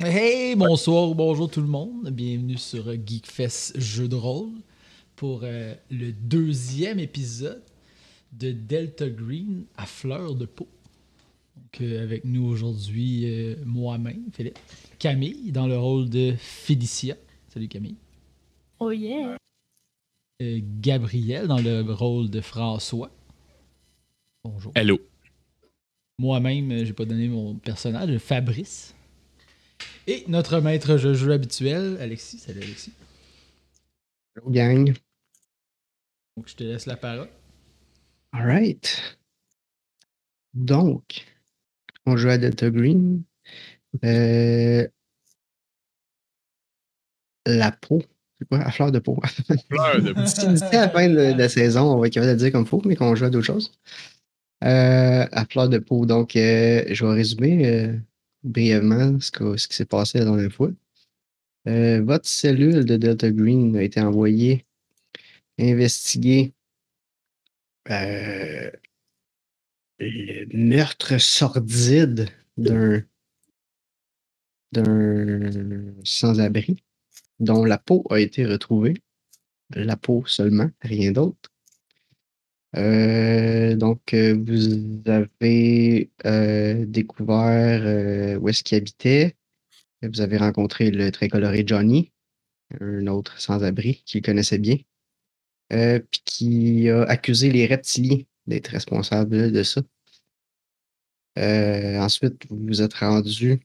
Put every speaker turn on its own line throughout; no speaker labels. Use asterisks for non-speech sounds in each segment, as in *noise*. Hey, bonsoir ou bonjour tout le monde. Bienvenue sur euh, Geekfest Jeux de rôle pour euh, le deuxième épisode de Delta Green à fleur de peau. Donc, euh, avec nous aujourd'hui, euh, moi-même, Philippe, Camille, dans le rôle de Félicia. Salut Camille.
Oh yeah!
Euh, Gabriel, dans le rôle de François. Bonjour.
Hello.
Moi-même, euh, j'ai pas donné mon personnage, Fabrice. Et notre maître de jeu habituel, Alexis. Salut Alexis.
Hello, gang.
Donc je te laisse la parole.
All right. Donc, on joue à Delta Green. Euh, la peau. C'est quoi? À fleur de peau.
*laughs*
Fleur de
*laughs* Si d'ici à la fin de de la saison, on va être capable de le dire comme faut, mais qu'on joue à d'autres choses. Euh, à fleur de peau. Donc, euh, je vais résumer euh, brièvement ce, que- ce qui s'est passé la dernière fois. Euh, votre cellule de Delta Green a été envoyée investiguer euh, le meurtre sordide d'un d'un sans-abri dont la peau a été retrouvée la peau seulement, rien d'autre. Euh, donc, euh, vous avez euh, découvert euh, où est-ce qu'il habitait. Vous avez rencontré le très coloré Johnny, un autre sans-abri qu'il connaissait bien, euh, puis qui a accusé les reptiliens d'être responsables de ça. Euh, ensuite, vous vous êtes rendu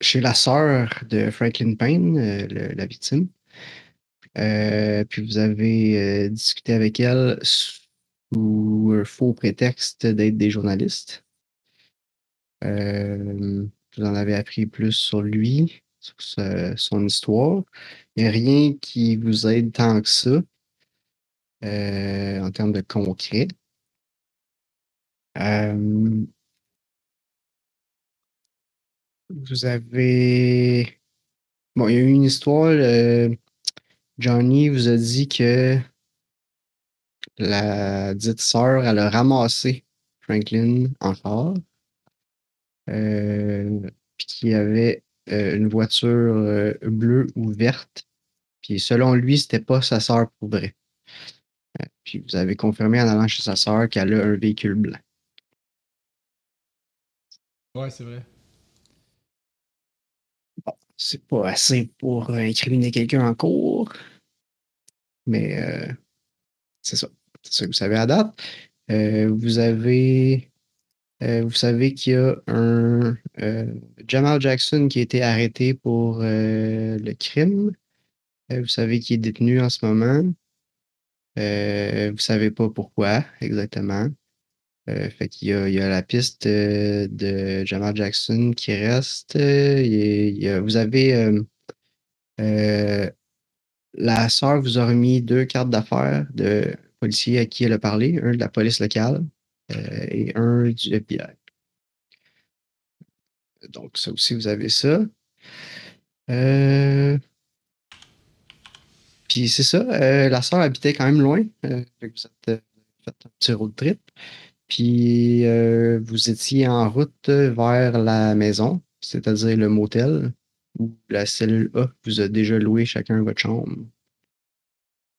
chez la sœur de Franklin Payne, euh, le- la victime. Euh, puis vous avez euh, discuté avec elle sous un faux prétexte d'être des journalistes. Euh, vous en avez appris plus sur lui, sur sa- son histoire. Il n'y a rien qui vous aide tant que ça euh, en termes de concret. Euh, vous avez... Bon, il y a eu une histoire. euh, Johnny vous a dit que la dite sœur, elle a ramassé Franklin encore. Euh, puis qu'il y avait euh, une voiture euh, bleue ou verte. Puis selon lui, c'était pas sa sœur pour vrai. Euh, puis vous avez confirmé en allant chez sa sœur qu'elle a un véhicule blanc.
Ouais, c'est vrai.
C'est pas assez pour euh, incriminer quelqu'un en cours. Mais euh, c'est ça. C'est ça que vous savez à date. Euh, vous avez. euh, vous savez qu'il y a un euh, Jamal Jackson qui a été arrêté pour euh, le crime. Euh, vous savez qu'il est détenu en ce moment. Euh, vous savez pas pourquoi exactement. Euh, fait qu'il y a, il y a la piste euh, de Jamal Jackson qui reste. Euh, il y a- il y a- vous avez euh, euh, la sœur vous a remis deux cartes d'affaires de policiers à qui elle a parlé, un de la police locale euh, et un du FBI. Donc ça aussi, vous avez ça. Euh, Puis c'est ça, euh, la sœur habitait quand même loin. euh, fait que vous êtes euh, fait un petit road trip. Puis euh, vous étiez en route vers la maison, c'est-à-dire le motel, où la cellule A vous a déjà loué chacun votre chambre.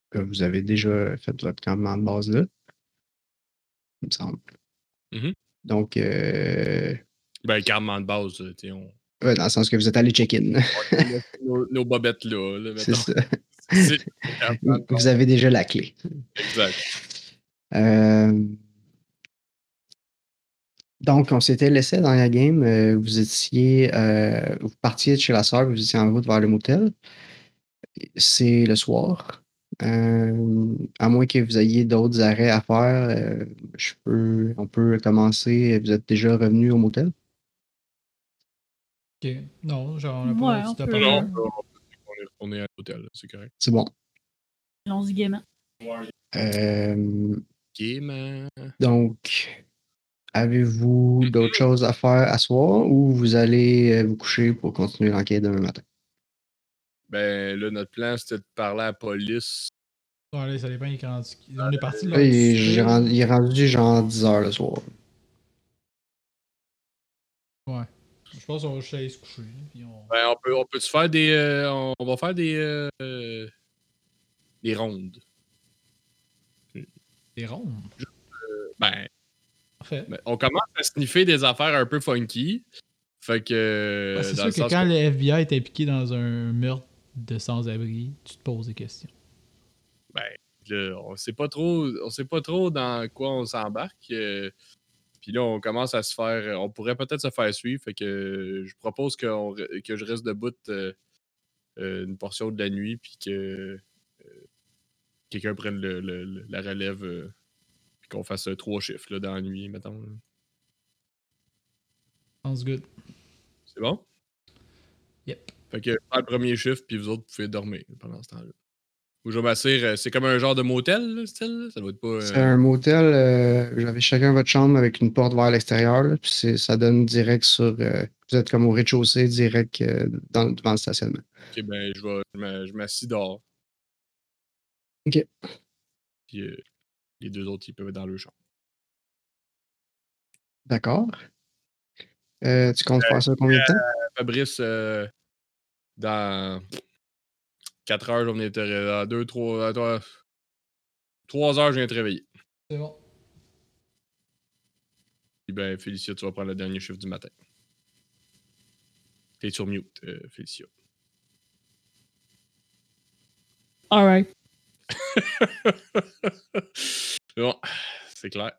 Que vous avez déjà fait votre campement de base là, il me semble.
Mhm.
Donc, euh,
Ben, carrément de base, euh, t'sais, on...
ouais, dans le sens que vous êtes allé check-in. *laughs*
on a *laughs* nos, nos bobettes là, là
C'est
mettons.
ça.
C'est-
*laughs*
Vous avez déjà la clé.
Exact.
Euh, Donc, on s'était laissé dans la game. euh, vous étiez, euh, vous partiez de chez la sœur, vous étiez en route vers le motel. C'est le soir. Euh, à moins que vous ayez d'autres arrêts à faire, euh, je peux, on peut commencer. Vous êtes déjà revenu au motel?
Ok. Non, genre, on a
Ouais,
pas
on
tu t'as
peut.
pas-
Non, non, on est retourné à l'hôtel, là, c'est correct.
C'est bon.
Lance gaiement.
Euh,
Ok, man.
donc, avez-vous d'autres choses à faire à soir ou vous allez euh, vous coucher pour continuer l'enquête demain matin?
Ben, là, notre plan, c'était de parler à la police.
Non, allez, ça dépend, il est rendu- On est parti.
Là, il, est-
lundi
j'ai
soir.
rendu- il est rendu genre 10 heures le soir.
Ouais. Je Je pense qu'on va se laisser se coucher. Puis on...
Ben, on peut, on peut se faire des. euh, on- on va faire des. euh, euh, des rondes.
Des rondes.
Ben,
Parfait.
ben, on commence à sniffer des affaires un peu funky. Fait que.
Ben, c'est
Euh, dans
sûr
le
que
sens
quand
que-
le FBI est impliqué dans un meurtre de sans-abri, tu te poses des questions.
là, on sait pas trop, on sait pas trop dans quoi on s'embarque. euh, puis là, on commence à se faire, on pourrait peut-être se faire suivre. Fait que je propose qu'on re- que je reste debout euh, euh, une portion de la nuit, puis que euh, quelqu'un prenne le- le- le- la relève, euh, puis qu'on fasse euh, trois chiffres là, dans la nuit, mettons. là.
Sounds good.
C'est bon?
Yep.
Fait que je prends le premier chiffre, puis vous autres vous pouvez dormir pendant ce temps-là. Ou je vais m'asseoir, euh, c'est comme un genre de motel, là, style, là? Ça doit être pas.
C'est
euh,
un motel, euh, vous avez chacun votre chambre avec une porte vers l'extérieur, là, puis c'est- ça donne direct sur. euh, vous êtes comme au rez-de-chaussée, direct euh, dans, devant le stationnement.
Ok, ben, je, vais, je m'a- je m'assis dehors.
Ok.
Puis euh, les deux autres, ils peuvent être dans le champ.
D'accord. Euh, tu comptes faire ça combien de temps?
Fabrice, euh, dans 4 heures, on est réveillé. Dans 2, 3, 3 heures, je viens te réveiller.
C'est bon.
Puis ben, Félicia, tu vas prendre le dernier chiffre du matin. T'es sur mute, euh, Félicia.
Alright.
C'est bon, c'est clair.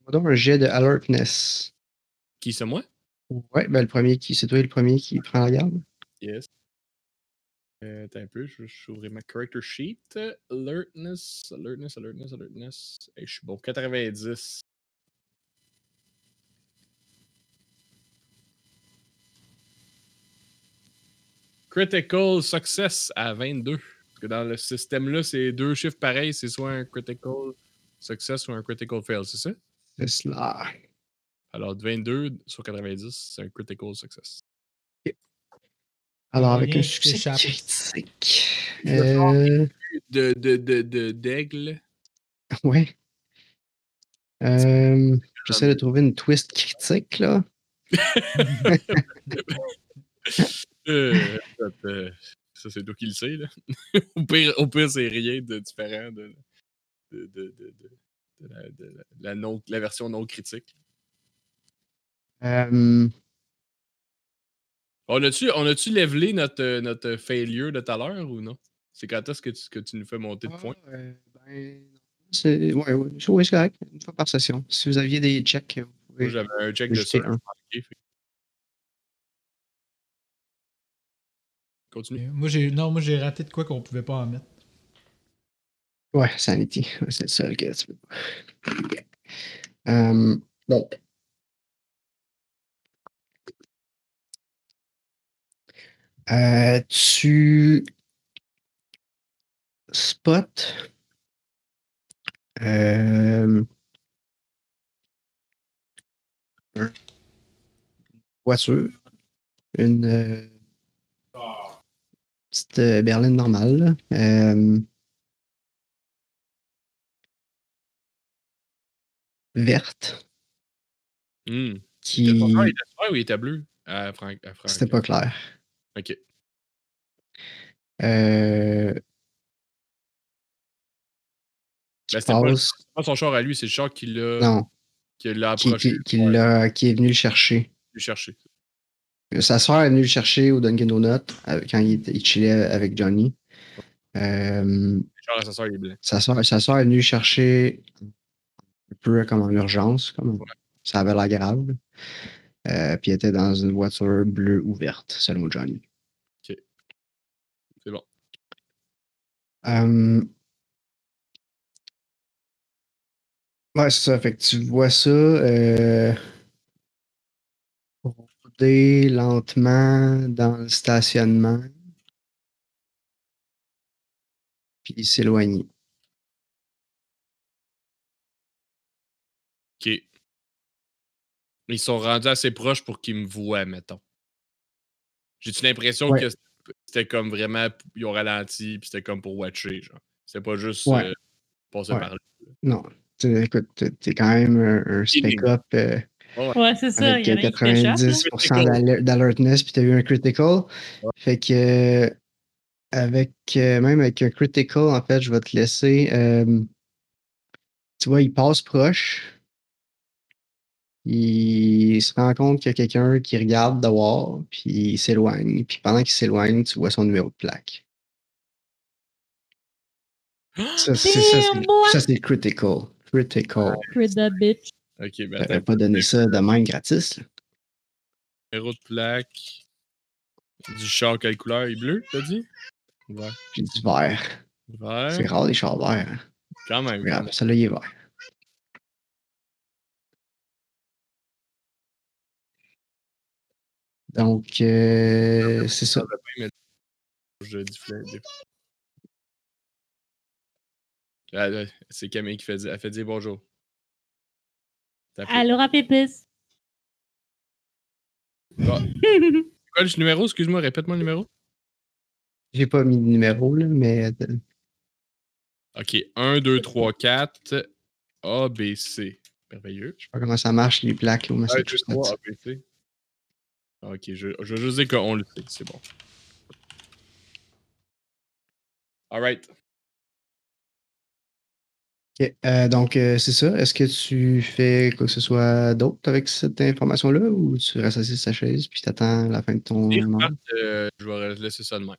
Fais-moi donc un jet de alertness.
Qui, c'est moi?
Ouais, ben le premier qui. C'est toi le premier qui prend la garde.
Yes. Euh, attends un peu, je vais juste ouvrir ma character sheet. Alertness, alertness, alertness, alertness. Hey, je suis bon, 90. Critical success à 22. Parce que dans le système-là, c'est deux chiffres pareils, c'est soit un critical success ou un critical fail, c'est ça?
C'est cela.
Alors, de 22 sur 90, c'est un critical success.
Y
Alors,
a
avec
rien
un
qui
succès
t'échappe.
critique.
Je vais faire
Euh,
De, de, de, de, d'aigle.
ouais. Euh, J'essaie de trouver une twist critique, là.
Euh, écoute, euh, ça, c'est toi qui le sais. Là. *laughs* au pire, au pire c'est rien de différent de, de, de, de, de- de la, de la- la non, la version non critique.
Euh,
On a-tu, on a-tu levelé notre, euh, notre failure de tout à l'heure ou non? C'est quand est-ce que tu, que tu nous fais monter de
Ah,
points?
euh, ben, c'est ouais, ouais, c'est- ouais, c'est correct. Une fois par session. Si vous aviez des checks, vous
Moi,
pouvez
j'avais un check de ça.
ajouter un.
Ok, fait- Continue.
Et Moi, j'ai... Non, moi, j'ai raté de quoi qu'on pouvait pas en mettre.
Ouais, Sanity. Ouais, *laughs* C'est le seul que tu peux pas. Euh, donc. Euh, tu spot euh, une voiture, une euh, petite euh, berline normale. là. Euh, verte
Hmm.
qui
Ton frère, il était vert ou il était bleu? À Frank, à Frank.
c'était pas clair.
Ok.
Euh, qui
Ben, c'était pas le-
passe-
Pas son char à lui, c'est le char qui l'a,
non,
qui l'a
qui,
approché.
qui- qui
Ouais,
l'a- qui est venu le chercher.
le chercher.
Sa soeur est venue le chercher au Dunkin' Donut euh, quand il, était- il chillait avec Johnny. Euh,
Le char à sa soeur, il est blanc.
sa, soeur, sa soeur est venue le chercher un peu comme en urgence, comme ça avait l'air grave. Euh, puis il était dans une voiture bleue ou verte, selon Johnny.
C'est bon.
Euh, Ouais, c'est ça. Fait que tu vois ça euh... rouler lentement dans le stationnement. Puis s'éloigner.
OK. Ils sont rendus assez proches pour qu'ils me voient, mettons. J'ai-tu l'impression
Ouais.
que c'est c'était comme vraiment, ils ont ralenti, puis c'était comme pour watcher, genre. C'était pas juste
Ouais.
euh, passer
Ouais.
par là.
Non. Tu- Écoute, t'es- t'es quand même un, un spec-up euh,
Ouais, c'est ça.
avec euh,
Il y en a qui s'échappent. là.
90% d'aler- d'alertness, puis t'as eu un critical. Fait que, euh, avec, euh, même avec un critical, en fait, je vais te laisser. euh, tu vois, il passe proche. Il se rend compte qu'il y a quelqu'un qui regarde dehors, puis il s'éloigne. Puis pendant qu'il s'éloigne, tu vois son numéro de
*gasps*
plaque. Ça, c'est ça, c'est-
Damn, boy.
ça, c'est critical. Critical.
Crit that bitch.
Ok, ben
T'aurais
attends,
pas donné ça de même gratis. là.
numéro de plaque. Du char, quelle couleur? Il est bleu, t'as dit? Ouais.
J'ai du vert.
Vert.
C'est rare les chars verts. hein.
Quand même. quand
Regarde,
même.
celui-là, il est vert. Donc, euh, c'est ça.
Je dis fla- des- Ah, là, C'est Camille qui fait dire, elle fait dire bonjour. T'as fait-
Allora, Pépis.
Quoi le numéro? Excuse-moi, répète-moi le numéro.
J'ai pas mis de numéro, là, mais euh,
Ok, 1, 2, 3, 4, A, B, C. Merveilleux.
je sais pas comment ça marche, les plaques là, au
1, 2,
Massachusetts.
3, A, B, C. Ok, je, je veux juste dire qu'on le sait, c'est bon. Alright.
Ok, euh, donc, euh, c'est ça. Est-ce que tu fais quoi que ce soit d'autre avec cette information-là ou tu restes assis sur ta chaise puis t'attends la fin de ton
Et
mandat?
euh, je vais laisser ça de même.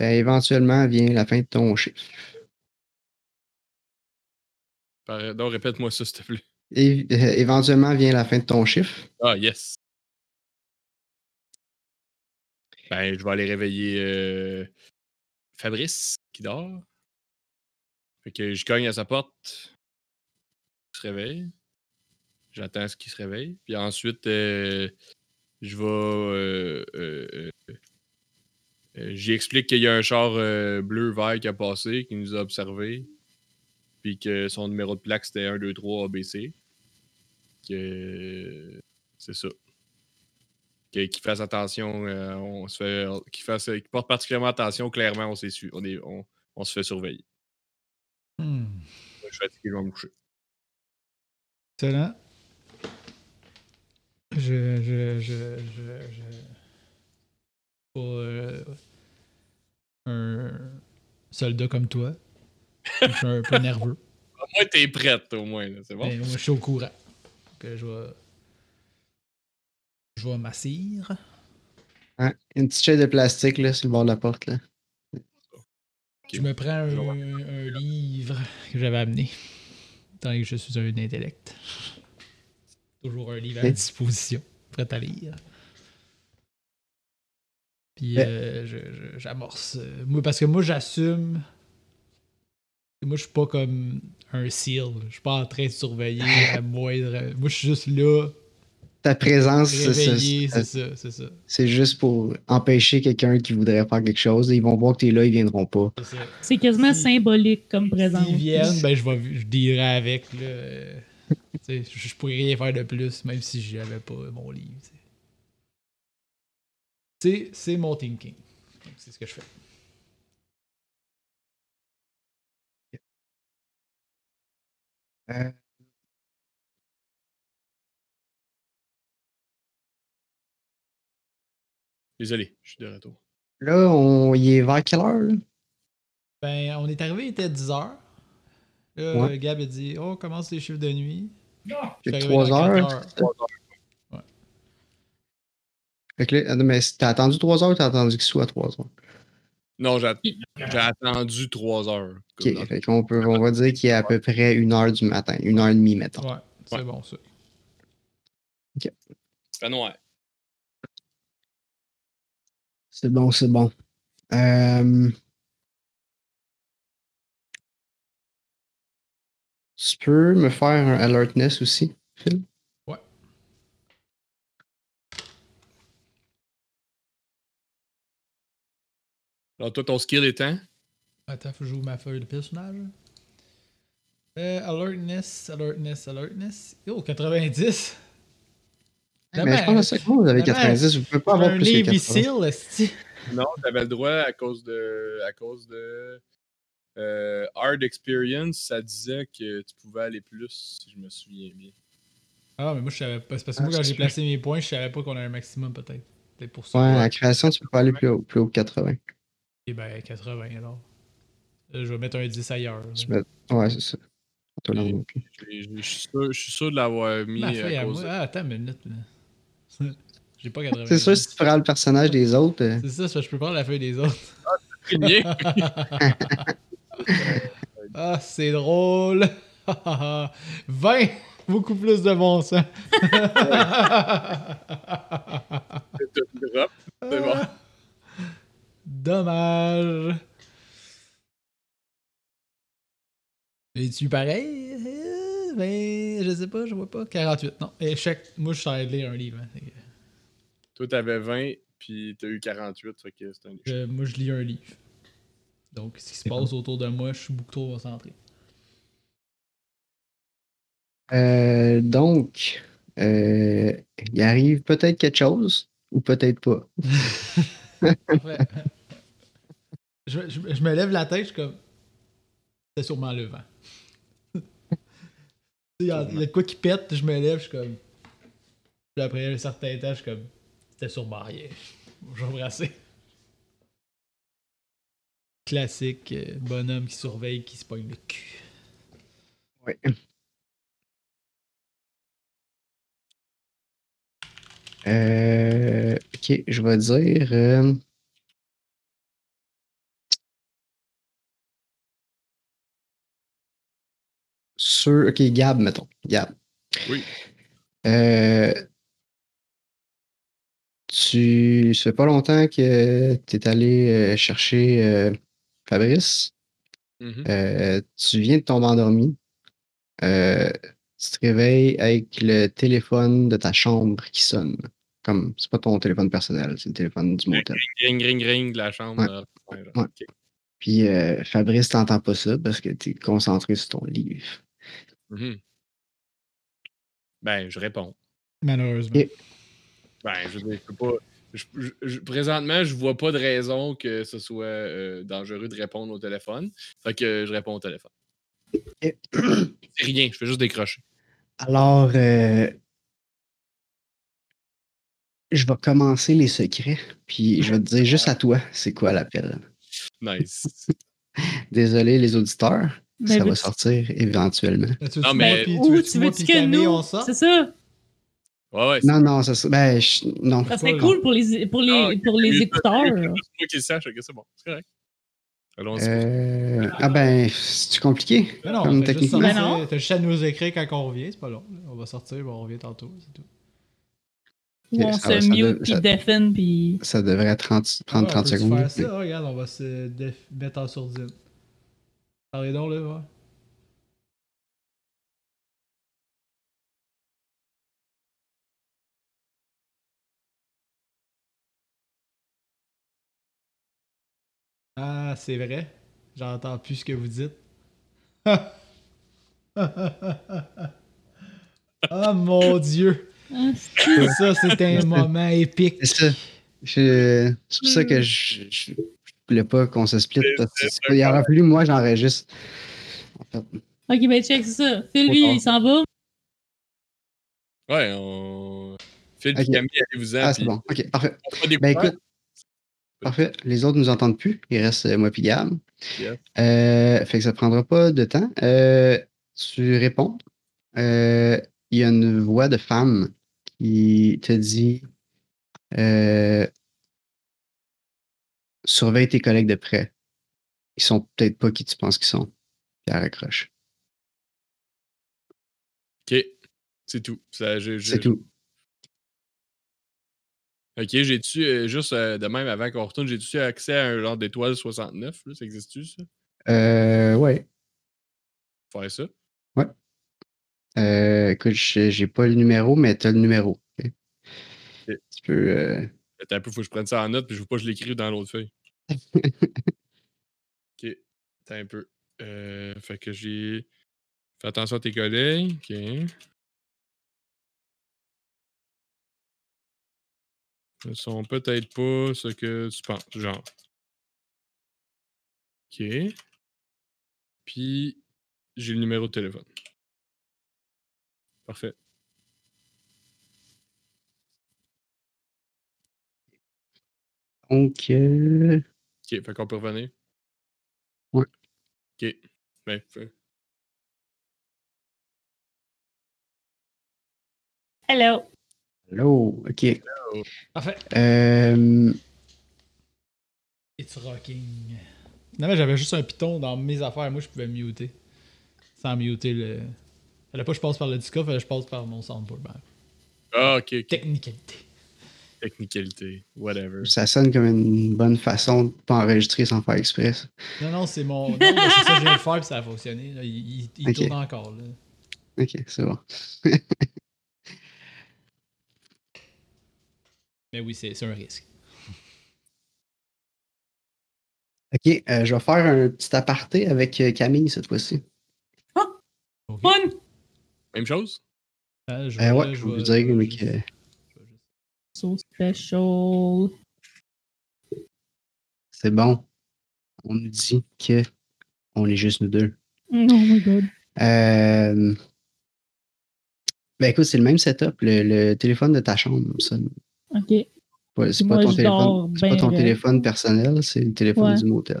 Ben, éventuellement vient la fin de ton chiffre.
Par- Non, répète-moi ça, s'il te plaît.
Et, euh, éventuellement vient la fin de ton chiffre.
Ah, yes. Ben, je vais aller réveiller euh, Fabrice qui dort. Fait que je cogne à sa porte. Il se réveille. J'attends à ce qu'il se réveille. Puis ensuite, euh, je vais. euh, euh, euh, euh, J'y explique qu'il y a un char euh, bleu-vert qui a passé, qui nous a observés. Puis que son numéro de plaque c'était 1, 2, 3 ABC. Que. C'est ça. Que- Qu'il fasse attention, euh, on se fait. Qu'il fasse. qu'il porte particulièrement attention, clairement, on s'est su. On, est, on, on se fait surveiller.
Hmm.
Moi, Je suis fatigué, je vais me coucher.
Excellent. Je. Je. Je. Je. je... Pas, euh, un soldat comme toi. Je suis un peu nerveux.
Au moins, t'es prête, au moins, là, c'est bon?
Mais moi, je suis au courant. Que je vais. Je vais m'assire.
Hein? Une petite chaise de plastique, là, sur le bord de la porte, là.
Je me prends un,
Je vois.
un livre que j'avais amené. Tant que je suis un intellect. Toujours un livre à ma
Ok.
disposition, prêt à lire. Puis
Mais-
euh, je- je- j'amorce. euh, moi, parce que moi, j'assume. que Moi, je suis pas comme un seal. Je suis pas en train de surveiller la moindre. Moi, je suis juste là,
Ta présence, c'est- c'est-
réveillé, c'est
c'est
ça, c'est ça.
c'est juste pour empêcher quelqu'un qui voudrait faire quelque chose. Ils vont voir que t'es là, ils viendront pas.
c'est ça.
*laughs* C'est quasiment
Si-
symbolique comme présence.
S'ils viennent, ben, je, vais, je dirai avec. Là, euh, tu sais, je, je pourrais rien faire de plus, même si j'avais pas mon livre. tu sais. C'est, c'est mon thinking. Donc, C'est ce que je fais.
Euh.
Désolé, je suis de retour.
Là, on y est vers quelle heure, là?
Ben, on est arrivé, il était 10h. Là,
Ouais.
le Gab a dit Oh, on commence les chiffres de nuit.
Fait que
J'arrive
trois
dans quatre
heures. Fait que là, attends, mais t'as attendu trois heures ou t'as attendu qu'il soit à trois heures?
Non, j'ai j'ai attendu trois heures. comme
Ok,
dans-
fait qu'on peut, on va dire qu'il est à peu près une heure du matin, une heure et demie, mettons.
Ouais, c'est
Ouais.
bon ça.
Fait noir.
C'est bon, c'est bon. Euh, Tu peux me faire un alertness aussi, Phil?
Ouais.
Alors, toi, ton skill étant.
Attends, faut que j'ouvre ma feuille de personnage. Euh, alertness, alertness, alertness. Oh, 90.
Mais je pense que c'est cool, vous avez
ben,
90, vous ne pouvez pas avoir
un
plus que
Navy
90.
Seal, esti.
Non, t'avais le droit à cause de. À cause de. euh, hard experience, ça disait que tu pouvais aller plus, si je me souviens bien.
Ah, mais moi, je savais pas. C'est parce que
Ah,
moi, quand j'ai
excuse.
placé mes points, je savais pas qu'on avait un maximum, peut-être. Peut-être pour ça.
Ouais, à la création, tu peux pas aller plus haut, plus haut que 80.
Et ben, 80, alors. Euh, Je vais mettre un 10 ailleurs. là.
Tu mets- Ouais, c'est ça. Pas tout le monde non plus.
Je je- je suis sûr, je suis sûr de l'avoir mis
Ma feuille
à
à
cause
moi. Ah, attends une minute. là. *laughs* J'ai pas 80.
C'est sûr, si tu prends le personnage des autres, euh,
C'est ça, c'est parce que je peux prendre la feuille des autres.
de premier.
ah, c'est drôle. *laughs* 20! Beaucoup plus de bon sens.
de drop. C'est bon.
Ah.
Dommage. Es-tu pareil? Euh, Ben, je sais pas, je vois pas. 48, non. Échec. Moi, je suis allé lire un livre. hein. Fait que,
Toi, t'avais 20, puis t'as eu 48, fait que c'est un échec.
je- moi, je lis un livre. Donc, ce qui se passe autour de moi, je suis beaucoup trop concentré.
Euh, donc, euh, il arrive peut-être quelque chose ou peut-être pas.
Ouais. je, je- je me lève la tête, je suis comme. C'est sûrement le vent. Il y, a il y a de quoi qui pète, je me lève, je suis comme. Puis après un certain temps, je suis comme. C'était sûrement rien. Je vais brasser. Classique euh, bonhomme qui surveille, qui se pogne le cul.
Ouais. Euh, ok, je vais dire. euh, Sur. Ok, Gab, mettons. Gab.
Oui.
Euh, Tu. Ça fait pas longtemps que tu es allé euh, chercher euh, Fabrice.
Mhm.
Euh, tu viens de tomber endormi. Euh, tu te réveilles avec le téléphone de ta chambre qui sonne. Comme c'est pas ton téléphone personnel, c'est le téléphone du motel.
Ring, ring, ring de la chambre.
Ouais.
là. Ouais, là.
Ouais.
Ok.
Puis euh, Fabrice t'entend pas ça parce que tu es concentré sur ton livre.
Mhm. Ben, je réponds.
Malheureusement.
Et-
Ben, je veux dire, je peux pas. je- je- je- présentement, je vois pas de raison que ce soit euh, dangereux de répondre au téléphone. Fait que euh, je réponds au téléphone.
Et-
*clears throat* C'est rien, je fais juste décrocher.
Alors, euh, je vais commencer les secrets, puis je vais te dire juste à toi c'est quoi l'appel.
Nice.
Désolé les auditeurs,
Mais
ça va
Ben, veux-tu-
sortir éventuellement.
Tu veux-tu
Non,
moi,
mais-
puis-
Ben,
tu
où
veux-tu
tu
moi,
veux
puis
que
Camille, on
nous?
sort?
C'est ça.
Ouais, ouais. c'est-
Non, non, ça. Ben, je- non.
Ça
Pas Ah,
serait cool pour les, pour les, pour les écouteurs.
C'est moi qui le sache, ok, c'est bon. C'est correct. Allons-y.
Euh, ah ben, c'est compliqué.
Mais non,
Comme
t'as juste,
techniquement.
Ben non.
sorti- t'as juste à nous écrire quand on revient, c'est pas long. On va sortir, bon, on revient tantôt, c'est tout.
Où on se
ça- ça
mute,
doit-
puis
ça-
deafen, puis.
Ça devrait 30, prendre
Ouais,
30
on peut-tu
secondes.
faire ça, regarde, on va se déf- mettre en sourdine. Parlez donc, là, ouais. Ah, c'est vrai. J'entends plus ce que vous dites. *laughs* oh Ah, mon dieu!
Ah,
Ça, c'est
*laughs*
un moment épique.
C'est ça. Je- C'est pour ça que je, je, je voulais pas qu'on se split. parce que c'est- il aurait fallu, moi, j'enregistre.
Ok, ben check, c'est ça. Phil, lui,
Autant.
il s'en va.
Ouais, on. Phil et
Ok.
Camille, allez-vous-en.
Ah, c'est
puis
bon. OK, parfait.
on fera des
Ben
coups.
écoute, parfait. Les autres nous entendent plus. Il reste euh, moi puis Gab.
Yes.
Euh, fait que ça prendra pas de temps. Euh, tu réponds. Euh, Il y a une voix de femme qui te dit euh, Surveille tes collègues de près. Ils sont peut-être pas qui tu penses qu'ils sont. Puis elle raccroche.
Ok. C'est tout. Ça, je- je-
C'est tout.
Ok, j'ai-tu, euh, juste euh, de même avant qu'on retourne, j'ai-tu accès à un genre d'étoile 69? Là? Ça existe-tu, ça?
Euh, ouais.
Faire ça?
Euh, écoute, j'ai j'ai pas le numéro, mais t'as le numéro. ok?
Ok.
Tu peux. euh,
Attends un peu, faut que je prenne ça en note, puis je veux pas que je l'écrive dans l'autre feuille. ok, attends un peu. Euh, fait que j'ai. Fais attention à tes collègues. Ok. ne sont peut-être pas ce que tu penses, genre. OK. Puis, j'ai le numéro de téléphone. Parfait.
Donc, euh,
OK, fait qu'on peut revenir.
Ouais.
OK. Ben, fait-
Hello.
hello, ok.
Parfait.
Euh,
It's rocking. Non, mais j'avais juste un piton dans mes affaires. Moi, je pouvais muter. Sans muter le. Fallait pas que je passe par le Discord, fallait que je passe par mon soundboard. Ben,
Ah, OK, ok.
technicalité.
Technicalité. Whatever.
ça sonne comme une bonne façon de pas enregistrer sans faire exprès. ça.
Non, non, c'est mon. Non, mais c'est ça, je viens de faire, puis ça a fonctionné. là. Il, il- il
Ok.
tourne encore. Là.
Ok, c'est bon.
Mais oui, c'est c'est un risque.
Ok, euh, je vais faire un petit aparté avec euh, Camille cette fois-ci.
Ok.
Fun.
Même chose?
Euh, je
Euh,
vois,
ouais,
là,
je vais vous
vois-
dire
je vois
mais
juste-
que-
je vois juste-
So special.
c'est bon. On nous dit que on est juste nous deux.
Mm, Oh my god.
Euh, Ben écoute, c'est le même setup, le, le téléphone de ta chambre. ça.
Ok.
Ouais, c'est
Moi,
pas ton,
je dors
téléphone, c'est pas
ben
ton
raide.
téléphone personnel, c'est le téléphone
Ouais.
du motel.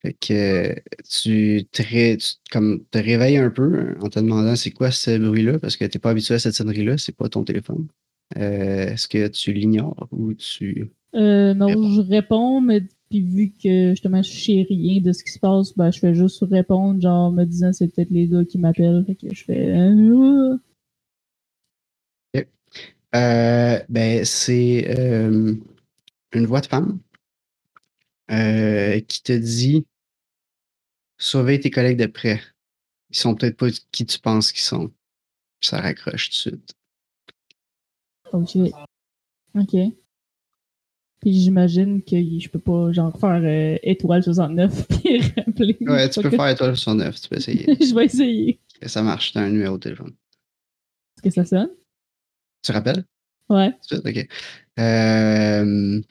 Fait que euh, tu te, ré- tu te- comme, te réveilles un peu hein, en te demandant c'est quoi ce bruit-là, parce que tu n'es pas habitué à cette sonnerie-là, c'est pas ton téléphone. Euh, Est-ce que tu l'ignores ou tu.
Euh, non,
Réponds.
je réponds, mais puis vu que justement je sais rien de ce qui se passe, ben, je fais juste répondre, genre me disant c'est peut-être les gars qui m'appellent. Fait que je fais. euh,
Euh, ben, c'est euh, une voix de femme euh, qui te dit Surveille tes collègues de près. Ils sont peut-être pas qui tu penses qu'ils sont. Puis ça raccroche tout de suite.
oh shit. Ok. Puis j'imagine que je peux pas genre faire euh, étoile 69 *laughs* puis rappeler. *laughs*
Ouais, tu
Fait
peux
que
faire étoile sur 9, tu peux essayer.
Je vais essayer.
Et ça marche, t'as un numéro de téléphone.
Est-ce que ça sonne?
Tu rappelles?
Ouais.
Tout de suite, ok. Euh,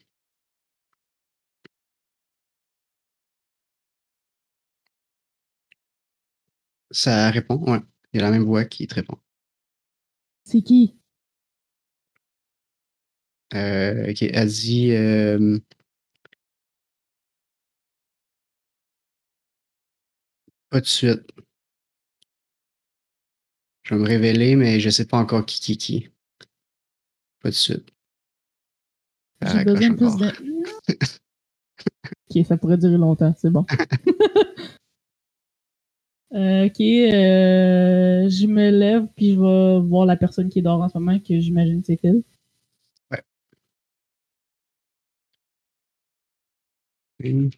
Ça répond, ouais. Il y a la même voix qui te répond.
C'est qui?
Euh, ok, elle dit. euh, Pas de suite. Je vais me révéler, mais je sais pas encore qui qui qui. Pas de suite. Euh, Elle
J'ai
raccroche
besoin de plus
encore.
de. ok, ça pourrait durer longtemps, c'est *laughs* bon. Euh, ok, euh, je me lève puis je vais voir la personne qui dort en ce moment, que j'imagine c'est Phil.
Une.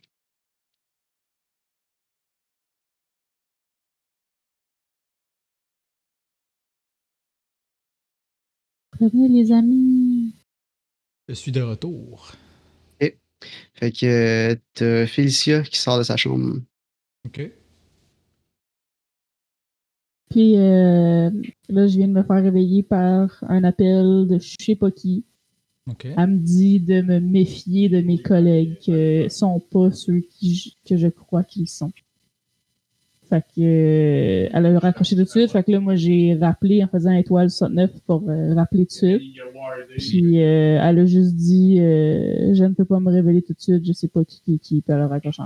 Prévenez les amis.
Je suis de retour.
Fait que euh, t'as Félicia qui sort de sa chambre.
Ok.
Puis euh, là, je viens de me faire réveiller par un appel de je sais pas qui.
Ok.
Elle me dit de me méfier de mes collègues que sont pas ceux qui j- que je crois qu'ils sont. Fait que euh, elle a raccroché tout de suite. Fait que là, moi, j'ai rappelé en faisant étoile 69 pour euh, rappeler tout de suite. Puis euh, elle a juste dit euh, je ne peux pas me révéler tout de suite, je sais pas qui qui est qui. Puis elle a raccroché.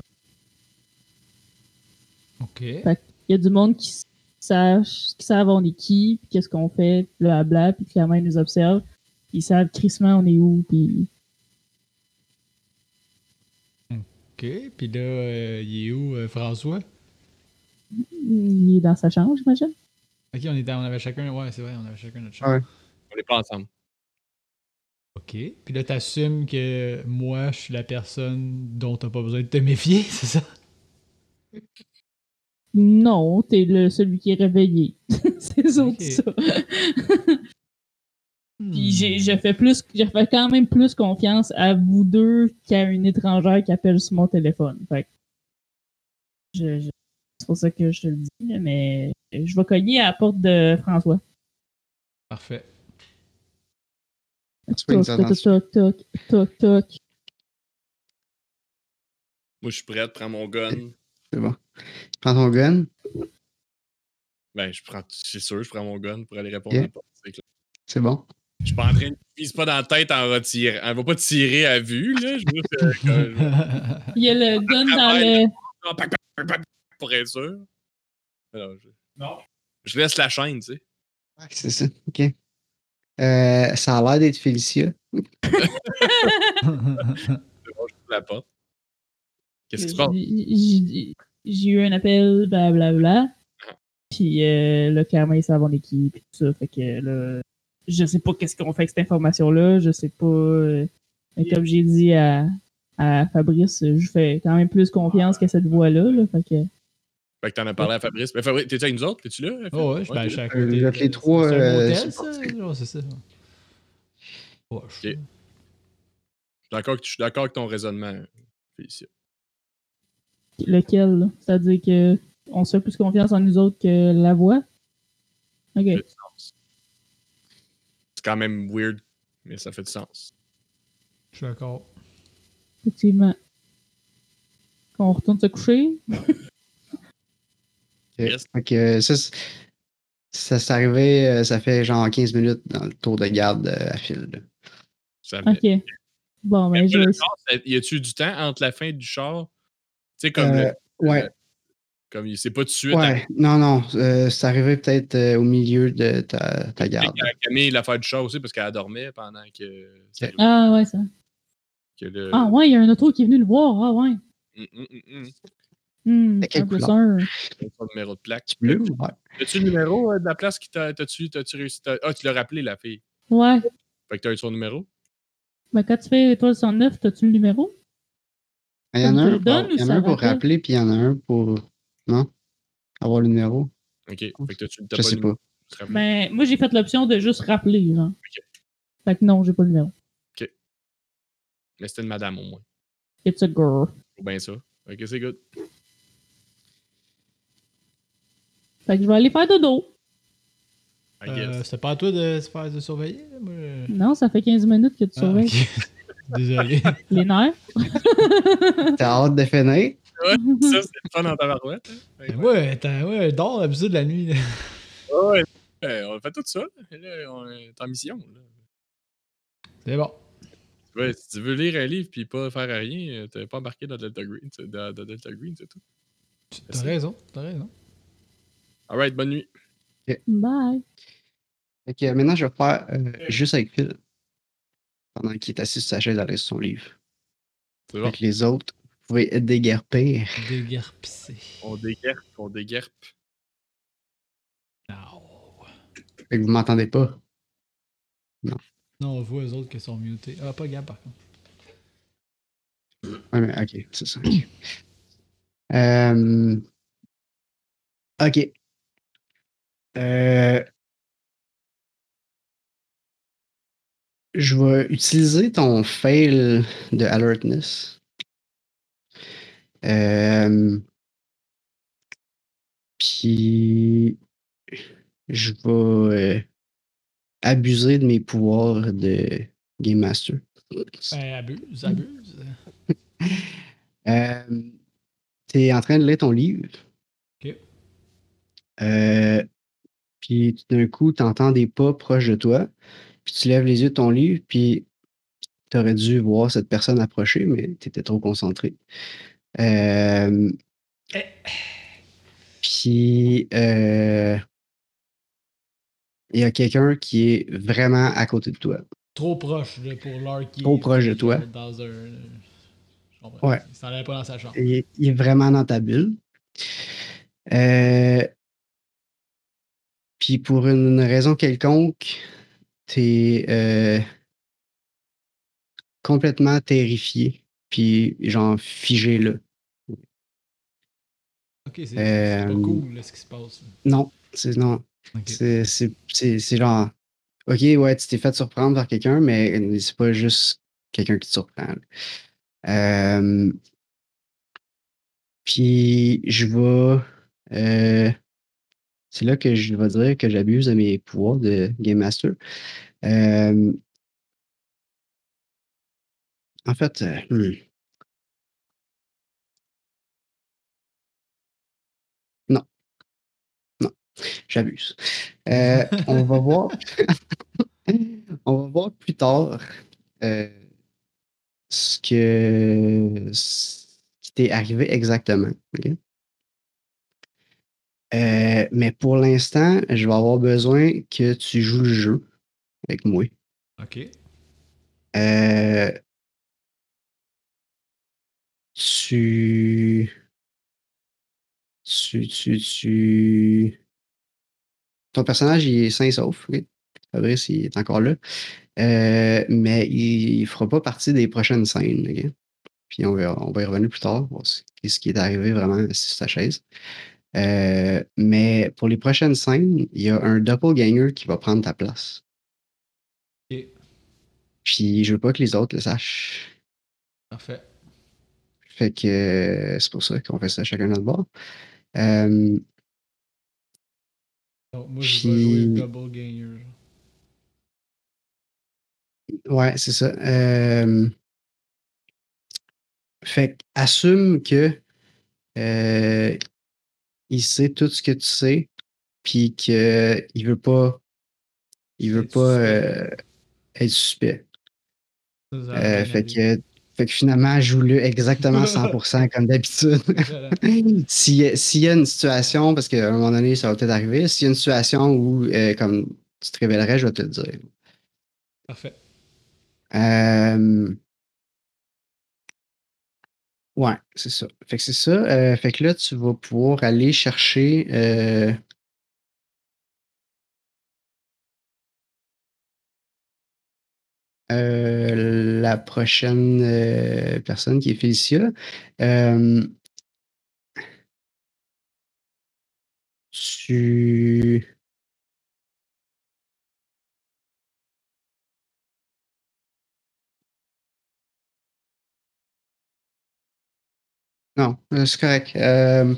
Ok.
Il y a du monde qui s- sache, qui savent on est qui, puis qu'est-ce qu'on fait, puis blabla, puis clairement ils nous observent. Ils savent crissement on est où, puis
Ok. Puis là, euh, il est où, euh, François
il est dans sa chambre, j'imagine.
Ok, on, était, on avait chacun. Ouais, c'est vrai, on avait chacun notre champ.
Ouais.
On n'est pas ensemble.
Ok. Puis là, t'assumes que moi, je suis la personne dont t'as pas besoin de te méfier, *laughs* c'est ça
Non, t'es le celui qui est réveillé. *laughs* c'est ça,
Ok. Hmm.
ça. Hmm. Puis j'ai, je fais plus, je fais quand même plus confiance à vous deux qu'à une étrangère qui appelle sur mon téléphone. Fait que je- je- c'est pour ça que je te le dis, mais *laughs* je vais cogner à la porte de François.
Parfait.
Tu peux nous
Toc,
attendre.
toc, toc, toc, toc, toc.
Moi, je suis prêt, prends mon gun.
C'est bon. Prends ton gun.
Ben, je prends, c'est sûr, je prends mon gun pour aller répondre à
Yeah.
la porte. C'est clair.
C'est bon.
Je suis pas en train de vise pas dans la tête en retirant. Elle va pas tirer à vue, là. Je veux juste,
*laughs*
euh,
Oh,
que-
Il y a le gun dans
ouais.
le.
Non, pac, pac, pac, pac, pour être sûr. Alors, je...
Non.
je laisse la chaîne, tu sais.
Ouais, C'est ça. OK. Euh, ça a l'air d'être Félicia.
sur la porte. Qu'est-ce
Mm-hmm.
qui se passe?
J'ai j'ai eu un appel, blablabla. Puis euh, là, clairement, ils savent mon équipe et tout ça. Fait que là, je sais pas qu'est-ce qu'on fait avec cette information-là. Je sais pas. euh, mais comme j'ai dit à, à Fabrice, je fais quand même plus confiance qu'à cette voie-là. là. fait que
Fait que t'en as parlé à Fabrice. Mais Fabrice, t'es-tu avec nous autres? T'es-tu là? Fabrice?
Oh ouais, je ben,
t'es
je
là.
suis à
Euh,
côté.
vous êtes les
C'est-
trois,
C'est un
euh,
hôtel, ça?
supporters.
Ouais, c'est ça. Ouais, je-
Ok. Je suis d'accord que- je suis d'accord avec ton raisonnement. Félicia.
lequel, là? c'est-à-dire que on se fait plus confiance en nous autres que la voie. Ok.
fait du sens. C'est quand même weird, mais ça fait du sens.
Je suis d'accord.
Effectivement. Qu'on retourne se coucher.
Yes.
Fait que euh, ça, c'est- ça s'est arrivé, euh, ça fait genre 15 minutes dans le tour de garde euh, à fil. là.
Ça venait.
Ok. Bon, ben,
Mais
je
le
vais
char, ça- y a-tu du temps entre la fin du char? Tu sais, comme,
Euh,
le-
Ouais,
comme il- c'est pas tout de suite
ouais. Non, non. euh, c'est arrivé peut-être euh, au milieu de ta, ta
à,
garde.
à Camille l'affaire du char aussi parce qu'elle dormait pendant que. ça
Ok.
arrivait.
Ah ouais, ça.
Que le-
Ah ouais, il y a un auto qui est venu le voir. Ah ouais.
Mm, mm, mm, mm.
Hmm,
De quelle
un plus
couleur?
un.
Son numéro de plaque.
Bleu ou vert?
As-tu le numéro euh, de la place qui t'a. T'as-tu t'as-tu réussi? t'as- Ah, tu l'as rappelé, la fille.
Ouais.
Fait que t'as eu son numéro?
Mais quand tu fais étoile 109, t'as-tu le numéro?
Il y en a
Ça te
un,
le donne
pour- il y
ou
en a
ça
un pour
rappelle?
rappeler, puis il y en a un pour. Non? Avoir le numéro?
Ok. Fait que t'as-tu t'as
Je sais
le
pas.
numéro, tu te rappelles?
Ben, moi, j'ai fait l'option de juste rappeler, genre. Fait que non, j'ai pas le numéro.
Mais c'était une madame au moins.
It's a girl.
Faut bien ça. Ok, c'est good.
Fait que je vais aller faire dodo.
I
Euh,
*laughs*
guess.
C'était pas à toi de se faire de surveiller? là, moi, je-
Non, ça fait 15 minutes que tu
Ah,
surveilles
ok. *laughs* Désolé.
les nerfs. *laughs*
T'as hâte de finir?
Ben
Ça, c'est le fun en tabarouette. hein. Fait
Ben
que-
Mais ouais, attends, ouais, je dors l'habitude de la nuit. là.
Ouais, ouais, on fait tout ça. là. Là, on est en mission. là.
C'est bon.
Ouais, si tu veux lire un livre puis pas faire à rien, euh, t'es pas embarqué dans Delta Green, c'est- dans, dans Delta Green, c'est tout.
Tu- T'as
Merci.
raison, t'as raison.
Alright, bonne nuit.
Bye.
Fait que euh, maintenant, je vais faire euh, juste avec Phil. Pendant qu'il est assis sur sa chaise à l'aise sur son livre.
C'est bon.
Avec les autres, vous pouvez déguerpir.
Déguerpissé.
On déguerpe, on déguerpe.
Non.
Fait que vous m'entendez pas.
Non, on voit eux autres qui sont mutés. Ah, pas Gab, par contre.
Ouais, mais ok, c'est ça. ok. Euh, ok. Euh, je vais utiliser ton fail de alertness. Euh, puis je vais euh, abuser de mes pouvoirs de Game Master.
Ben, abuse, abuse.
Euh, tu es en train de lire ton livre.
Ok.
Euh, puis tout d'un coup, tu entends des pas proches de toi. Puis tu lèves les yeux de ton livre, puis tu aurais dû voir cette personne approcher, mais tu étais trop concentré. Euh,
Eh.
puis euh, il y a quelqu'un qui est vraiment à côté de toi.
Trop proche là, pour l'heure qui
Trop proche de toi.
Dans un. Je comprends.
Ouais.
Il s'en allait pas dans sa chambre.
Il est, il est vraiment dans ta bulle. Euh, puis pour une raison quelconque, t'es euh, complètement terrifié, puis genre figé là.
Ok, c'est c'est
Euh,
pas cool là, ce qui se passe.
Non, c'est non,
Ok.
c'est- c'est c'est- c'est genre, ok, ouais, tu t'es fait surprendre par quelqu'un, mais c'est pas juste quelqu'un qui te surprend. là. Euh, puis je vais. euh, c'est là que je vais dire que j'abuse de mes pouvoirs de Game Master. Euh, En fait, euh, hmm. non. Non, j'abuse. Euh, on va voir. *laughs* on va voir plus tard euh, ce que ce qui t'est arrivé exactement. ok? Euh, mais pour l'instant, je vais avoir besoin que tu joues le jeu avec moi.
Ok.
Euh, tu, tu, tu, tu- Ton personnage, il est sain et sauf. ok? Fabrice, il est encore là. Euh, mais il ne fera pas partie des prochaines scènes. ok? Puis on va, on va y revenir plus tard, voir ce ce qui est arrivé vraiment sur sa chaise. Euh, mais pour les prochaines scènes, il y a un doppelganger qui va prendre ta place.
Ok.
Puis je veux pas que les autres le sachent.
Parfait.
Fait que euh, c'est pour ça qu'on fait ça chacun de notre bord. Euh,
Donc, moi, je vais jouer
Puis-
Double Gainer.
ouais, c'est ça. Euh, fait que assume que euh, il sait tout ce que tu sais, puis que il veut pas, il veut
Être
pas
suspect.
euh, être suspect.
Ça, ça
Euh,
va bien
fait
aller.
que fait que finalement joue-le exactement 100% comme d'habitude.
Voilà.
*laughs* S'il y, a- s'il y a une situation, parce qu'à un moment donné, ça va peut-être arriver, s'il y a une situation où, euh, comme tu te révélerais, je vais te le dire.
*laughs* Parfait.
Euh, Ouais, c'est ça. Fait que c'est ça. euh, fait que là, tu vas pouvoir aller chercher. euh, euh, la prochaine euh, personne qui est Félicia. Euh, tu. Non, euh, c'est correct. Euh,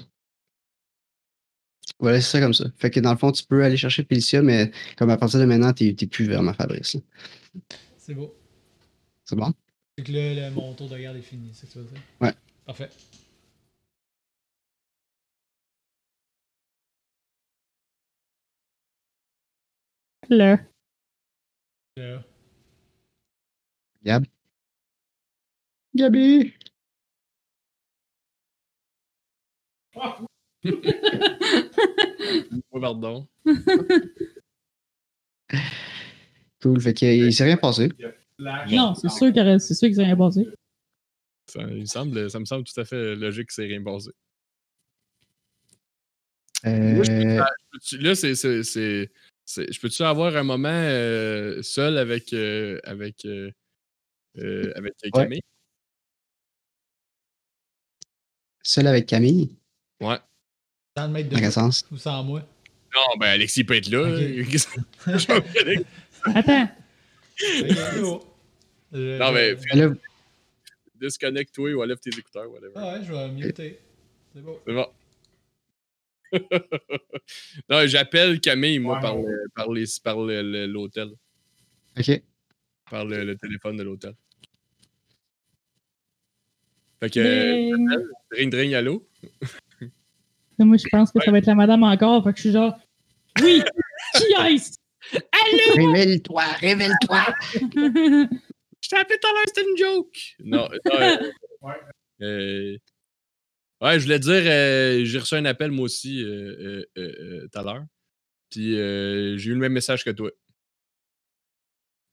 Voilà, c'est ça comme ça. Fait que dans le fond, tu peux aller chercher Félicia, mais comme à partir de maintenant, t'es t'es plus vraiment Fabrice. là.
C'est beau.
C'est bon?
Fait que là, le- mon tour de garde est fini, c'est ça que tu veux dire?
Ouais.
Parfait.
Là.
Là,
Gab? Gabi!
Oui, pardon.
Cool. Fait qu'il il s'est rien passé.
Non, c'est sûr que c'est sûr qu'ils ont rien basé.
Ça, il me semble, ça me semble tout à fait logique que c'est rien passé.
Euh,
Moi, je peux Peux-tu- Là, c'est. c'est- c'est- c'est- Je peux-tu avoir un moment euh, seul avec, euh, avec, euh, euh, avec Camille?
seul avec Camille,
Sans le mettre de
dans quel
moi
sens?
ou sans moi.
Non, ben Alexis peut être là.
Ok.
hein. *laughs* Qu'est-ce que- Je m'en fous, Alex.
Attends,
Fait que c'est beau. Je-
Non, mais-
je-
Ben là,
Disconnecte-toi ou enlève tes écouteurs, whatever.
Ah ouais, je vais muter. C'est beau.
C'est bon. *laughs* non, j'appelle Camille, moi, par, le- par, les, par le- le- l'hôtel.
OK.
Par le, le téléphone de l'hôtel. Fait que.
mais...
Dring, dring, allô?
mais moi je pense que ça va être la madame encore, fait que je suis genre Oui! Qui est-ce? *laughs*
Révèle-toi, révèle-toi!
Je t'ai appelé tout à l'heure, c'était une joke! Non, non, euh, euh, ouais, je voulais dire, euh, j'ai reçu un appel, moi aussi, euh, euh, euh, euh, tout à l'heure. Puis euh, j'ai eu le même message que toi.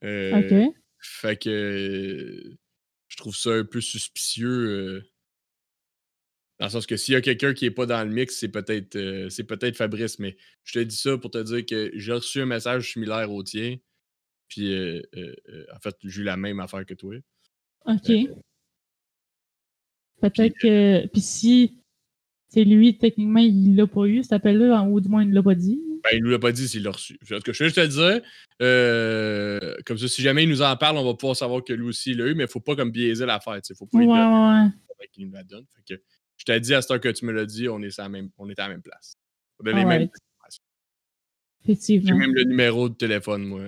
Euh,
ok.
Fait que euh, je trouve ça un peu suspicieux. euh, dans le sens que s'il y a quelqu'un qui n'est pas dans le mix, c'est peut-être euh, c'est peut-être Fabrice, mais je te dis ça pour te dire que j'ai reçu un message similaire au tien. Puis euh, euh, euh, en fait, j'ai eu la même affaire que toi. Euh,
Ok. Peut-être que. Puis si c'est lui, techniquement, il l'a pas eu, cet appel-là, ou du moins il l'a pas dit.
Ben, il nous l'a pas dit s'il l'a reçu. En tout cas, je vais juste te le dire. euh, comme ça, si jamais il nous en parle, on va pouvoir savoir que lui aussi il l'a eu, mais il faut pas comme biaiser l'affaire. Il faut pas
Ouais,
lui
ouais,
donner
ouais.
faudrait qu'il nous la donne. Fait que je t'ai dit à cette heure que tu me l'as dit, on est, sur la même, on est à la même place. On a les mêmes-
Alright.
J'ai
Effectivement.
même le numéro de téléphone, moi.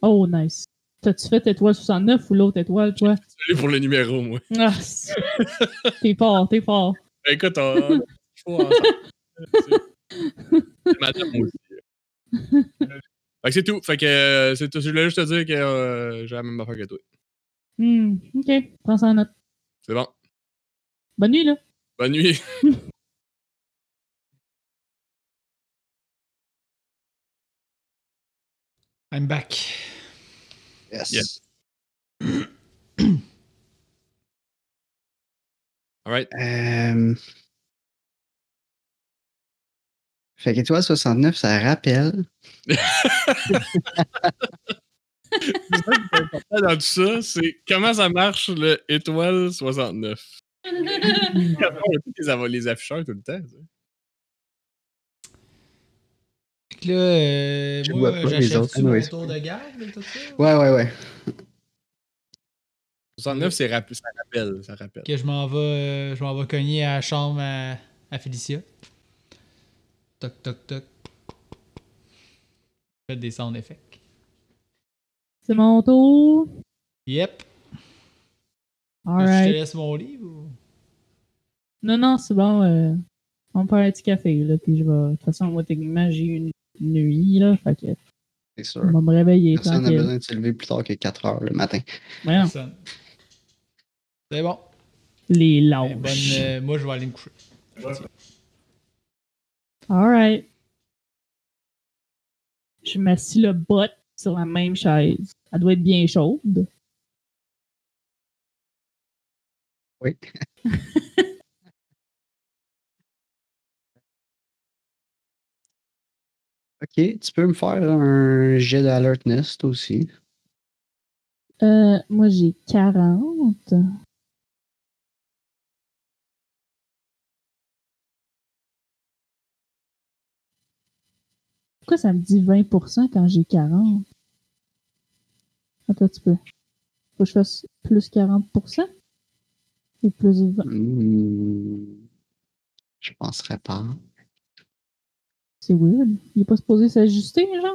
Oh, nice. T'as-tu fait étoile 69 ou l'autre étoile, toi?
Désolé pour le numéro, moi.
Ah, c'est- *laughs* t'es fort, t'es fort.
Ben,
*laughs*
Écoute, on... faut ensemble. C'est madame moi aussi. Fait que c'est tout. Fait que euh, c'est tout. Je voulais juste te dire que euh, j'ai la même affaire que toi.
Hmm, ok, prends ça en note.
C'est bon.
Bonne nuit, là.
Bonne nuit. *laughs*
I'm back.
Yes.
Yes. All right.
Euh, Fait qu'étoile 69, ça rappelle.
Là, Dans tout ça, c'est comment ça marche le étoile 69.
*laughs*
Après, on a tous les av- les afficheurs tout le temps. ça.
Fait que Là, euh,
Je
moi,
vois pas les
j'achève
autres,
tout mon
anyways.
tour de garde et tout ça.
Ouais, ouais, ouais.
69, c'est rap- ça rappelle. Ça rappelle.
Que je m'en vais, euh, je m'en vais cogner à la chambre à, à Félicia. Toc, toc, toc. Faites des sound effects.
C'est mon tour.
Yep. Je te
Alright.
laisse mon livre ou...
Non, non, c'est bon. euh, on me faire un petit café, là, puis je vais... De toute façon, moi, techniquement, j'ai eu une nuit, là, fait que
C'est
on
sûr.
va me réveiller
Personne n'a
tranquille.
besoin de se lever plus tard que 4 heures le matin.
Voyons,
Personne. C'est bon.
les
Eh, bonne,
lâches.
euh, moi, je vais aller me coucher.
Alright. Je m'assis le bot sur la même chaise. Elle doit être bien chaude.
Oui. *laughs* ok, tu peux me faire un jet d'alertness, toi aussi.
Euh, moi, j'ai 40. Pourquoi ça me dit 20% quand j'ai 40? Attends un petit peu. Faut que je fasse plus 40%? Ou plus 20?
Hmm, je penserais pas.
C'est weird. Il est pas supposé s'ajuster, genre?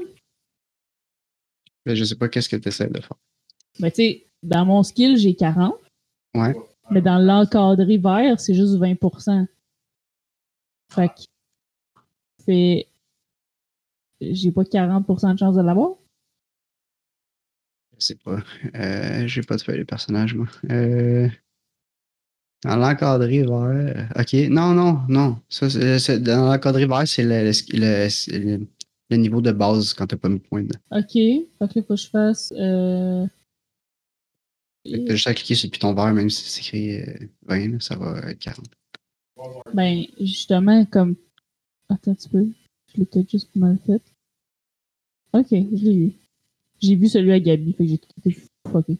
Mais Ben, je sais pas qu'est-ce que tu essaies de faire.
Ben, tu sais, dans mon skill, j'ai 40.
Ouais.
Mais dans l'encadré vert, c'est juste 20 Fait que. Fait. J'ai pas 40 de chance de l'avoir.
Je sais pas. Euh, j'ai pas de feuille de personnage, moi. Euh, dans l'encadré vert. Ok. Non, non, non. Ça, c'est- c'est- dans l'encadré vert, c'est le, le- le- le- le niveau de base quand t'as pas mis de point dedans.
Ok. Fait que là, faut que je fasse. Euh...
Fait que T'as juste à cliquer sur le piton vert, même si c'est écrit euh, 20, là, ça va être 40.
Ben, justement, comme. Attends un petit peu. Je l'ai peut-être juste mal fait. Ok, je l'ai eu. J'ai vu celui à Gabi, fait que j'ai tout été fucké.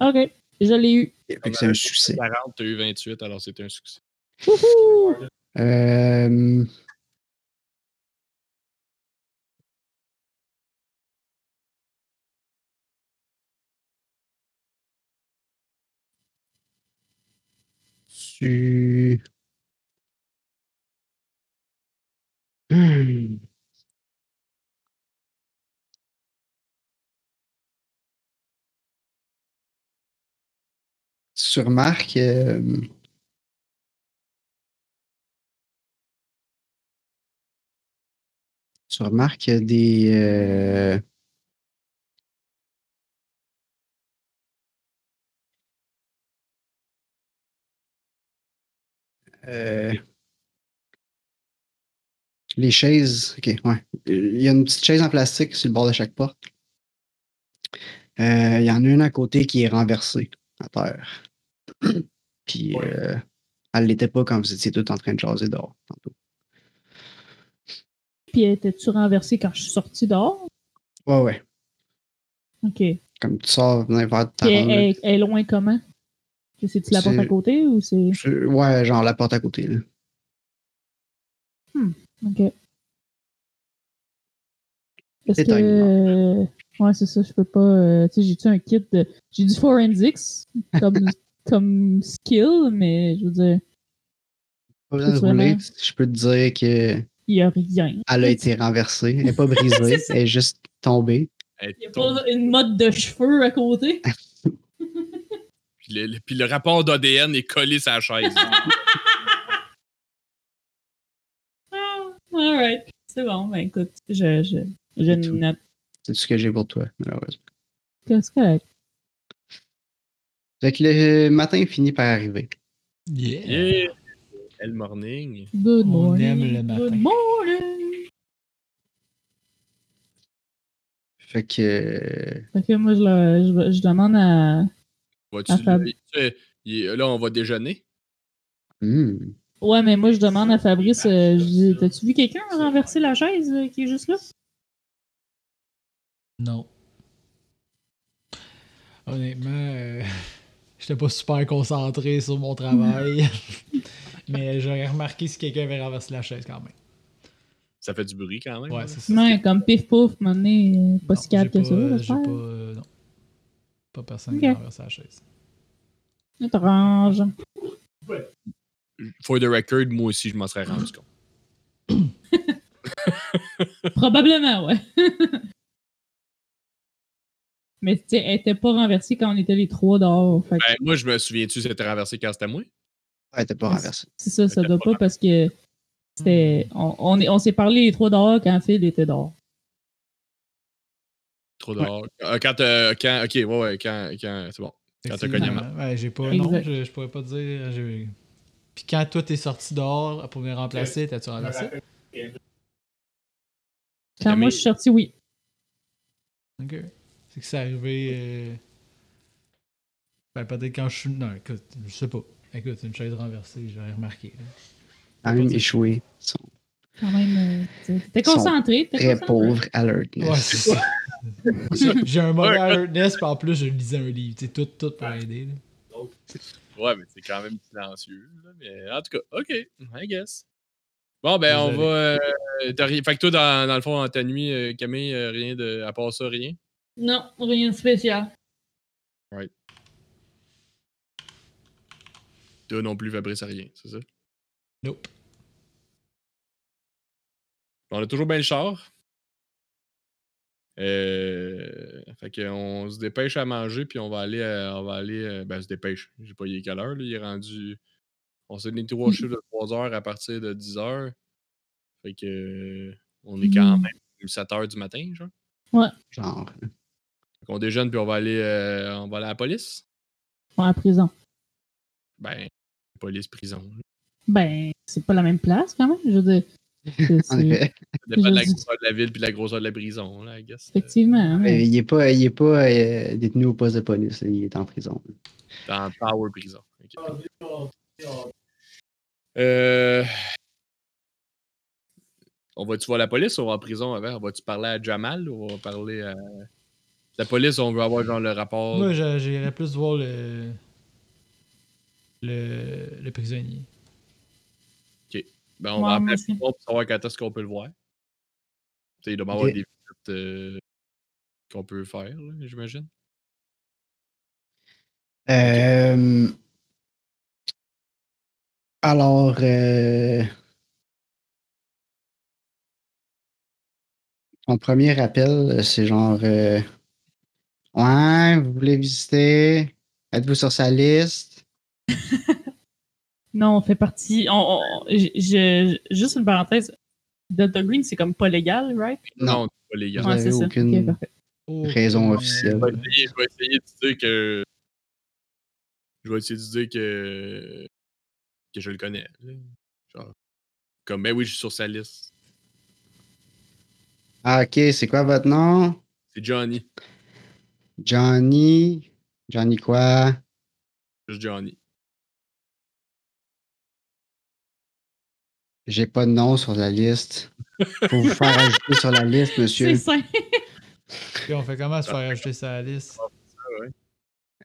Ok, je l'ai eu.
Fait que c'est un succès.
40, t'as eu 28, alors c'était un succès.
Wouhou!
Euh, Tu... Hmm. Tu remarques euh, Tu remarques des. euh, euh, Les chaises. Ok, ouais. Il y a une petite chaise en plastique sur le bord de chaque porte. Euh, il y en a une à côté qui est renversée à terre. *clears throat* Puis euh, elle l'était pas quand vous étiez tous en train de jaser dehors tantôt.
Puis étais-tu renversée quand je suis sortie dehors?
Ouais, ouais.
OK. Puis
Comme tu sors venir vers ta
elle,
ronde, là,
elle- elle est loin comment? C'est-tu la porte à
Ah, C'est-
côté ou c'est...
Je- Ouais, genre la porte à côté. Là.
OK. Est-ce
C'est un
que... Ouais, c'est ça. Je peux pas... euh, Tu sais, j'ai-tu un kit de... J'ai du forensics
*laughs*
comme, comme skill, mais je veux dire,
Pas besoin de
C'est vraiment-
rouler. Je peux te dire que
il y a rien. *laughs*
elle a été renversée. Elle n'est pas brisée.
C'est ça.
elle est juste tombée.
Elle
Il n'y a
tombe.
pas une mode de cheveux à
*laughs*
côté.
Puis le, le- puis le rapport d'ADN est collé sur la chaise.
Ah, alright. C'est bon, ben écoute, je, je, je
tout.
note.
C'est tout ce que j'ai pour toi, malheureusement.
C'est correct.
Fait que le euh, matin finit par arriver.
Yeah.
*laughs* Yeah. Elle morning.
Good
On
morning.
aime le matin.
Good morning.
Fait que. euh,
Fait que moi, je, le- je, vais- je demande à.
Vas-tu-
Ah, Fab.
Euh, il est- Là, on va déjeuner.
hmm.
Ouais, mais moi, je demande à Fabrice, euh, je dis, t'as-tu vu quelqu'un renverser la chaise euh, qui est juste là?
Non. Honnêtement, euh, *laughs* j'étais pas super concentré sur mon travail. mais j'aurais remarqué si quelqu'un avait renversé la chaise quand même.
Ça fait du bruit quand même.
Ouais, c'est ça.
Ouais, comme pif pouf, à un moment donné, euh, pas
Non,
si calme
j'ai
que
pas- J'ai
ça. j'espère.
pas. euh, non. Pas personne qui
Ok.
a renversé la chaise.
Étrange.
For the record, moi aussi, je m'en serais rendu compte.
Probablement, ouais. *laughs* mais tu sais, elle était pas renversée quand on était les trois dehors. Fait que
Ben, moi, je me souviens-tu, c'était renversé quand c'était moi?
Ouais, t'as pas
Ah,
renversé.
c'est ça, ça
elle
doit
était pas
pas parce que c'était. On, on, est- on s'est parlé les trois dehors quand Phil était dehors.
Trop dehors. Euh, quand, euh, quand. Ok, ouais, ouais, quand. quand c'est bon.
Fait
Quand
que
t'as
c'est-
cogné
Ouais, j'ai pas. Non,
Exact.
je, je pourrais pas te dire. j'ai- Puis quand toi t'es sorti dehors pour me remplacer, t'as-tu renversé?
Quand
Mais-
moi je suis sortie, oui.
Ok. C'est que c'est arrivé. euh, Ben, peut-être quand je suis. Non, écoute, je sais pas. Écoute, une chaise renversée, j'aurais remarqué. là.
Quand même échoué. Ils sont
Quand même, euh, t'es- t'es
Ils sont
concentré. T'es
très
concentré.
pauvres
Ouais,
alertness.
c'est ça. *laughs* j'ai un mauvais alertness, puis en plus, je lisais un livre. Tu sais, tout, tout pour aider. là.
Ouais, mais c'est quand même silencieux. là, mais en tout cas, OK, I guess. Bon, ben, on
Désolé.
va. euh, t'as rien- Fait que toi, dans, dans le fond, en ta nuit, euh, Camille, euh, rien de. À part ça, rien.
Non, rien de spécial.
Toi non plus, Fabrice, à rien, c'est ça?
Nope.
On a toujours bien le char. Euh, fait qu'on se dépêche à manger, puis on va aller. euh, on va aller euh, ben, se dépêche. J'ai pas eu quelle heure, là. Il est rendu. On s'est donné trois chiffres de 3 heures à partir de 10 heures. Fait que. euh, on est quand
Mm.
même 7 heures du matin, genre.
Genre.
Fait qu'on déjeune, puis on va aller. euh, on va aller à la police.
Ouais, à prison.
Ben, police, prison. là.
Ben, c'est pas la même place quand même. Je veux dire.
*laughs*
c'est-
En
c'est-
effet.
Ça dépend de la
Je dis-
grosseur de la ville, puis de la grosseur de la prison, là, I guess. Euh,
Effectivement. hein,
Euh,
mais-
Il est pas, il est pas euh, détenu au poste de police. Il est en prison.
Dans Power Prison. Ok. Euh, On va-tu voir la police ou on va en prison avant? On va-tu parler à Jamal ou on va parler à. La police, on veut avoir genre le rapport.
Moi, j'a- j'irais plus voir le. Le, le prisonnier.
Ben, on
Ouais,
va appeler
moi
la
aussi.
prison pour savoir quand est-ce qu'on peut le voir. Tu sais, il doit y avoir
Ok.
des visites euh, qu'on peut faire, là, j'imagine.
Euh, alors, euh, mon premier appel, c'est genre, euh, ouais, vous voulez visiter? Êtes-vous sur sa liste?
Non, on fait partie. On, on- je, je- juste une parenthèse. Delta Green, c'est comme pas légal, right?
Non.
c'est pas légal.
Vous Ouais. avez
c'est ça.
aucune-
Ok, parfait.
Oh,
Raison
euh,
officielle.
Je vais essayer, je vais essayer de dire que. Je vais essayer de dire que. que je le connais. là. Genre. Comme, ben oui, je suis sur sa liste.
Ah, ok, c'est quoi votre nom?
C'est Johnny.
Johnny? Johnny quoi?
Juste Johnny.
J'ai pas de nom sur la liste. Faut vous faire *laughs* ajouter sur la liste, monsieur.
C'est simple.
Puis on fait comment se faire ajouter sa liste?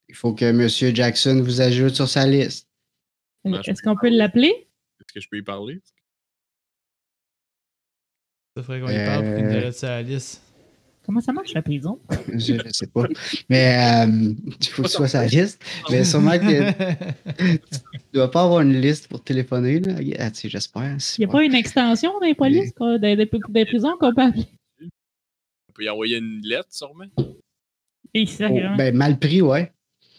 Il faut que monsieur Jackson vous ajoute sur sa liste.
Moi, je
Est-ce qu'on peut l'appeler?
Est-ce que je peux y parler?
Ça ferait qu'on y parle pour qu'il nous
Euh.
ajoute sa liste.
Comment ça marche la prison?
Je ne sais pas. Mais euh, il faut que ce soit sa liste. Mais sûrement
*laughs*
que tu dois pas avoir une liste pour téléphoner. Là. Ah, tu sais, j'espère.
Il n'y a pas une extension des polices, quoi, des, des- des prisons qu'on peut appeler?
On peut peut y envoyer une lettre, sûrement.
Et ça,
Oh,
vraiment.
ben, mal pris, ouais.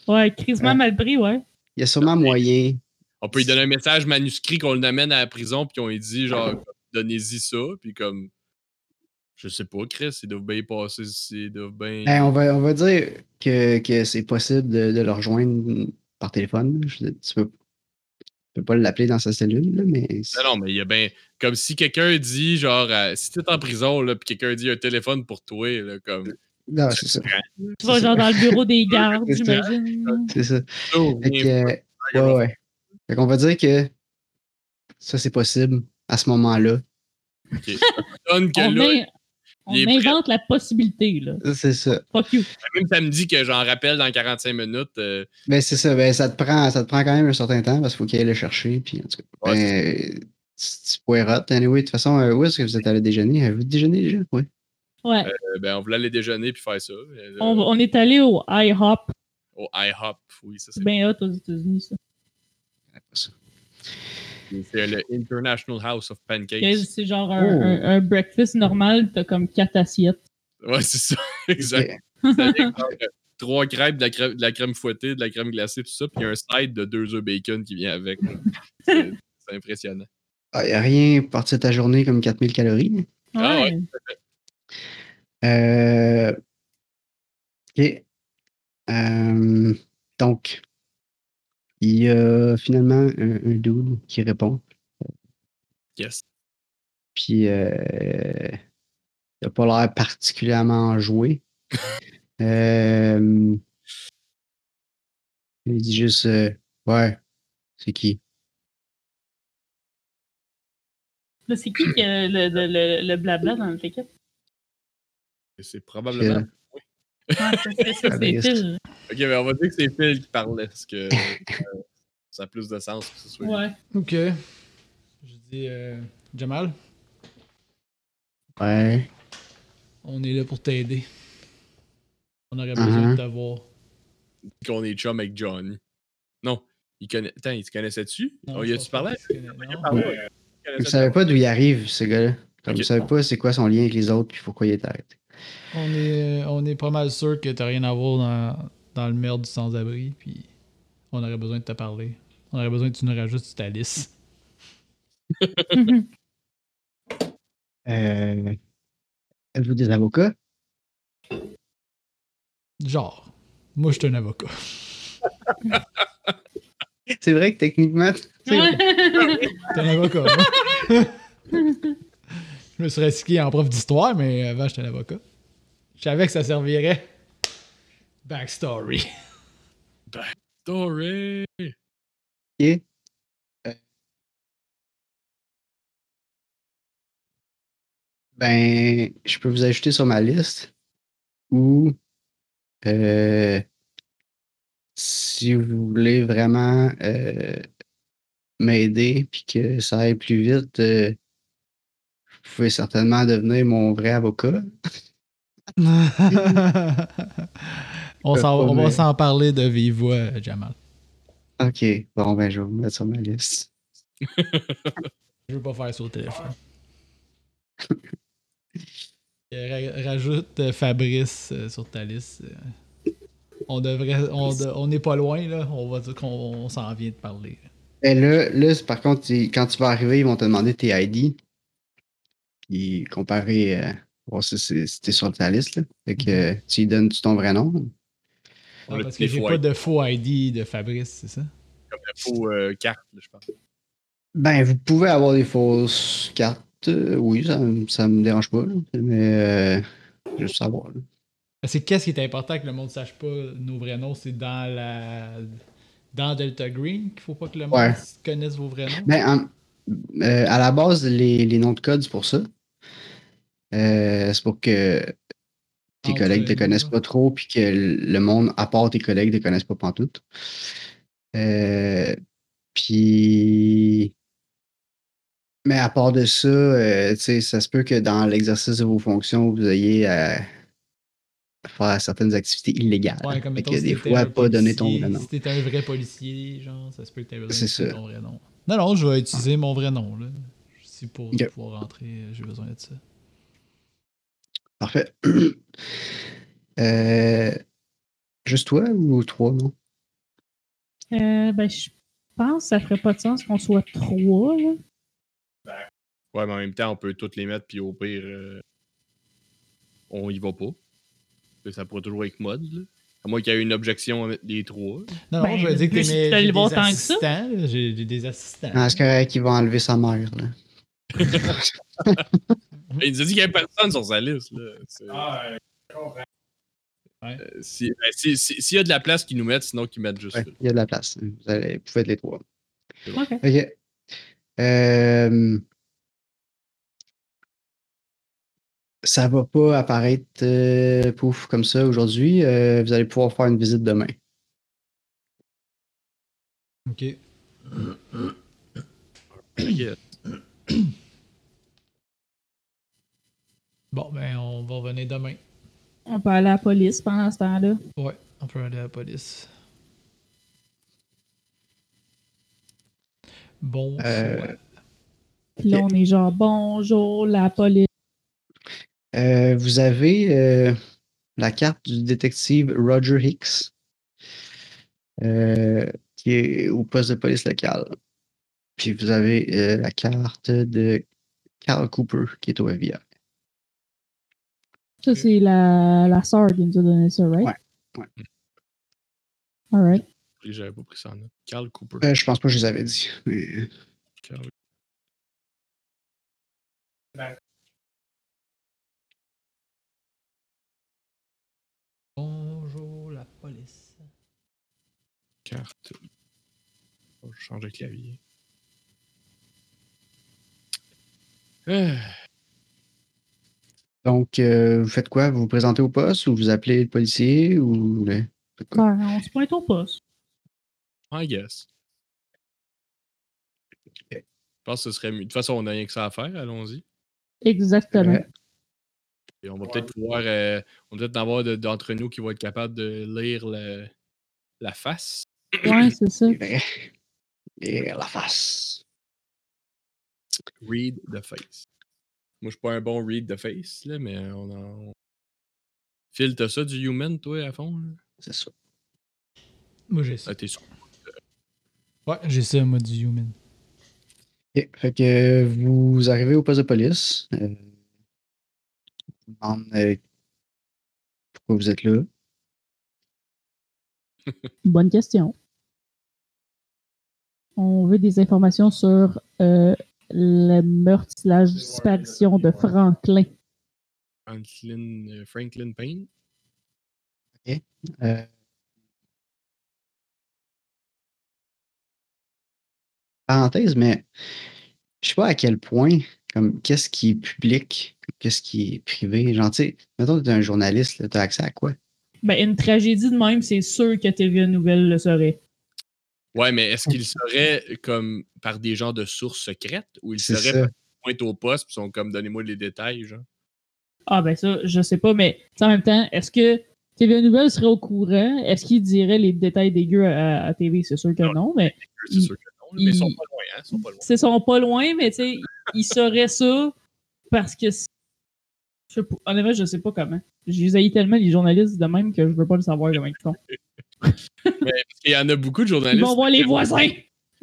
Ouais, crissement
Ouais.
mal pris, ouais.
Il y a sûrement moyen.
On peut lui donner un message manuscrit qu'on l'amène à la prison, puis on lui dit, genre, donnez-y ça, puis comme. Je sais pas, Chris, ils doivent bien y passer, ils doivent bien.
Ben, on, va, on va dire que, que c'est possible de, de le rejoindre par téléphone. Je- tu, peux, tu peux pas l'appeler dans sa cellule, là, mais.
Non, non, mais il y a bien. Comme si quelqu'un dit, genre, euh, si t'es en prison, là, puis quelqu'un dit un téléphone pour toi, là, comme.
Non, c'est ça.
Tu vas genre dans le bureau
*laughs*
des gardes,
C'est ça.
j'imagine.
C'est ça.
Oh,
Fait que, euh, ouais, ouais. Fait qu'on va dire que ça, c'est possible à ce moment-là.
Donne que
On,
là,
in- on
il est prêt.
invente la possibilité, là.
C'est ça.
Fuck you.
même ça me dit que j'en rappelle dans 45 minutes. euh,
Ben, c'est ça. Ben, ça te prend, ça te prend quand même un certain temps parce qu'il faut qu'il aille le chercher. Puis, en tout cas,
Ouais,
ben, tu pourrais rater. Anyway, de toute façon, euh, où est-ce que vous êtes allé déjeuner? Avez-vous déjeuné déjà? Oui.
Ouais.
euh, ben, on voulait aller déjeuner puis faire ça. mais là,
on, on est allé au IHOP.
Au IHOP, oui, ça, c'est
C'est bien hot aux États-unis, ça. Ben-
c'est le International House of
Que
Pancakes.
C'est genre un,
Oh.
un- un breakfast normal, t'as comme quatre assiettes.
Ouais, c'est ça, *laughs* exact. C'est-à-dire que, euh, Trois crêpes, de la, crème, de la crème fouettée, de la crème glacée, tout ça, puis il y a un side de deux œufs bacon qui
*laughs*
vient avec. là. C'est c'est impressionnant.
Il n'y Ah, a rien parti de ta journée comme 4000 calories.
Ah ouais.
Euh, OK. Euh, donc, il y a finalement un, un dude qui répond.
Yes.
Puis, euh, il n'a pas l'air particulièrement joué. Euh, il dit juste euh, Ouais, c'est qui
Là, c'est qui qui a le, le- le- le blabla dans notre équipe?
C'est probablement.
Ah, c'est- c'est- c'est- c'est Phil.
Ok, mais on va dire que c'est Phil qui parlait, parce que euh, ça a plus de sens que ce soit. lui.
Ouais.
Ok. Je dis, euh, Jamal,
Ouais.
on est là pour t'aider. On aurait
Mhm.
besoin de t'avoir.
qu'on est chum avec Johnny. Non, il connaît. Attends, il te connaissait-tu?
Non,
Oh,
je
il a-tu
pense pas
parlé?
qu'il se connaît, non.
Ah ouais,
Ouais.
euh, il
Vous
connaissait
ne savez pas d'où il arrive, ce gars-là.
Ok.
Comme Vous ne savez pas c'est quoi son lien avec les autres, puis pourquoi il est arrêté.
On est, euh, on est pas mal sûr que t'as rien à voir dans, dans le merde du sans-abri, puis on aurait besoin de te parler. On aurait besoin que tu nous rajoutes sur ta liste.
Mhm.
Euh, Êtes-vous des avocats
Genre, moi je suis un avocat. *laughs*
C'est vrai que techniquement. *laughs* c'est vrai.
T'es un avocat, moi. *laughs* je me suis risqué en prof d'histoire, mais euh, avant j'étais un avocat. Je savais que ça servirait. Backstory.
Story!
Ok. Euh. Ben, je peux vous ajouter sur ma liste. Ou euh, si vous voulez vraiment euh, m'aider puis que ça aille plus vite, euh, vous pouvez certainement devenir mon vrai avocat.
on, s'en- on
Mais-
va s'en parler de vive voix, euh, Jamal.
Ok, bon ben je vais vous mettre sur ma liste.
Je veux pas faire sur le téléphone. Euh, ra- rajoute euh, Fabrice euh, sur ta liste. euh. On devrait. On de- on n'est pas loin, là. On va dire qu'on on s'en vient de parler.
Ben là, là c'est- par contre, ils- quand tu vas arriver, ils vont te demander tes ID. Puis comparer, euh, voir si c'est- si t'es sur ta liste. Là. Fait que euh, tu lui donnes ton vrai nom.
On
Ah,
a
parce
tous
que
les
j'ai
faux
pas
ID.
de faux ID de Fabrice, c'est ça?
La faux euh, carte, là, je pense.
Ben, vous pouvez avoir des fausses cartes. euh, oui, ça, me- ça me dérange pas. là. mais euh, juste savoir. là.
Parce que qu'est-ce qui est important que le monde sache pas nos vrais noms, c'est dans la. Dans Delta Green qu'il faut pas que le monde
Ouais.
connaisse vos vrais noms.
Ben, en- euh, à la base, les, les noms de code, c'est pour ça. Euh, c'est pour que tes
Entre
collègues te
nous,
connaissent
là.
pas trop, puis que le monde, à part tes collègues, te connaissent pas pantoute. Euh, puis. Mais à part de ça, euh, tu sais, ça se peut que dans l'exercice de vos fonctions, vous ayez à faire certaines activités illégales.
Ouais, comme
Fait
mettons,
que
si
des
t'étais
fois,
un
pas donner ton
policier,
vrai nom.
Si t'étais un vrai policier, genre, ça se peut que t'aies besoin
C'est
de
ça.
ton vrai nom. Non, non, je vais utiliser mon vrai nom, là. Si pour euh,
Ok.
pouvoir rentrer, j'ai besoin de ça.
Parfait. *clears throat* Euh, juste toi ou trois, non?
Euh, ben, je pense que ça ferait pas de sens qu'on soit trois. là.
Ouais, mais en même temps, on peut toutes les mettre, puis au pire, euh, on y va pas. Puis Ça pourrait toujours être mode, là. À moins qu'il y ait une objection à mettre les trois.
Non, non,
Ben,
je vais dire que
plus
t'es
tu
mes-
te le
j'ai
vois
des
tant que ça.
assistants. là, J'ai j'ai des assistants.
Ah, c'est correct, il va enlever sa mère, là.
Mais *laughs* il nous a dit qu'il n'y avait personne sur sa liste, là. C'est-
Ah,
euh, si- ben, si- si- S'il y a de la place qu'ils nous mettent, sinon qu'ils mettent juste
Ouais,
*clears throat* là.
il y a de la place. hein. Vous, allez- vous pouvez être les trois.
Ok.
OK. Euh, ça va pas apparaître euh, pouf comme ça aujourd'hui. Euh, vous allez pouvoir faire une visite demain.
Ok.
Ok.
Bon, ben, on va revenir demain.
On peut aller à la police pendant ce temps-là.
Ouais, on peut aller à la police. Bon.
Euh,
choix.
Puis là, on est genre bonjour, la police.
Euh, vous avez euh, la carte du détective Roger Hicks, euh, qui est au poste de police locale. Puis vous avez euh, la carte de Carl Cooper, qui est au FBI.
Ça, c'est la, la sœur qui nous a donné ça, right?
ouais.
Alright.
J'avais pas pris ça en note. Carl Cooper.
Euh, je pense pas que je les avais dit. mais-
Carl-
Bonjour, la police.
carte. Oh, je change de clavier. Euh,
Donc, euh, vous faites quoi? Vous vous présentez au poste ou vous appelez le policier ou le- faites quoi?
Ben, on se pointe au poste.
I guess. Je pense que ce serait mieux. De toute façon, on n'a rien que ça à faire, allons-y.
Exactement.
Ouais.
Et on va peut-être pouvoir. euh, on va peut-être en avoir de- d'entre nous qui vont être capables de lire le- la face.
Ouais, c'est ça.
Et la face.
Read the face. Moi, je suis pas un bon read the face, là, mais on en. Phil, t'as ça du human, toi, à fond? Là?
C'est ça.
Moi, j'ai ça.
Ah, t'es sûr.
Ouais, j'ai ça, moi, du human.
Ok, Fait que vous arrivez au poste de police. euh, on vous demande euh, pourquoi vous êtes là.
Bonne question. On veut des informations sur euh, le meurtre slash disparition de Franklin.
Franklin, euh, Franklin Payne?
Euh, Parenthèse, mais je sais pas à quel point, comme qu'est-ce qui est public, qu'est-ce qui est privé. Genre, tu sais, mettons que tu es un journaliste, tu as accès à quoi?
Ben, une tragédie de même, c'est sûr que TVA Nouvelle le saurait.
Ouais, mais est-ce qu'il serait comme par des genres de sources secrètes ou il
C'est
serait
ça.
par- pointe au poste puis sont comme donnez-moi les détails, genre?
Ah, ben ça, je sais pas, mais tu sais, en même temps, est-ce que TVA Nouvelle serait au courant? Est-ce qu'il dirait les détails dégueux à, à TV? C'est sûr que
Non.
non, mais
C'est sûr que non, là, mais ils sont
il-
pas loin, hein? Ils sont pas loin.
ils sont pas loin, mais tu sais, ils sauraient ça parce que. c'est- Je sais pas, honnêtement, je sais pas comment. J'ai haï tellement les journalistes de même que je veux pas le savoir comment ils font.
Et il y en a beaucoup de
Ils
journalistes.
vont voir les voisins!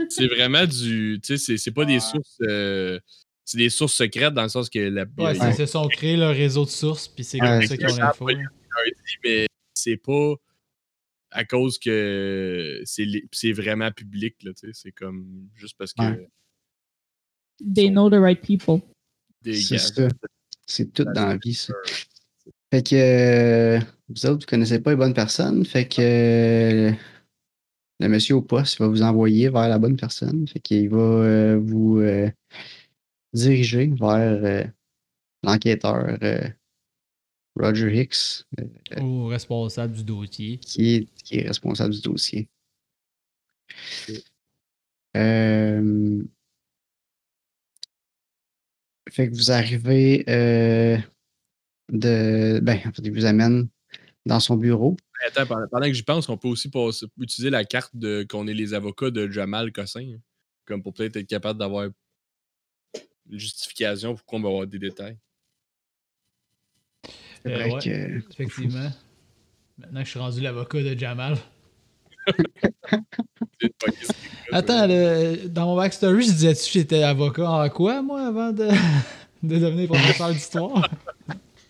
C'est vraiment du. Tu sais, c'est- c'est pas des sources. euh, c'est des sources secrètes dans le sens que la.
Ouais,
ils
c'est-
ont-
Ils se sont créés leur réseau de sources, puis c'est comme
Ouais,
ça
c'est
qu'ils ont
ça,
l'info.
ouais.
là.
mais c'est pas à cause que c'est li- c'est vraiment public, là, tu sais. C'est comme juste parce que.
Ouais.
They know the right people.
Des
C'est
gars.
ça. C'est tout dans la vie, ça. Fait que euh, vous autres, vous connaissez pas les bonnes personnes. Fait que euh, le monsieur au poste il va vous envoyer vers la bonne personne. Fait qu'il va euh, vous euh, diriger vers euh, l'enquêteur euh, Roger Hicks, euh,
Ou responsable du dossier.
qui est, qui est responsable du dossier. Euh, fait que vous arrivez euh, de. Ben, en fait, il vous amène dans son bureau.
Mais Attends, pendant, pendant que j'y pense, on peut aussi passer- utiliser la carte de qu'on est les avocats de Jamal Cossin. hein, Comme pour peut-être être capable d'avoir une justification pour qu'on va avoir des détails.
C'est
Euh,
vrai
ouais.
que-
Effectivement. Maintenant que je suis rendu l'avocat de Jamal.
C'est pas qu'est-ce que-
Attends, le- dans mon backstory, je disais-tu que j'étais avocat en quoi, moi, avant de, *laughs* de devenir professeur d'histoire?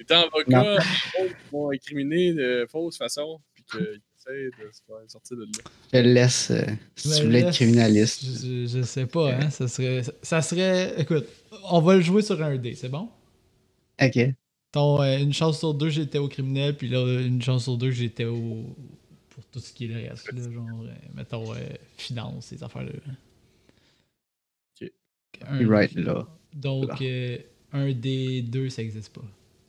T'es avocat, ils vont incriminer de fausse façon, puis qu'ils essaient de se faire sortir de là.
Je te laisse euh, si
Ben
*laughs* tu voulais
là,
être criminaliste.
Je, je- je sais pas, hein. Ça serait, ça serait. Écoute, on va le jouer sur un dé, c'est bon?
Ok.
Ton, euh, une chance sur deux, j'étais au criminel, puis là, une chance sur deux, j'étais au. pour tout ce qui est le reste, là, genre, euh, mettons, euh, finance, ces affaires-là.
Ok.
Un-
You're right, là. Là.
Donc, euh, un des deux, ça existe pas.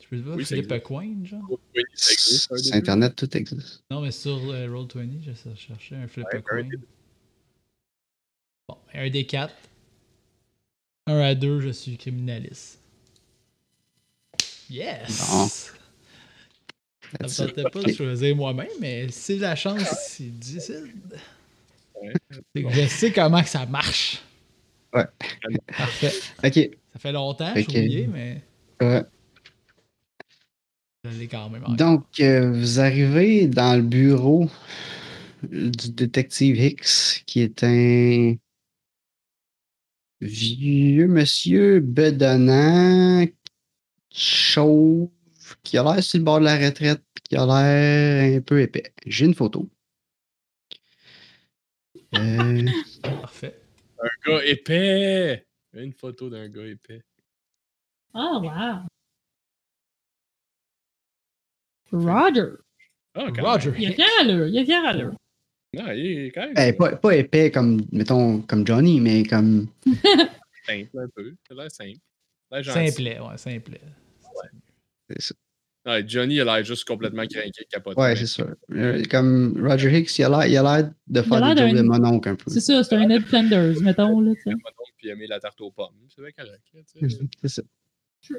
Je peux pas,
Oui, ça
Philippe
existe.
Coin, genre?
Oui, ça existe, un des
Sur
deux.
Internet, tout existe.
Non, mais sur euh, Roll20, je cher- cherchais un Philippe
Ouais,
Coin.
un des
Bon, ben, un des quatre. Un à deux, je suis criminaliste. Yes! Ça me
That's it.
tentait pas de choisir moi-même, mais c'est la chance, c'est difficile.
Ouais.
C'est que Je sais comment que ça marche.
Ouais.
Parfait.
Ok.
Ça fait longtemps,
Ok.
j'ai oublié, mais
ouais.
je l'ai quand même. encore.
Donc, euh, vous arrivez dans le bureau du détective Hicks, qui est un vieux monsieur bedonnant, chauve, qui a l'air sur le bord de la retraite, puis qui a l'air un peu épais. J'ai une photo. Euh,
Parfait.
Un gars épais! Une photo d'un gars épais.
Oh, wow. Roger.
Ah, quand même.
Roger.
Il a bien allure, il a bien allure.
Non, il est quand même
ben, pas, pas épais comme, mettons, comme Johnny, mais comme
simple un peu. Il a l'air simple. Il a l'air gentil.
Simplet, ouais, simplet.
Ouais, Johnny, il a l'air juste complètement craqué, capoté.
Ouais, c'est sûr. Euh, Comme Roger Hicks, il a l'air- il a l'air de
Il a
faire des
l'air
jokes de
d'un-
mononcle un peu.
C'est ça, c'est un Ned Flanders, mettons, là, tu sais.
Puis aimer la tarte aux pommes. C'est bien correct. là, tu
*laughs*
sais.
C'est ça.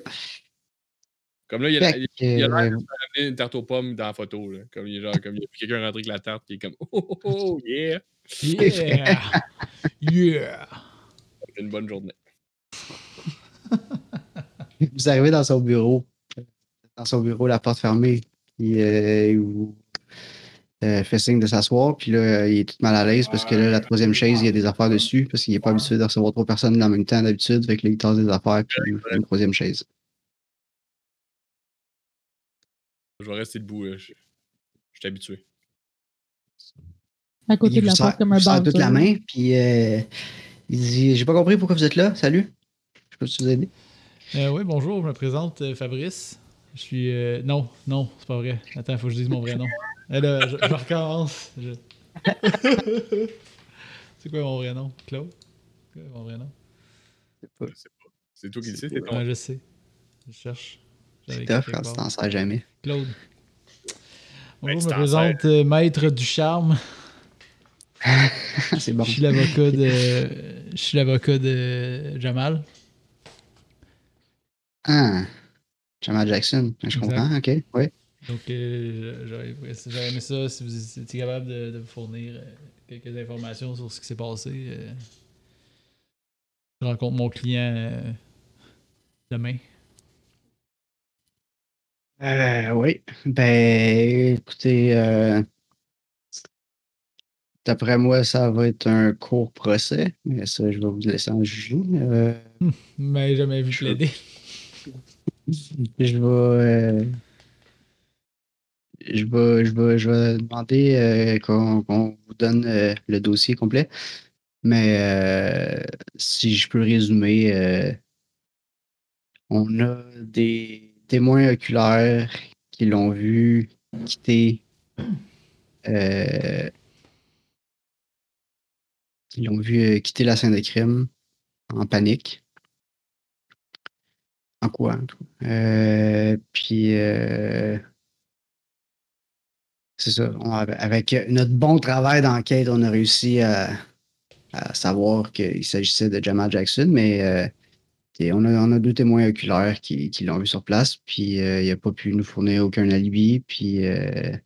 Comme là, il a,
Fait
il
que,
il a l'air a
euh,
amené une tarte aux pommes dans la photo. Là. Comme, il est genre, comme il y a quelqu'un rentré avec la tarte qui est comme Oh, oh, oh yeah!
Yeah! yeah!
Une bonne journée.
*laughs* vous arrivez dans son bureau. Dans son bureau, la porte fermée. Il, euh, il vous euh, fait signe de s'asseoir. Puis là, il est tout mal à l'aise parce que là, la troisième chaise, il y a des affaires dessus. Parce qu'il n'est pas habitué de recevoir trois personnes en même temps d'habitude. Fait que là, il tasse des affaires. Puis il fait une troisième chaise.
Je vais rester debout. là. Je, je suis habitué.
À côté
il
de la
vous
porte
serre-
comme un
il vous serre
bar.
toute la main. Puis euh, il dit J'ai pas compris pourquoi vous êtes là. Salut. Je peux vous aider.
Euh, oui, bonjour, je me présente euh, Fabrice. Je suis. euh, non, non, c'est pas vrai. Attends, faut que je dise mon vrai nom. Eh là, je, je recommence. Je- *laughs* c'est quoi mon vrai nom Claude C'est quoi mon vrai nom
Je sais pas. C'est toi qui le sais,
C'est
c'est
Comment
ton.
je sais Je cherche. J'avais
C'est tough hein,
quelque
quand tu
part.
t'en sers jamais. *laughs*
Claude.
Ben,
Bonjour,
tu
je me
t'en
présente euh, Maître du Charme.
C'est bon.
Je suis l'avocat de. Je suis l'avocat de Jamal.
Ah, Jamal Jackson, je comprends, ok, oui.
Donc, euh, j'aurais j'aurais aimé ça si vous étiez capable de, de me fournir euh, quelques informations sur ce qui s'est passé. euh. Je rencontre mon client euh, demain.
Euh, oui, ben, écoutez, euh, d'après moi, ça va être un court procès, mais ça, je vais vous laisser en juger. Euh,
Mais jamais vu
Sure.
plaider.
je vais, euh, je vais, je vais, je vais demander euh, qu'on qu'on vous donne euh, le dossier complet, mais euh, si je peux résumer, euh, on a des témoins oculaires qui l'ont vu quitter, euh, qui l'ont vu euh, quitter la scène de crime en panique. En quoi? Euh, puis, euh, c'est ça. On a- avec notre bon travail d'enquête, on a réussi à, à savoir qu'il s'agissait de Jamal Jackson, mais euh, et on, a, on a deux témoins oculaires qui, qui l'ont vu sur place, puis euh, il n'a pas pu nous fournir aucun alibi, puis euh, euh,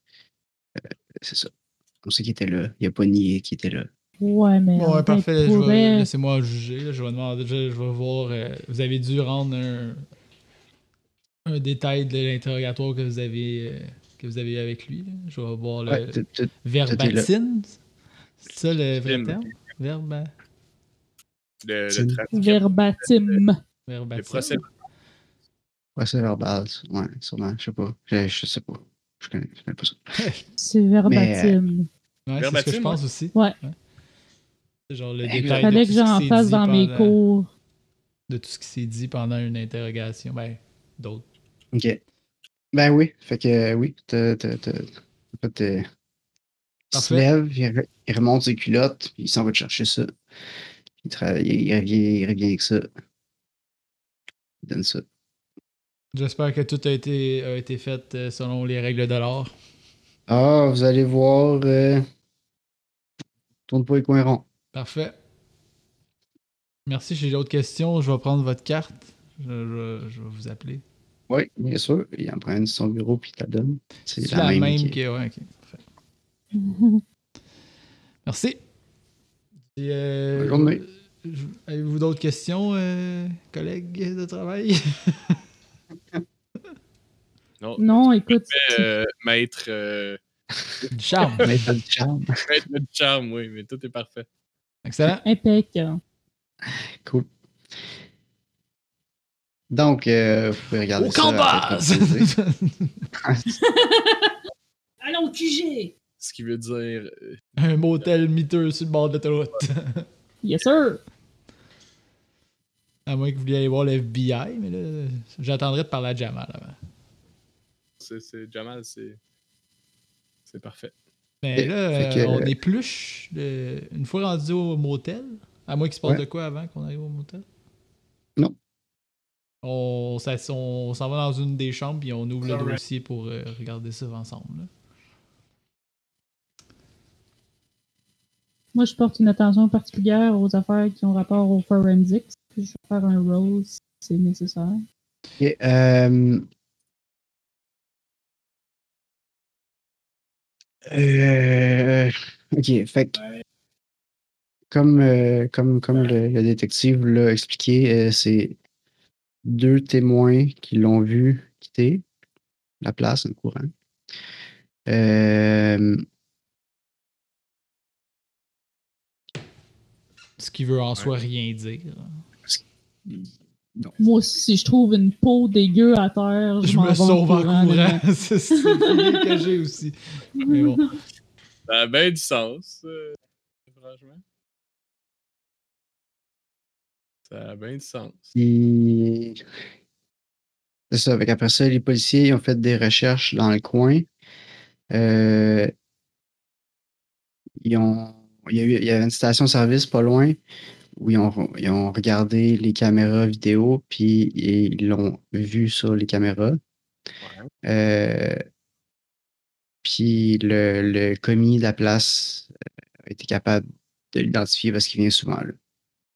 c'est ça. On sait qu'il était là. Il n'a pas nié qu'il était là.
Ouais, mais.
Bon, ouais,
on
parfait. je vais-
pourrait-
Laissez-moi juger. là. Je vais demander. Je, je vais voir. euh, vous avez dû rendre un, un détail de l'interrogatoire que vous avez euh, que vous avez eu avec lui. là. Je vais voir le
Ouais, t'as- t'as-
verbatim. C'est ça le vrai
Verbatim.
terme? Verba...
Le,
C'est-
le trafic,
Verbatim.
le
Verbatim.
procès.
procès verbal. Ouais, sûrement. Je sais pas. Je, je sais pas. Je connais, je connais pas ça.
C'est verbatim.
Ouais, c'est ce que je
Verbatim, Eh,
pense aussi.
Ouais.
C'est genre le
Exact.
détail de
Fallait
tout,
que
ce
j'en
qui s'est
fasse
dit
dans mes
pendant-
cours.
de tout ce qui s'est dit pendant une interrogation. Ben, d'autres.
Ok. Ben oui. Fait que euh, oui. t'as- t'as- t'as- en fait, euh, il se
Parfait.
lève, il, re- il remonte ses culottes, puis il s'en va te chercher ça. Il, travaille, il, revient, il revient avec ça. Il donne ça.
J'espère que tout a été, a été fait euh, selon les règles de l'art.
Ah, vous allez voir. euh, Tourne pas les coins ronds.
Parfait. Merci. J'ai d'autres questions. Je vais prendre votre carte. Je, je- je vais vous appeler.
Oui, bien sûr. Il en prend une de son bureau puis il te la donne.
C'est la, même, que. ouais, ok. Parfait.
*laughs*
Merci. Et, euh,
Bonne journée.
je- Avez-vous d'autres questions, euh, collègues de travail?
Non.
Non, écoute,
Euh, maître, euh,
Du charme.
Mais t'as du *laughs* charme. *laughs*
maître du charme, oui, mais tout est parfait.
Excellent.
impeccable.
Cool. Donc, euh, vous pouvez regarder
Au
ça.
combat!
avec votre plaisir.
Allons, QG!
Ce qui veut dire. euh,
*laughs* Un motel miteux sur le bord de l'autoroute.
Yes, sir!
À moins que vous vouliez aller voir le FBI, mais là, j'attendrai de parler à Jamal avant.
C'est, c'est- Jamal, c'est. C'est parfait.
Mais
Ok,
là,
fait
euh,
que-
on épluche le- une fois rendu au motel. À moins qu'il se passe
Ouais.
de quoi avant qu'on arrive au motel?
Non.
On, s'ass- on s'en va dans une des chambres puis on ouvre le
Alright.
dossier pour euh, regarder ça ensemble. là.
Moi, je porte une attention particulière aux affaires qui ont rapport aux forensics. Puis je vais faire un roll si c'est nécessaire.
Ok, euh, euh, ok, fait que, comme, euh, comme, comme le, le détective l'a expliqué, euh, c'est deux témoins qui l'ont vu quitter la place en courant. Euh,
Ce qui veut en soi rien dire.
Moi aussi, si je trouve une peau dégueu à terre, je,
Je
m'en
me
vais
sauve en courant. *laughs*
dedans.
c'est ce que j'ai aussi. Mais bon.
*laughs*
Ça a bien du sens, euh, franchement. Ça a bien du sens.
Puis, C'est ça. Fait Après ça, les policiers ils ont fait des recherches dans le coin. Euh, ils ont, il, y a eu, il y avait une station-service pas loin où ils ont, ils ont regardé les caméras vidéo, puis ils l'ont vu sur les caméras. Euh, puis le, le commis de la place a été capable de l'identifier parce qu'il vient souvent là.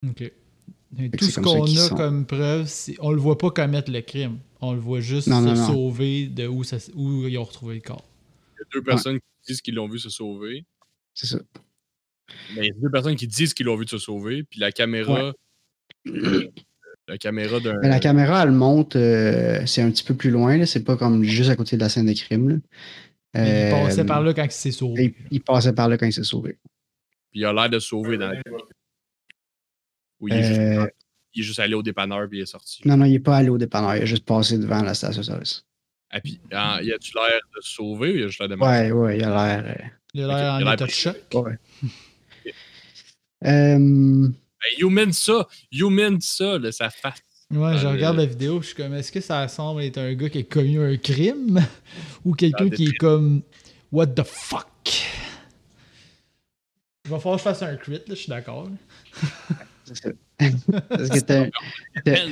OK. Et
que
tout
c'est
ce
comme ça
qu'on
qu'ils
a
sont.
comme preuve, c'est on le voit pas commettre le crime. On le voit juste
Non,
se
non, non.
sauver de où, ça- où ils ont retrouvé le corps.
Il y a deux personnes qui disent qu'ils l'ont vu se sauver.
C'est ça.
Mais il y a deux personnes qui disent qu'ils l'ont vu se sauver. Puis la caméra. *clears throat* La caméra d'un.
Mais Ben, la caméra, elle monte, euh, c'est un petit peu plus loin, là. c'est pas comme juste à côté de la scène de crime. là.
Mais il
Euh,
passait par là quand il s'est sauvé.
Il, il passait par là quand il s'est sauvé.
Puis il a l'air de se sauver dans la caméra. Ou il, est juste,
Euh,
il est juste allé au dépanneur puis il est sorti.
non, non, il n'est pas allé au dépanneur, il a juste passé devant la station service.
Ah, puis, ah,
Mm.
il a-tu l'air de se sauver ou il a juste l'air de
Ouais, ouais, il a l'air. euh,
Il a
Ok,
l'air
il a
en
l'air
état de
pris.
choc.
ouais. Euh,
Hey, human Ben, ça! Human ça, là, sa face.
Ouais, je
Euh,
regarde la vidéo puis je suis comme est-ce que ça semble être un gars qui a commis un crime *laughs* ou quelqu'un
Ah,
qui est comme What the fuck? Il va falloir que je fasse un crit, là, je suis d'accord.
Ah, Parce que *laughs* parce que t'as
Hey,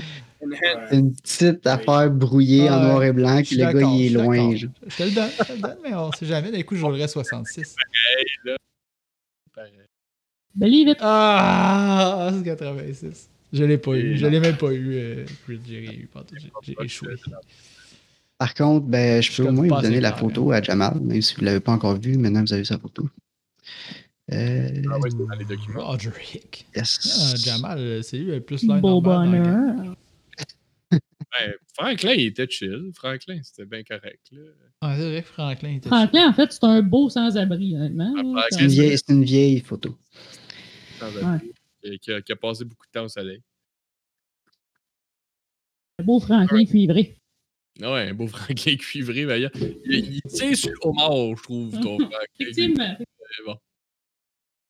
t'as une petite affaire brouillée en
Ouais,
noir et
Je
blanc, puis
suis
le gars,
d'accord,
il
je
est
suis
loin.
d'accord.
genre.
Je te le donne, je te le donne, mais on sait jamais. D'un coup, je roulerai
*laughs*
66.
pareil.
Believe it!
Ah, c'est 86. Je l'ai pas eu.
Et
Je
non.
l'ai même pas eu. Euh, Crit, j'ai eu. pardon, j'ai- J'ai échoué.
Par contre, ben, je
Je
peux au
suis
moins
pas
vous donner la
assez clair,
photo à Jamal, même si vous ne l'avez pas encore vue, maintenant vous avez sa photo. Euh,
Ah ouais, c'est dans les documents.
Roger Hick.
yes.
Ah, Jamal, c'est euh, lui le plus l'air
Beau
normal dans le
bonheur!
Ouais, Ben, Franklin, il était chill. Franklin, c'était bien correct. Là.
Ah, c'est vrai, Franklin était
Franklin, en fait, c'est un beau sans-abri, honnêtement.
Ah,
là,
Franklin,
C'est une
comme-
vieille, c'est une vieille photo.
Sans abri, et qui, a, qui a passé beaucoup de temps au soleil.
un beau Franklin cuivré.
Ah Ouais, un beau *laughs* Franklin cuivré, d'ailleurs. Il, il tient sur le homard, je trouve, ton Franklin.
Effectivement.
C'est bon.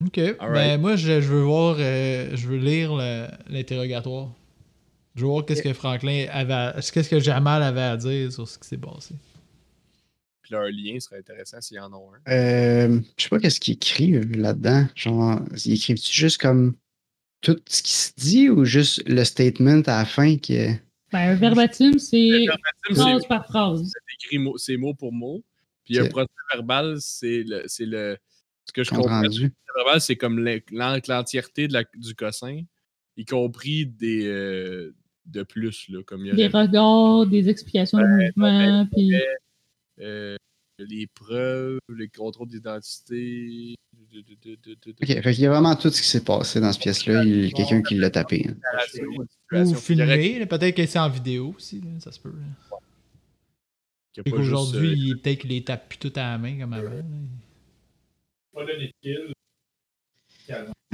Ok.
All
Ben,
right.
moi, je, je veux voir, euh, je veux lire le- l'interrogatoire. Je veux voir qu'est-ce que Franklin avait, à- qu'est-ce que Jamal avait à dire sur ce qui s'est passé.
Puis leur lien serait intéressant s'il y en a un.
Euh, je sais pas qu'est-ce qu'ils écrivent euh, là-dedans. Genre, ils écrivent-tu juste comme tout ce qui se dit ou juste le statement à la fin qui est.
Ben, un verbatim, c'est
C'est
phrase par phrase.
écrit mot, c'est mot pour mot. Puis un
C'est-
procès verbal, c'est le, c'est le. Ce que je
compte
comprends,
rendu?
Laval, c'est comme l'en- l'en- l'entièreté de la- du cossin, y compris des euh, de plus, là, comme il y
Des
aurait
regards, des explications de mouvement, puis
euh, les preuves, les contrôles d'identité. de- de- de- de- de- de-
Ok, fait qu'il y a vraiment tout ce qui s'est passé dans cette pièce-là. Il y a quelqu'un qui l'a tapé. hein.
narration, de
Ou
situation. Il y aurait
filmé, là, peut-être que c'est en vidéo aussi, là, ça se peut. là. Et
qu'il y a pas juste,
qu'aujourd'hui,
euh,
il- peut-être qu'il les tape plus tout à la main comme avant. là.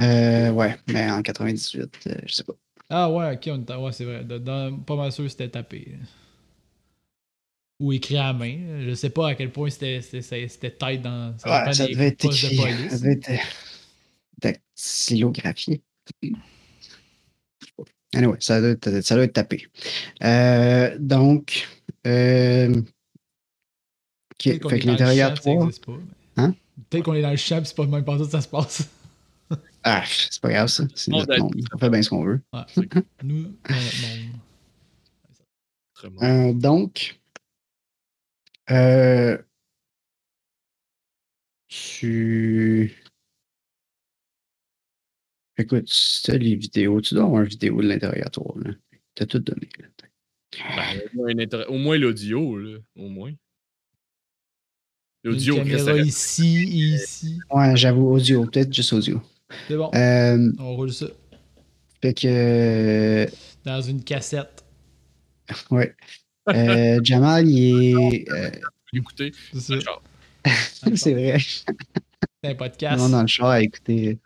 Euh, ouais, mais en 98, euh, je sais pas.
Ah ouais, ok, on est à- ouais, c'est vrai. Dedans, pas mal sûr que c'était tapé. là. Ou écrit à la main. là. Je sais pas à quel point c'était- c'était c'était tight dans.
Ouais,
dépend
ça
des
devait être
postes de
écrit.
police.
Ça devait être euh, dactylographié. Anyway, ça doit être, ça doit être tapé. Euh, donc, euh, ok, fait
Peut-être qu'on est
que
dans le champ, ça
l'interrogatoire.
existe pas, mais-
Hein?
Peut-être qu'on est dans le champ, pis c'est pas de même pas ça que ça se
*laughs*
passe.
Ah, pff, c'est pas grave, ça. C'est
Bon,
notre
d'ailleurs.
monde. On fait bien ce qu'on veut.
Ouais. Nous, euh, dans notre monde.
autrement.
Euh, donc, euh, tu. Écoute, si t'as les vidéos, tu dois avoir une vidéo de l'interrogatoire. là. T'as tout donné. là.
Ben, au moins un inter- au moins l'audio, là, au moins.
Une
L'audio, Chris, ça
caméra
reste-
ici, ici.
Ouais, j'avoue, audio, peut-être juste audio.
C'est bon,
Euh,
on roule ça.
fait que.
Dans une cassette.
Ouais. Euh, Jamal, il est. euh, *laughs*
écoutez,
C'est ça.
genre,
c'est vrai.
C'est un podcast.
Non, dans le char à écouter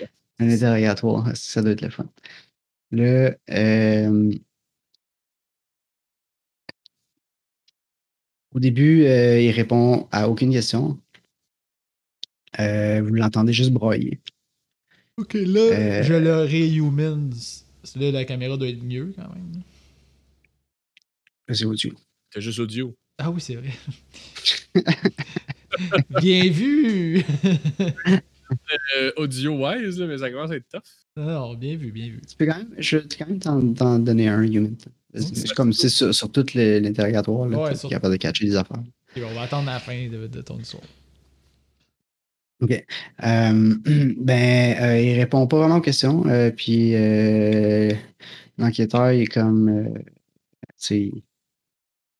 euh, un interrogatoire. hein, Ça doit être le fun. Là, euh, au début, euh, il répond à aucune question. Euh, vous l'entendez juste broyer.
Ok, là,
Euh,
je le réhuman. Là, la caméra doit être mieux quand même.
C'est audio.
t'as juste audio.
Ah oui, c'est vrai.
*laughs*
Bien vu! *laughs*
Euh, audio-wise, là, mais ça commence à être tough.
Alors, bien vu, bien vu.
Tu peux quand même, je peux quand même t'en, t'en donner un, human. C'est comme si sur, sur tout le- l'interrogatoire, là,
Ouais,
t'es
sur-
capable de catcher des affaires.
Ok, on va attendre la fin de, de ton histoire.
Euh, *clears throat* ben, euh, il répond pas vraiment aux questions. euh, puis euh, l'enquêteur, il est comme. euh, tu sais,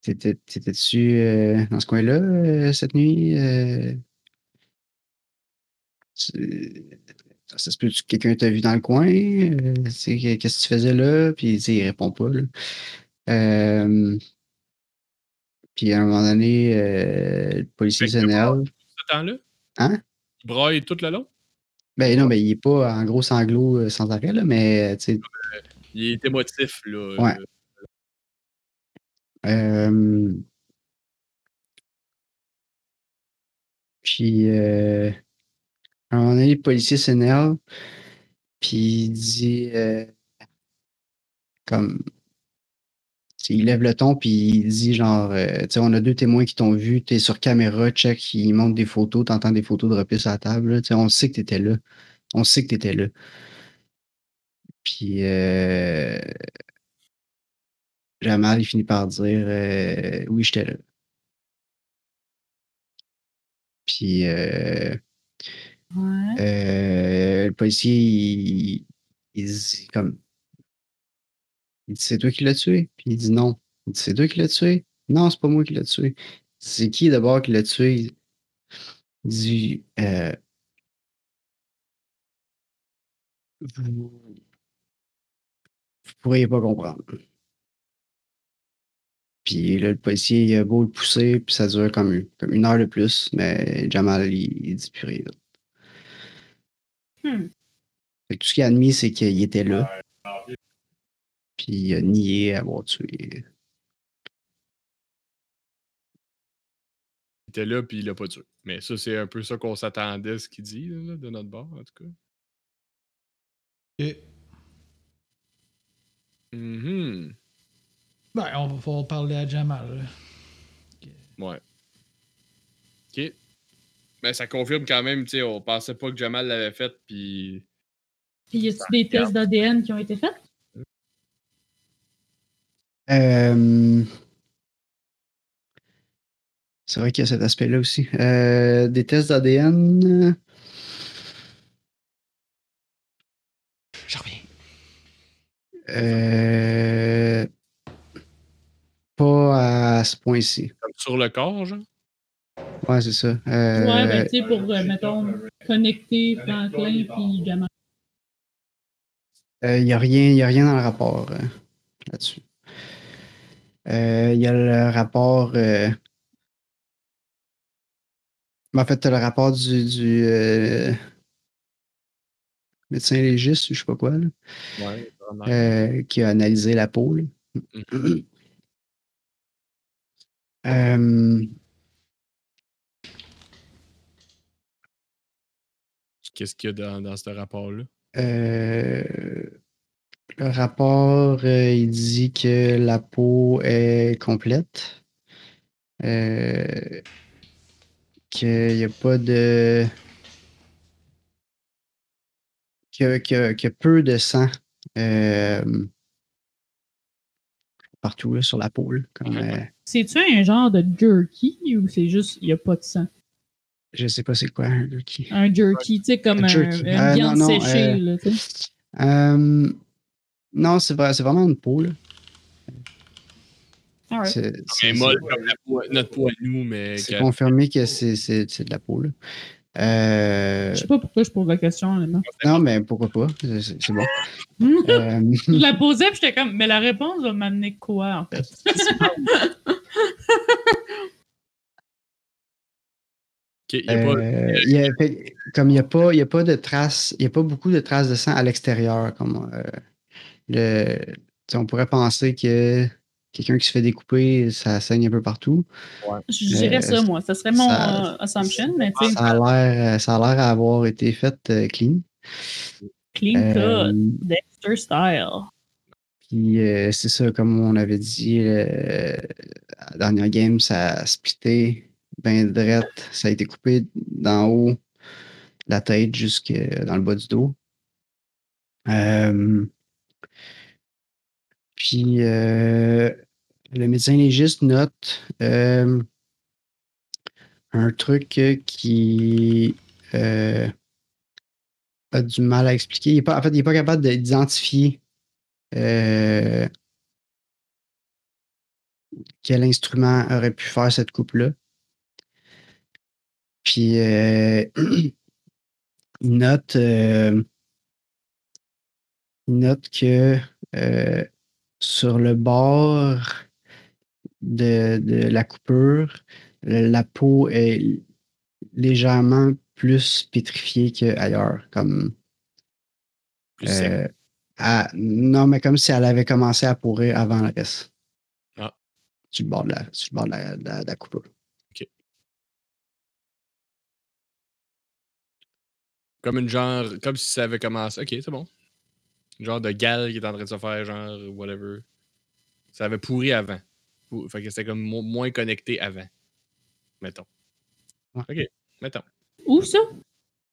t'étais- t'étais-tu euh, dans ce coin-là euh, cette nuit? Euh, tu- ça se peut que quelqu'un t'a vu dans le coin? Euh, tu sais, qu'est- Qu'est-ce que tu faisais là? Puis tu sais, il répond pas. là. Euh, puis à un moment donné, euh, le policier
Fait que
s'énerve.
Ce temps-là?
Hein?
Il braille tout le long?
Ben non, mais il est pas en gros sanglot euh, sans arrêt, là, mais euh, tu sais,
Il est émotif, là.
Ouais.
Euh,
euh, Puis, euh, à un moment donné, le policier s'énerve, puis il dit, euh, comme, tu sais, il lève le ton, puis il dit, genre, euh, tu sais, on a deux témoins qui t'ont vu, t'es sur caméra, check, ils montrent des photos, t'entends des photos de repli sur la table, là, tu sais, on sait que t'étais là, on sait que t'étais là. Puis, euh, Jamal, il finit par dire euh, Oui, j'étais là. Puis euh,
Ouais.
euh, le policier, il, il dit comme Il dit C'est toi qui l'as tué Puis il dit Non. Il dit C'est toi qui l'as tué Non, c'est pas moi qui l'ai tué. C'est qui d'abord qui l'a tué Il dit euh, Vous vous pourriez pas comprendre. Puis là, le policier, il a beau le pousser, puis ça dure comme, une- comme une heure de plus, mais Jamal, il, il dit purée. là.
Hmm.
Fait que tout ce qu'il a admis, c'est qu'il était là,
Ouais.
puis il a nié avoir tué.
Il était là, puis il l'a pas tué. Mais ça, c'est un peu ça qu'on s'attendait, ce qu'il dit, là, de notre bord, en tout cas.
Et,
Mhm.
ben, on va pouvoir parler à Jamal. là.
OK. Mais ça confirme quand même, tu sais, on pensait pas que Jamal l'avait fait, puis
Puis y a-tu des tests d'ADN qui ont été faits?
Euh, C'est vrai qu'il y a cet aspect-là aussi. Euh, des tests d'ADN.
Je reviens.
Euh, pas à ce point-ci.
comme sur le corps, genre.
Ouais, c'est ça. Euh,
ouais, ben, tu sais, pour, euh, mettons, connecter Franklin puis Gamal.
Il n'y a, rien- Euh, y a rien dans le rapport euh, là-dessus. Il y a le rapport. euh, ben, en fait, t'as le rapport du, du, euh, médecin légiste, ou je sais pas quoi, là,
Ouais, vraiment.
euh, qui a analysé la peau. là.
Mhm.
Euh,
Qu'est-ce qu'il y a dans, dans ce rapport-là?
euh, le rapport, euh, il dit que la peau est complète. Euh, qu'il n'y a pas de. qu'il y a- qu'il y a- qu'il y a peu de sang euh, partout là, sur la peau. là, comme,
Mhm.
euh,
C'est-tu un genre de jerky ou c'est juste, il n'y a pas de sang?
je ne sais pas c'est quoi un jerky.
Un jerky, tu sais, comme
Un
un,
jerky.
une
Euh,
viande
non, non,
séchée,
euh,
là, tu sais.
Euh, non, c'est vrai, c'est vraiment une peau. Là.
Alright.
C'est- c'est-
C'est molle comme la peau- notre peau à nous, mais
C'est
qu'à-
confirmé que c'est c'est- c'est de la peau. Là. Euh,
Je sais pas pourquoi je pose la question, là, non.
non, mais pourquoi pas? C'est- C'est c'est bon.
je
Euh,
la posais, puis j'étais comme, mais la réponse va m'amener quoi, en fait?
qu'il y a pas-
euh, il y a- fait- comme il n'y a, pas- il y a pas de traces, il n'y a pas beaucoup de traces de sang à l'extérieur. Comme euh, le- tu sais, on pourrait penser que quelqu'un qui se fait découper, ça saigne un peu partout.
Je dirais ça, moi. Ça serait mon
Euh, ça-
euh, assumption, mais tu sais,
Ça a l'air, euh, ça a l'air à avoir été fait euh, clean.
clean cut,
Euh,
Dexter style.
Puis euh, c'est ça, comme on avait dit euh, à la dernière game, ça a splitté ben drette. Ça a été coupé d'en haut de la tête jusque dans le bas du dos. Euh, puis euh, le médecin légiste note euh, un truc euh, qui euh, a du mal à expliquer. Il est pas, en fait, il n'est pas capable de- d'identifier euh, quel instrument aurait pu faire cette coupe-là. Puis euh, *clears throat* il note, euh, il note que euh, sur le bord de, de la coupure, le- la peau est légèrement plus pétrifiée qu'ailleurs, comme
plus sec.
euh, à- non, mais comme si elle avait commencé à pourrir avant le reste.
Ah.
Sur le bord de la, sur le bord de la, de la- de la coupure.
Comme une genre. Comme si ça avait commencé. Ok, c'est bon. Une genre de gale qui est en train de se faire, genre, whatever. Ça avait pourri avant. Pou- Fait que c'était comme mo- moins connecté avant. Mettons.
Ouais.
Ok, mettons.
Où ça?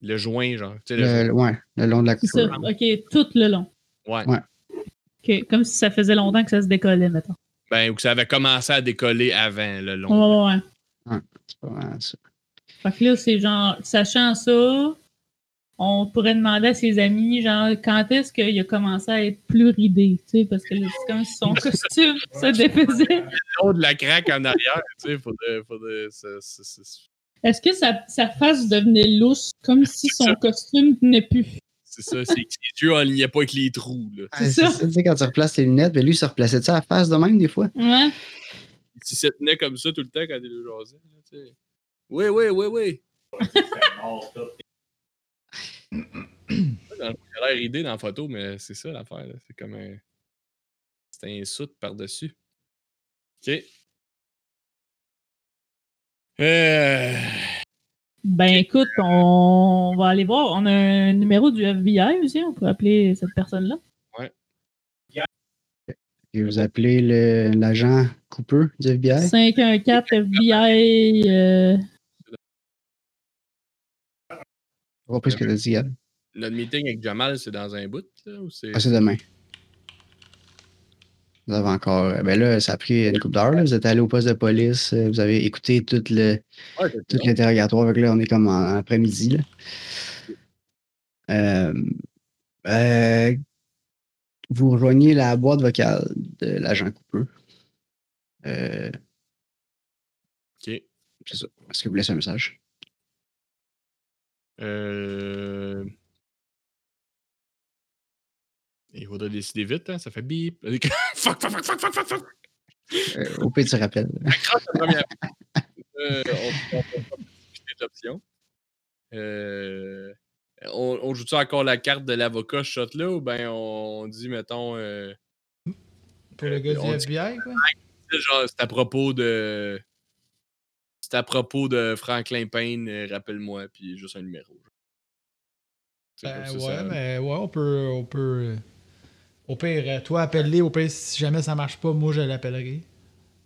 Le joint, genre. Tu sais, le
Le,
joint.
le- ouais, le long de la
C'est ça.
coupure.
OK, tout le long.
Ouais.
OK, comme si ça faisait longtemps que ça se décollait, mettons.
Ben, ou que ça avait commencé à décoller avant le
Ouais,
long.
ouais, ouais.
C'est pas mal ça.
Fait que là, c'est genre, sachant ça, on pourrait demander à ses amis, genre, quand est-ce qu'il a commencé à être plus ridé, tu sais, parce que là, c'est comme si son costume se défaisait.
Le long de la craque en arrière, tu sais, faudrait. faudrait c'est- c'est- c'est-
Est-ce que sa, sa face devenait lousse, comme si son costume tenait plus?
c'est ça, c'est que les yeux n'y a pas avec les trous, là.
Ouais, c'est
ça.
ça, tu sais, quand tu replaces tes lunettes, ben lui, il se replaçait ça à la face de même des fois.
Ouais.
S'il se tenait comme ça tout le temps quand il le jasait. là, tu sais. Oui, oui, oui, oui. Dans le fond, Il a l'air ridé dans la photo, mais c'est ça l'affaire. là. C'est comme un. C'est un soute par-dessus. Ok. Euh...
Ben écoute, on va aller voir. On a un numéro du FBI aussi, on peut appeler cette personne-là.
Et vous appelez le- l'agent Cooper du FBI.
514 FBI. euh,
Je comprends ce que t'as dit, Yann.
Le meeting avec Jamal, c'est dans un bout, là, ou c'est.
Ah, c'est demain. Vous avez encore. euh, Ben là, ça a pris une couple d'heures. là. Vous êtes allé au poste de police. euh, Vous avez écouté tout le-
Ouais, c'est
tout l'interrogatoire. Fait que là, on est comme en, en après-midi. là. Euh, euh, vous rejoignez la boîte vocale de l'agent Cooper. Euh,
Ok.
c'est ça. Est-ce que vous laissez un message?
Euh... Il faudrait décider vite, hein, ça fait bip. *laughs* fuck, fuck, fuck, fuck, fuck, fuck, fuck.
Euh, au pire, tu rappelles. *laughs*
Crache la première. Euh, on on va pas discuter de l'option. Euh, on, on joue-tu encore la carte de l'avocat ce shot-là ou ben on dit, mettons, euh,
Pour le gars
On
du
dit-
FBI, quoi.
genre, c'est à propos de. C'est à propos de Franklin Payne, euh, rappelle-moi, puis juste un numéro. C'est
Ben
comme
ouais,
ça, ça-
mais ouais, on peut. On peut euh, au pire, euh, toi, appelle-les. Au pire, si jamais ça marche pas, moi, je l'appellerai.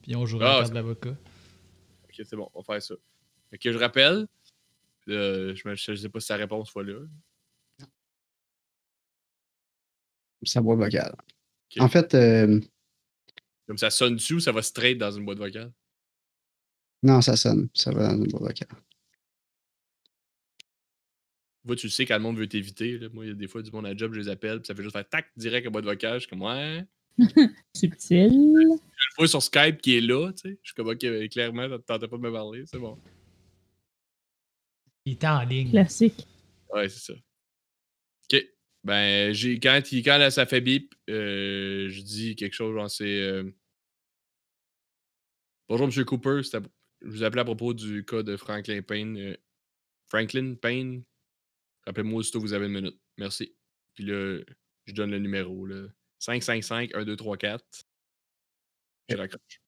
Puis on jouera à
Ah,
la carte
c'est-
de l'avocat.
Ok, c'est bon, on va faire ça. Ok, je rappelle. Euh, je, me- je sais pas si sa réponse soit là.
Sa boîte vocale.
Ok.
En fait, euh,
Comme ça sonne dessus ou ça va straight dans une boîte vocale?
non, ça sonne. Ça va dans une boîte vocale.
Vois, tu le sais quand le monde veut t'éviter. là. Moi, il y a des fois du monde à job, je les appelle, puis ça fait juste faire tac direct à boîte vocale. Je suis comme ouais. Une
subtil.
fois sur Skype qui est là, tu sais. Je suis comme ok, ben, clairement, t'en- tentais pas de me parler, c'est bon.
Il était en ligne.
Classique.
Ouais, c'est ça. Ok. Ben, j'ai quand, il- quand là, ça fait bip, euh, je dis quelque chose, genre c'est. euh, Bonjour, Monsieur Cooper. c'est à- Je vous appelais à propos du cas de Franklin Payne. euh, Franklin Payne. Rappelez-moi aussitôt que vous avez une minute. Merci. Puis là, je donne le numéro. Là. 555 1234. Je raccroche.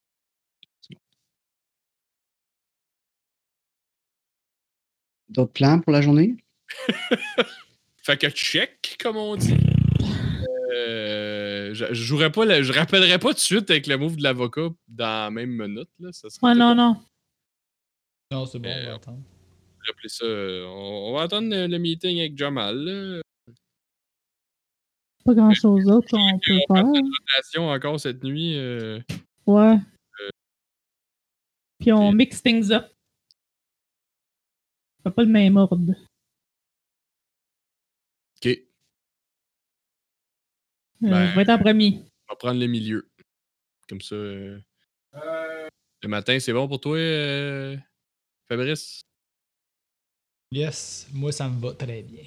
D'autres plans pour la journée?
Fait que check, comme on dit. Euh, je, je jouerai pas le- je rappellerai pas tout de suite avec le move de l'avocat dans la même minute. Là. Ça serait
Ouais, non, non.
Non, c'est bon, on
Euh,
va attendre.
on va appeler ça, euh, On, on va attendre le, le meeting avec Jamal. là.
Pas grand chose d'autre qu'on peut
On va
faire.
faire une rotation encore cette nuit. euh,
Ouais. Puis on mix things up. Fait pas le même ordre.
Ok,
Euh,
Ben-
Je vais être en premier.
on va prendre le milieu. Comme ça. euh, Le matin, c'est bon pour toi, euh, Fabrice?
Yes, moi, ça me va très bien.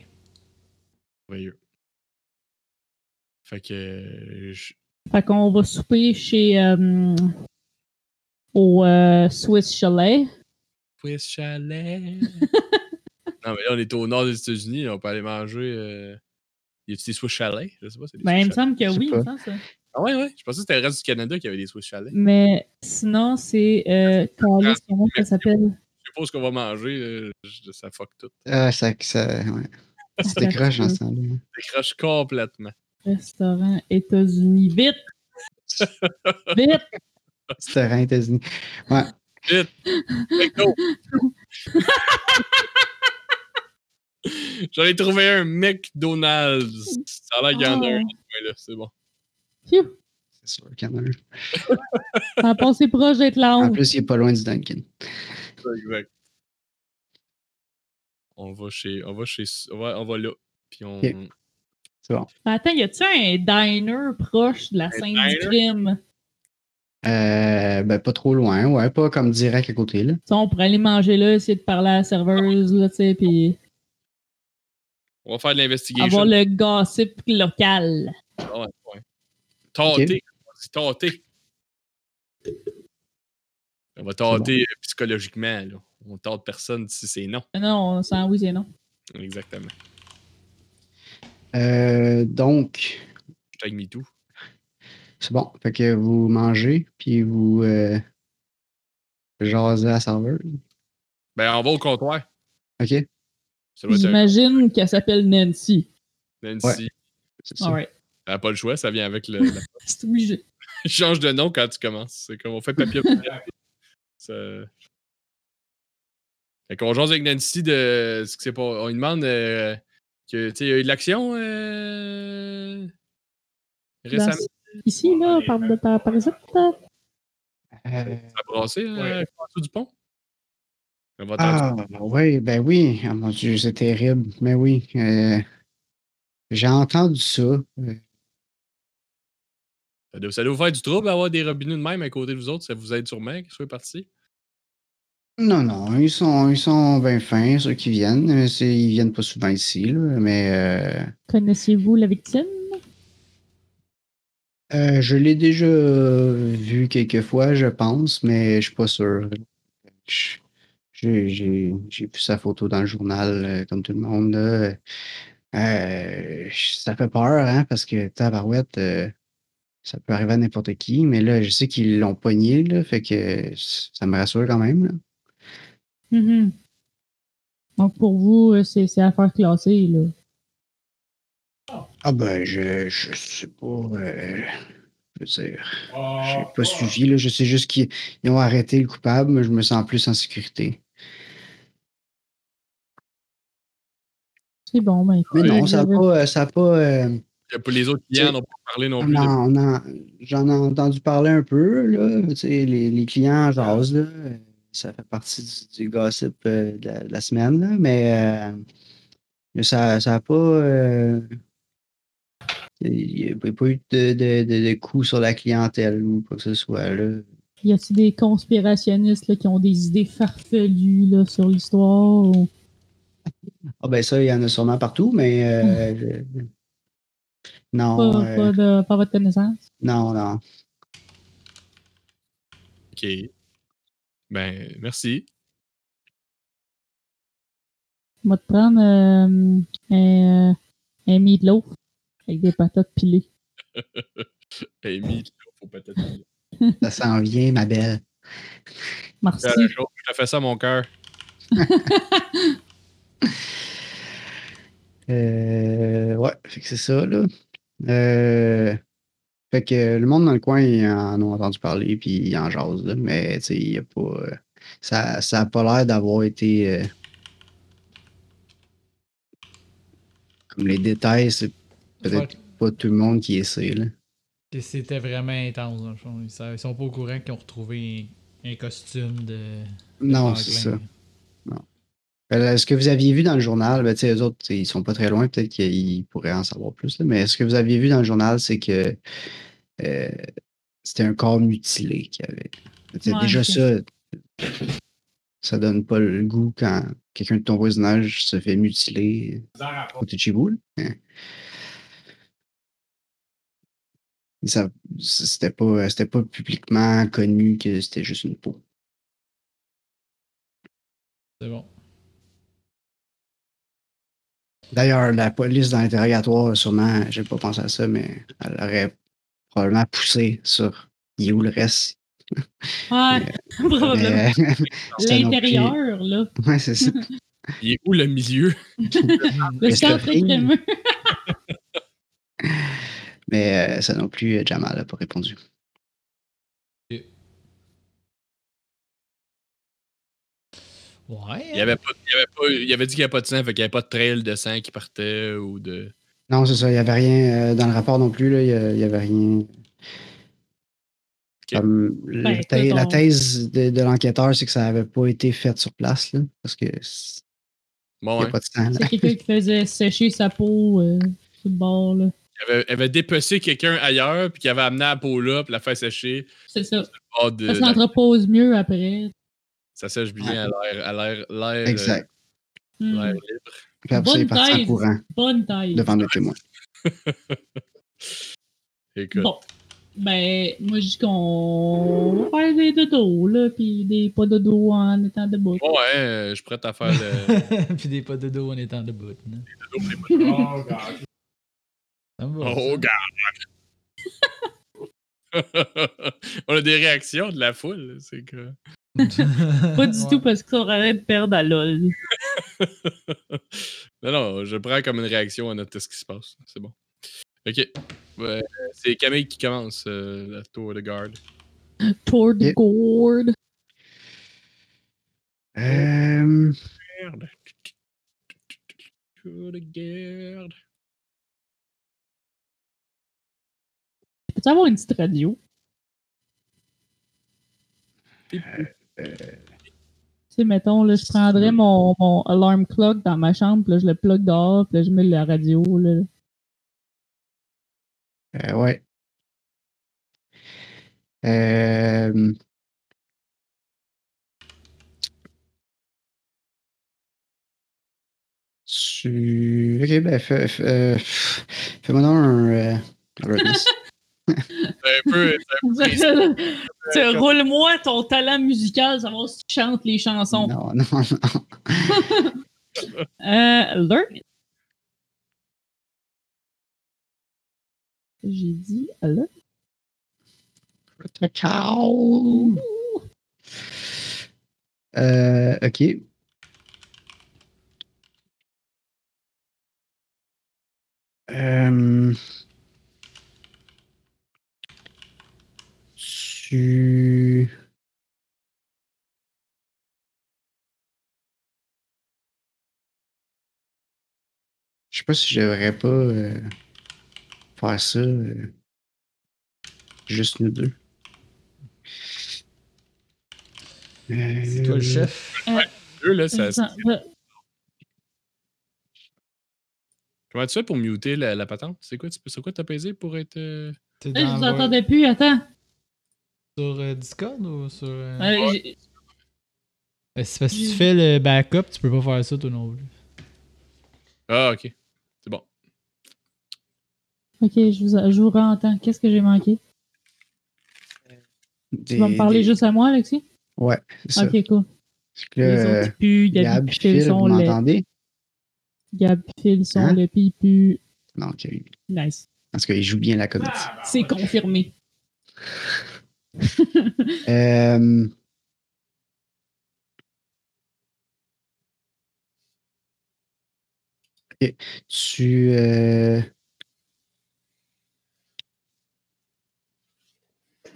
Merveilleux. Fait que. euh, je-
Fait qu'on va souper chez euh, au euh, Swiss Chalet.
Swiss Chalet. *laughs* non, mais là, on est au nord des États-Unis. On peut aller manger. Euh... Y a-tu des Swiss Chalet? Je sais pas. C'est des
Ben,
Swiss
il me
Chalet.
semble que
Je sais
oui, il me
pas.
semble ça.
Ah, ouais, ouais. Je pensais que c'était le reste du Canada qui avait des Swiss Chalet.
Mais sinon, c'est euh, Carlis, comment ça s'appelle?
Je suppose qu'on va manger. euh, je- ça fuck tout.
Ah, ça, ça, ouais. Ça décroche dans ce temps-là.
Ça décroche complètement.
Restaurant États-Unis. Vite! Vite!
C'était rien, États-Unis. Ouais.
Fait que, oh! J'en ai trouvé un McDonald's. Ça a l'air qu'il y en a un. Ah Ouais, là, c'est bon.
Phew!
C'est sûr qu'il y en a un.
Ça a passé proche d'être la
En
honte.
plus, il est pas loin du Duncan.
Exact. On va chez. On va chez. On va, on va là. Puis on.
Ok. C'est bon.
Ben, Attends, y a-tu un diner proche de la scène du
diner?
crime?
Euh, ben, pas trop loin, ouais. Pas comme direct à côté, là.
Tu sais, on pourrait aller manger là, essayer de parler à la serveuse, là, tu sais, puis
On va faire de l'investigation.
avoir le gossip local.
Ah ouais, ouais. Tâter.
Ok.
On dit tâter. On va tenter psychologiquement. Là. On tente personne si c'est non.
Ah Non, c'est un oui, c'est non.
Exactement.
Euh, donc,
Hashtag MeToo.
c'est bon. Fait que vous mangez, puis vous euh, jasez à la serveuse.
Ben, on va au comptoir.
OK?
Ça doit être un-
J'imagine qu'elle s'appelle Nancy.
Nancy.
C'est ça.
Alright.
T'as pas le choix, ça vient avec le. *laughs* la-
C'est obligé.
Change de nom quand tu commences. C'est comme on fait papier. papier. ça... Fait qu'on jase avec Nancy de ce que c'est pas. On lui demande euh, que tu sais, il y a eu de l'action euh, récemment.
Dans- Ici, là, par, de- par, par exemple, euh,
Euh,
Ça a brassé euh,
Ouais.
en dessous du pont. On va tenter-
ah, oui, ben oui. Ah, mon Dieu, c'est terrible. Mais oui. euh, J'ai entendu ça. Euh,
Ça doit, ça doit vous faire du trouble avoir des robinets de même à côté de vous autres. Ça vous aide sûrement qu'ils soient partis.
Non, non, ils sont, ils sont bien fins, ceux qui viennent. Euh, c'est- Ils viennent pas souvent ici, là, mais euh,
connaissez-vous la victime?
euh, je l'ai déjà euh, vu quelques fois, je pense, mais je suis pas sûr. Je- J'ai j'ai- j'ai vu sa photo dans le journal, euh, comme tout le monde. là. Euh, ça fait peur, hein, parce que tabarouette, euh, ça peut arriver à n'importe qui, mais là, je sais qu'ils l'ont pogné, là, fait que ça me rassure quand même, là.
Mhm. Donc, pour vous, euh, c'est c'est affaire classée, là.
Ah ben, je, je sais pas. euh, je veux dire, j'ai
Ah.
pas suivi, là. Je sais juste qu'ils ils ont arrêté le coupable, mais je me sens plus en sécurité.
C'est bon, ben
Mais
écoute.
non,
vous
ça n'a
avez-
pas. euh, Ça a pas euh,
Que Pour les autres
Tu-
clients n'ont pas parlé non
on
plus. de-
en- on en- J'en ai entendu parler un peu, là. Tu sais, Les, les clients jasent, là. euh, Ça fait partie du, du gossip euh, de, la, de la semaine, là. Mais euh, ça n'a pas. euh, il n'y a, il y a pas eu de, de, de, de coups sur la clientèle ou quoi que ce soit, là.
Y a-t-il des conspirationnistes là, qui ont des idées farfelues là, sur l'histoire? ou-
Ah ben ça, il y en a sûrement partout, mais euh, je- non,
Hmm. Pas,
euh,
pas de- pas votre connaissance?
non, non.
Ok. Ben, merci.
Moi, te prendre euh, un, un meatloaf avec des patates pilées.
Amy, faut peut-être.
Ça s'en vient, ma belle.
Merci.
C'est la chose, Euh, Je te fais ça à mon cœur.
Euh, ouais, fait que c'est ça, là. Euh, fait que le monde dans le coin, ils en ont entendu parler, puis ils en jasent, là, mais tu sais, il y a pas... euh, ça ça a pas l'air d'avoir été... euh, comme les détails, c'est peut-être pas tout le monde qui essaie, là.
Et C'était vraiment intense, dans le fond. Ils sa- ils sont pas au courant qu'ils ont retrouvé un, un costume de.
Non,
de
c'est ça.
pangolin.
Euh, Est-ce que vous aviez vu dans le journal, ben, tu sais, eux autres, ils sont pas très loin, peut-être qu'ils pourraient en savoir plus, là, mais est-ce que vous aviez vu dans le journal, c'est que euh, c'était un corps mutilé qu'il y avait. Tu sais,
Ouais,
déjà
ok.
ça, ça donne pas le goût quand quelqu'un de ton voisinage se fait mutiler à côté de chez vous. là. Hein. Ça- C'était pas, c'était pas publiquement connu que c'était juste une peau.
C'est
*laughs*
bon.
D'ailleurs, la police dans l'interrogatoire, sûrement, j'ai pas pensé à ça, mais elle aurait probablement poussé sur il est où le reste.
Ouais, *laughs* probablement.
Mais- euh, *laughs* ça non plus.
L'intérieur, là.
*laughs* ouais,
*laughs*
c'est ça.
Il est où le milieu?
Le
Mais c'est
centre
fini.
crémeux.
Mais euh, ça non plus, euh, Jamal n'a pas répondu.
Ouais.
Il avait, pas, il, avait pas, il avait dit qu'il n'y avait pas de sang, fait qu'il n'y avait pas de trail de sang qui partait ou de.
Non, c'est ça, il n'y avait rien euh, dans le rapport non plus, là, il n'y avait rien. Comme la,
Ben, écoute,
thè- la
on-
thèse de, de l'enquêteur, c'est que ça n'avait pas été fait sur place, là, parce que c'est- il
Bon,
n'y a
hein.
pas de temps. là.
*laughs* C'est *laughs* quelqu'un qui faisait sécher sa peau euh, sur le bord, là.
Il avait, il avait dépecé quelqu'un ailleurs, puis qu'il avait amené la peau là, puis la fait sécher.
C'est ça.
Ah, de-
Ça s'entrepose mieux après.
ça sèche bien à l'air- à l'air. l'air, euh,
Exact.
Hmm.
l'air libre.
Puis après, ça, il est
Bonne
parti en
thèse.
courant
Bonne taille.
devant le témoin.
Écoute.
Bon. Ben, moi, je dis qu'on va faire des dodos, là, puis des pas dodos en étant debout.
Ouais, euh, je suis prêt à
*laughs*
faire
*laughs*
le.
Puis des pas de dos en étant debout. hein.
Oh, God.
Ça me *laughs* va,
oh, God! *laughs* On a des réactions de la foule. là, C'est que.
ça.
Pas du
Ouais.
tout parce qu'on aurait de perdre à LOL.
non, non, je prends comme une réaction à notre ce qui se passe. C'est bon. Ok. Ouais, c'est Camille qui commence euh, la tour de garde.
Tour de
Yeah.
gourde.
Euh,
Tour de garde.
Peux-tu avoir une petite radio? Tu sais, mettons, là, je prendrais mon, mon alarm clock dans ma chambre, puis là, je le plug dehors, puis là, je mets la radio, *laughs* là.
euh, ouais. Euh, Tu. Ok, ben, fais, fais- euh, fais-moi donc un. euh, awareness.
C'est un peu. c'est un peu précis.
Tu roule-moi ton talent musical, savoir si tu chantes les chansons.
Non, non, non.
Euh, learn it. J'ai dit learn.
Cacao. Euh, ok. Euh, tu... Je sais pas si je devrais pas euh, faire ça euh, juste nous deux. Euh,
C'est toi le chef.
Eux, là, ça-
Ça- ça-
Comment tu fais pour muter la, la patente? C'est quoi? Tu peux sur quoi t'apaiser pour être. euh,
T'es
Je
dans
vous
la-
entendais plus, attends.
sur euh, Discord ou sur. euh,
Euh, j'ai-
Ben, c'est parce que si tu fais le backup, tu peux pas faire ça toi non plus.
Ah, ok. C'est bon.
Ok, je vous, je vous entends. Qu'est-ce que j'ai manqué? Tu vas me parler juste à moi, Alexis?
Ouais, c'est ça.
Ok, cool.
Parce que
Les
là, euh,
autres, ils puent. Gab,
Gab,
ils filent,
Phil,
sont
vous
laids.
m'entendez?
Gab, Phil, sont
Hein?
le puis ils puent.
Non, ok.
Nice.
Parce qu'il joue bien la comédie.
C'est confirmé.
Euh, ok, Tu. euh,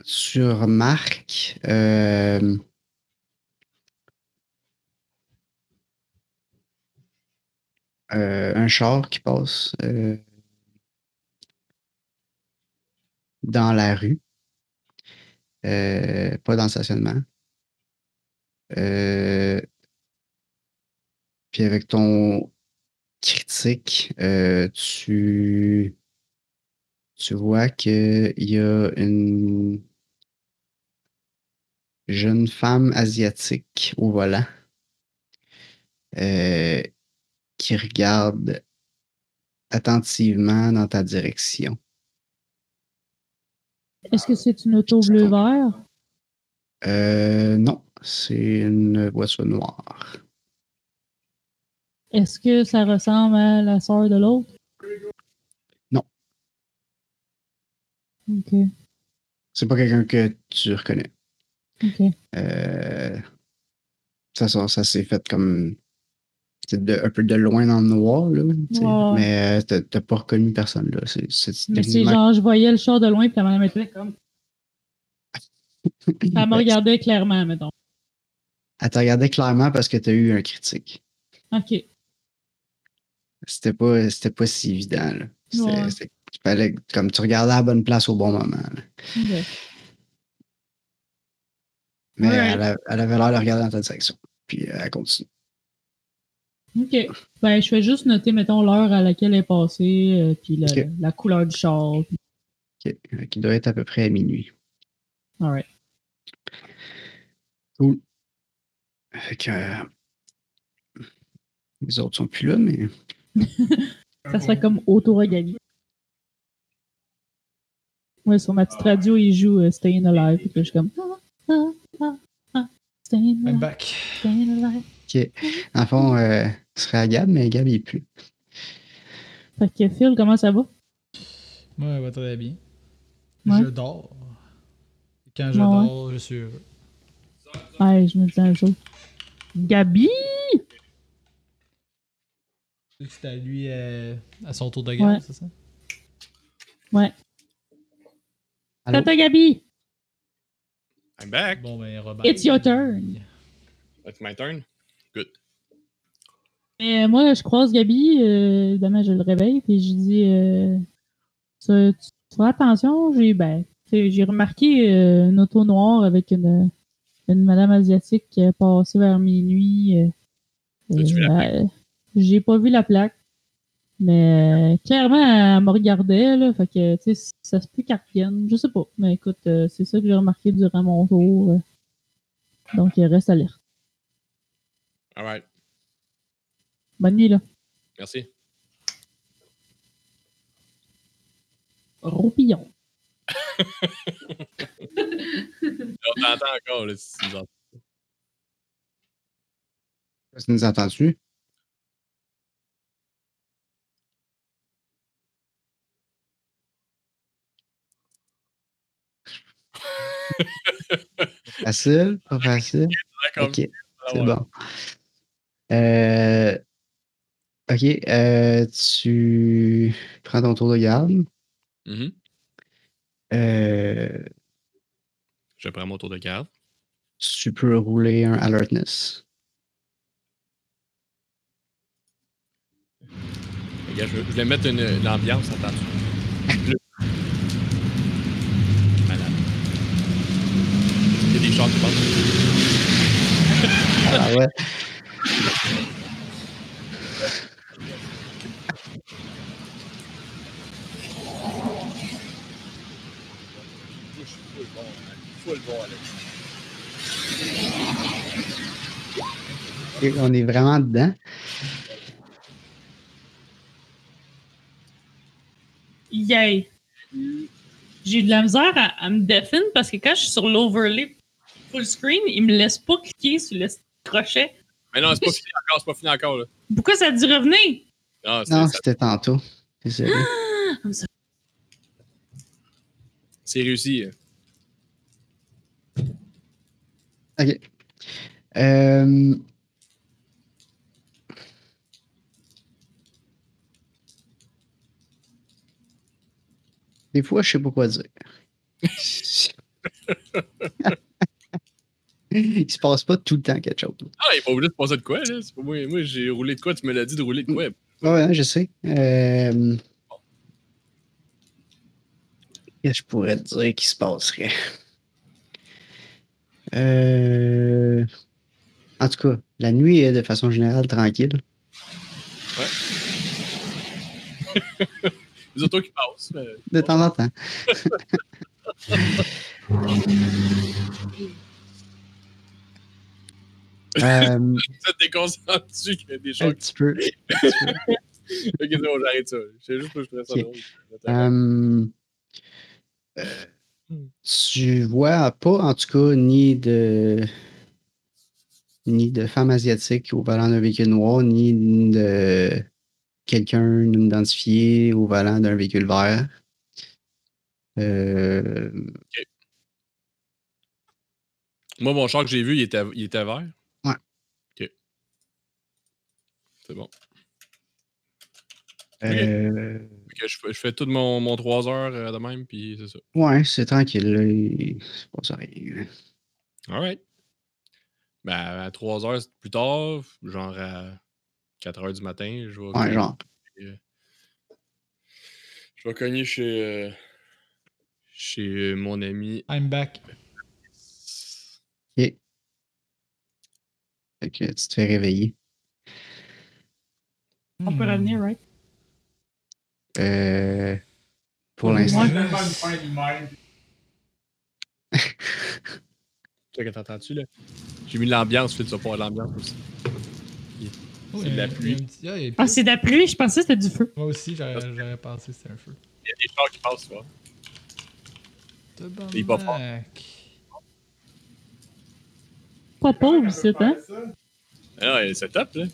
Tu remarques. euh, euh, un char qui passe euh, dans la rue. Euh, pas dans le stationnement. Euh, puis avec ton critique, euh, tu, tu vois qu'il y a une jeune femme asiatique au volant euh, qui regarde attentivement dans ta direction.
Est-ce que c'est une auto bleu vert?
Euh, non, c'est une voiture noire.
Est-ce que ça ressemble à la sœur de l'autre?
Non.
Ok,
C'est pas quelqu'un que tu reconnais.
ok.
Euh, ça, ça, ça s'est fait comme c'est de- un peu de loin dans le noir, là, tu sais.
Ouais.
mais euh, t'as t'as pas reconnu personne. là. C'est- c'est-
Mais c'est
techniquement-
genre, je voyais le char de loin, puis la madame était comme. Elle me regardait clairement, mettons.
Elle t'a regardé clairement parce que t'as eu un critique.
Ok.
C'était pas, c'était pas si évident. Là. C'était-
Ouais.
c'était- il fallait, comme tu regardais à la bonne place au bon moment. là.
ok.
Mais
Ouais.
elle, a- elle avait l'air de regarder dans ta direction. Puis euh, elle continue.
OK. Ben, je fais juste noter, mettons, l'heure à laquelle elle est passée, euh, puis la,
Ok.
la couleur du char. puis-
Ok. Euh, Qui doit être à peu près à minuit.
Alright.
Fait que, euh, les autres sont plus là, mais.
Ça serait comme auto-regalie. Moi, sur ma petite radio, il joue euh, Stayin' Alive. Puis là, je suis comme. Ah, ah, ah, ah, Stayin'
I'm
Alive,
back.
Stayin' Alive.
En fond, euh, ce serait à Gab, mais Gab, il est plus.
Fait que Phil, comment ça va?
Moi, ça va très bien.
Ouais.
Je dors. Quand je
Ouais, ouais.
dors, je suis heureux.
Ouais, je me disais un jour. Gabi!
C'est à lui euh, à son tour de garde,
Ouais.
c'est ça?
Allô?
Tata Gabi!
I'm back.
Bon, ben, Robert.
It's your turn!
That's my turn.
Mais euh, moi, je croise Gabi, euh, évidemment, je le réveille, puis je dis euh, tu, tu feras attention, j'ai ben, tu sais, j'ai remarqué euh, une auto noire avec une, une madame asiatique qui est passée vers minuit. euh,
T'as-tu
euh,
vu la plaque?
euh, j'ai pas vu la plaque. Mais euh, clairement, elle me regardait, là, fait que tu sais, ça se peut qu'elle revienne, je sais pas. Mais écoute, euh, c'est ça que j'ai remarqué durant mon tour. euh. donc, euh, reste alerte.
All right.
Bonne nuit, là.
Merci.
Roupillon.
On t'entend encore, là, si tu nous entends.
Tu nous entends-tu? facile, pas facile.
Comme-
Ok, c'est
Ouais.
bon. Euh, ok, euh, tu prends ton tour de garde.
Mhm.
Euh,
Je prends mon tour de garde.
tu peux rouler un alertness.
Les gars, je, veux- je voulais mettre une, l'ambiance, attends. Malade. Il y a des chars qui passent.
Ah ouais. Ok, on est vraiment dedans.
Yay! J'ai eu de la misère à, à me défendre parce que quand je suis sur l'overlay full screen, il me laisse pas cliquer sur le crochet.
Mais non, c'est pas fini encore, c'est pas fini encore, là.
Pourquoi ça a dû revenir?
Non, c'est,
Non,
ça-
c'était tantôt. Désolé.
c'est réussi.
OK. Euh, Des fois, je sais pas quoi dire. *laughs* Il se passe pas tout le temps quelque chose.
Ah, il faut obligé de passer de quoi, là? C'est pas moi, moi, j'ai roulé de quoi, tu me l'as dit de rouler de quoi.
Ouais, ouais, je sais. Euh, Qu'est-ce que je pourrais te dire qui se passerait? Euh, En tout cas, la nuit est de façon générale tranquille.
Les autos qui passent. euh,
De temps en temps. Euh,
ça te déconcentre dessus *laughs* qu'il y a des chars
un
qui
petit peu.
Ok, c'est bon, j'arrête ça. C'est juste que je trouvais ça
Ok.
drôle.
Euh, euh, tu vois pas, en tout cas, ni de ni de femme asiatique au volant d'un véhicule noir, ni de quelqu'un non identifié au volant d'un véhicule vert. Euh,
Moi, mon char que j'ai vu, il était, il était vert.
Ouais.
Ok. C'est bon.
euh,
Ok, je, fais- je fais tout mon, mon 3 heures euh, de même, puis c'est ça.
ouais, c'est tranquille. là, il se passe rien, là.
Alright. Ben, à 3 heures plus tard, genre à 4 heures du matin, je vais,
Ouais,
cogner-
genre.
je vais cogner chez, euh, chez euh, mon ami.
I'm back.
Fait que tu te fais réveiller.
On peut
Hmm.
revenir, right?
Euh, pour
Ouais.
l'instant.
Je vais pas me faire du mal.
Toi, que t'entends-tu, là? J'ai mis de l'ambiance, fait, tu vas pas avoir de l'ambiance aussi.
Oh,
C'est de
il y a-
la pluie.
il y a un petit- ah, il y a
Ah,
plus.
c'est de la pluie, je pensais que c'était du feu.
Moi aussi, j'aurais j'aurais pensé que c'était un feu.
Il y a des chars qui passent, tu vois. Il va fort.
Tabarnak.
Pas pauvre, c'est hein?
Ah, ouais, c'est top, là.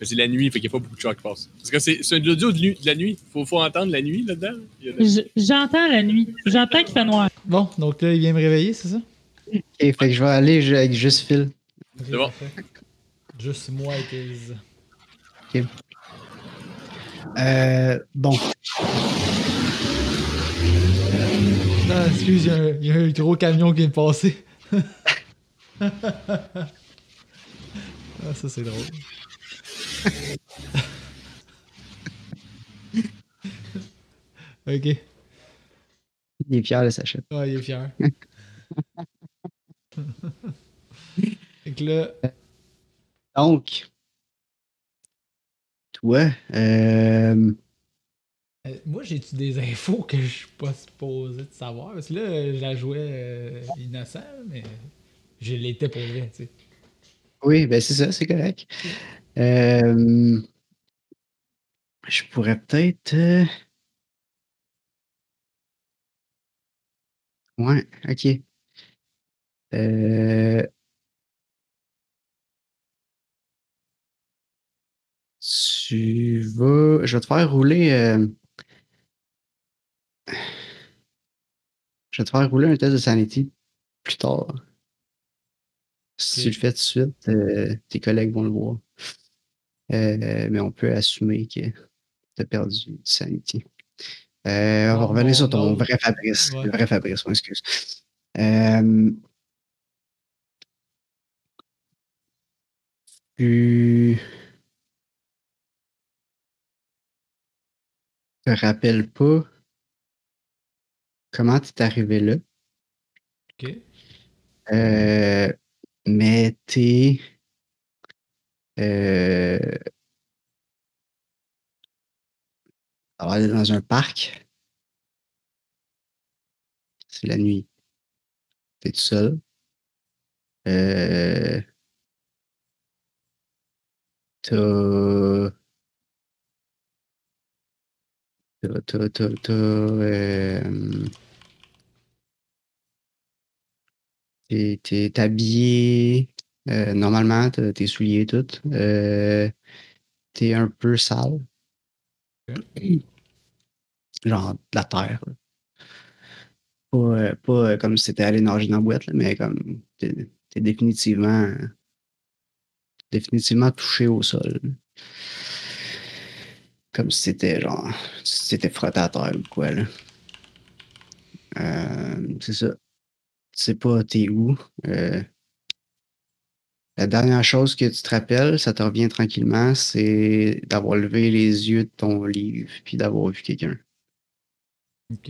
Mais c'est la nuit, fait qu'il n'y a pas beaucoup de gens qui passent. Parce que c'est c'est de l'audio de, nu- de la nuit. Faut, faut entendre la nuit là-dedans. Il y a de-
Je- J'entends la nuit. J'entends qu'il fait noir.
Bon, donc là, il vient me réveiller, c'est ça?
Et fait que je vais aller ju- avec juste Phil. Mm.
C'est
bon.
Juste moi et Taze.
Euh, bon,
Non, Ah, excuse, il y a un- il y, a un gros camion qui est *laughs* passé. ah, ça, c'est drôle. *laughs* ok.
il est fier de sa chute.
Ouais, il est fier. *laughs* fait que là,
Donc, toi, euh,
euh, moi, j'ai-tu des infos que je suis pas supposé de savoir? Parce que là, euh, je la jouais euh, innocent, mais je l'étais pour vrai, tu sais.
oui, ben c'est ça, c'est correct. Euh, je pourrais peut-être. euh, Ouais, ok. Euh, Tu vas. Je vais te faire rouler. euh, Je vais te faire rouler un test de sanity plus tard. Si tu
Ok.
le fais tout de suite, euh, tes collègues vont le voir. Euh, mais on peut assumer que tu as perdu du sanity. Euh, on va
Non,
revenir
non,
sur ton
non.
vrai Fabrice.
Ouais.
Le vrai Fabrice, on excuse. Euh, tu te rappelles pas comment tu es arrivé là,
Ok.
euh, mais tu es. euh, alors, elle est dans un parc. C'est la nuit. T'es tout seul. Euh, t'as. T'as. T'as. T'as. t'as, euh, T'es t'es habillé. euh, normalement, t'as tes souliers tout. Euh, t'es un peu sale. *clears throat* Genre de la terre. là. Pas, euh, pas euh, comme si t'étais allé nager dans la boîte, là, mais comme t'es t'es définitivement définitivement touché au sol. Comme si c'était genre si t'étais frotté à terre ou quoi là. Euh, c'est ça. Tu sais pas t'es où. euh. la dernière chose que tu te rappelles, ça te revient tranquillement, c'est d'avoir levé les yeux de ton livre puis d'avoir vu quelqu'un.
Ok.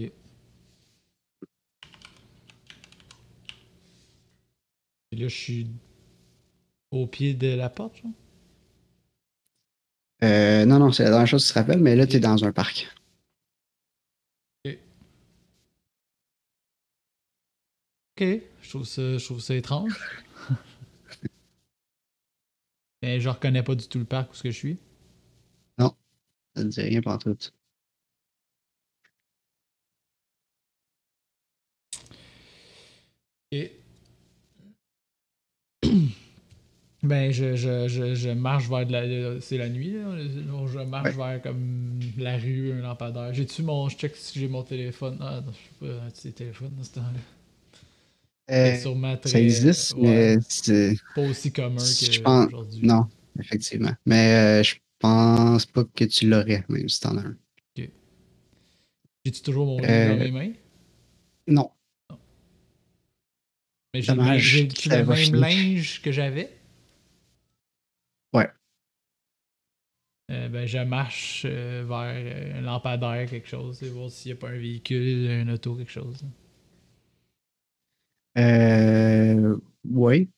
Et là, je suis au pied de la porte, genre.
Euh, non, non, c'est la dernière chose que tu te rappelles, mais là, tu es
Ok.
dans un parc.
Ok, je trouve ça, je trouve ça étrange. *laughs* Mais je reconnais pas du tout le parc où ce que je suis.
Ça ne dit rien pour tout.
Ok. *clears throat* ben, je, je, je, je marche vers de la. C'est la nuit, là. on- Je marche vers comme la rue, un lampadaire. J'ai-tu mon. Je check si j'ai mon téléphone. Ah, non, je sais pas, un petit téléphone dans ce temps-là.
Euh,
C'est sûrement très-
ça existe,
euh, ouais,
mais c'est.
Pas aussi commun
Je
que
pense-
aujourd'hui.
Non, effectivement. Mais euh, je pense pas que tu l'aurais, même si t'en as un.
J'ai-tu toujours mon livre
Euh,
dans mes mains?
Non.
Mais j'ai
dommage,
j'ai- j'ai-tu
ça
le
va
même
finir.
linge que j'avais?
Ouais.
Euh, ben, je marche euh, vers euh, un lampadaire, quelque chose, et voir s'il n'y a pas un véhicule, un auto, quelque chose.
Euh, oui.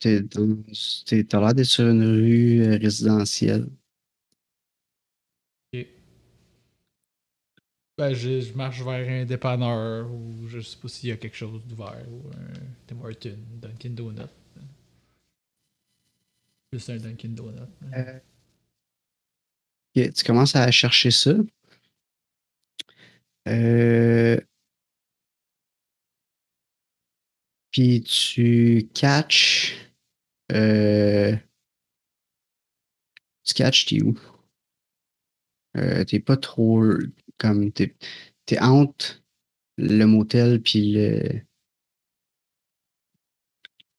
T'es dans- t'es- T'as l'air d'être sur une rue euh, résidentielle.
Ben, je, je marche vers un dépanneur, ou je sais pas s'il y a quelque chose d'ouvert, ou un Tim Hortons, Dunkin' Donut. Juste un Dunkin' hein. Donut.
Ok, tu commences à chercher ça. Euh, Puis tu catches. euh, Tu catches, t'es où? Euh, t'es pas trop. Comme t'es, t'es entre le motel puis le.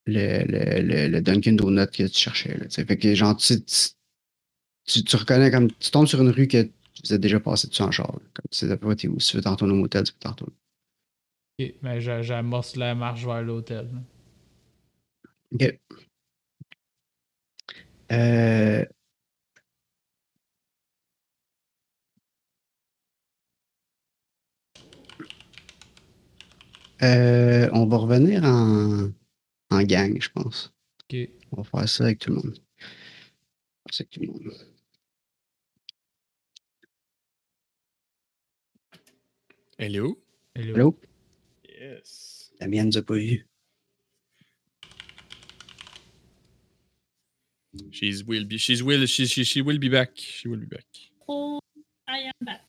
Le, le, le, le Dunkin' Donut que tu cherchais. Là, tu sais. fait que genre, tu, tu, tu- tu reconnais comme. Tu tombes sur une rue que tu faisais déjà passer dessus en char. là. Comme tu sais à peu près t'es où. Si tu veux t'en retourner au motel, tu peux t'en retourner.
Ok, ben j'a- j'amorce la marche vers l'hôtel. là.
OK. Euh, euh, on va revenir en, en gang, je pense.
Ok.
On va faire ça avec tout le monde. Faire ça avec tout le monde.
Elle est où?
Hello.
Allô?
Yes.
La mienne nous a pas eu.
She's will be, she's will, she, she, she will be back. She will be back.
Oh, I am back.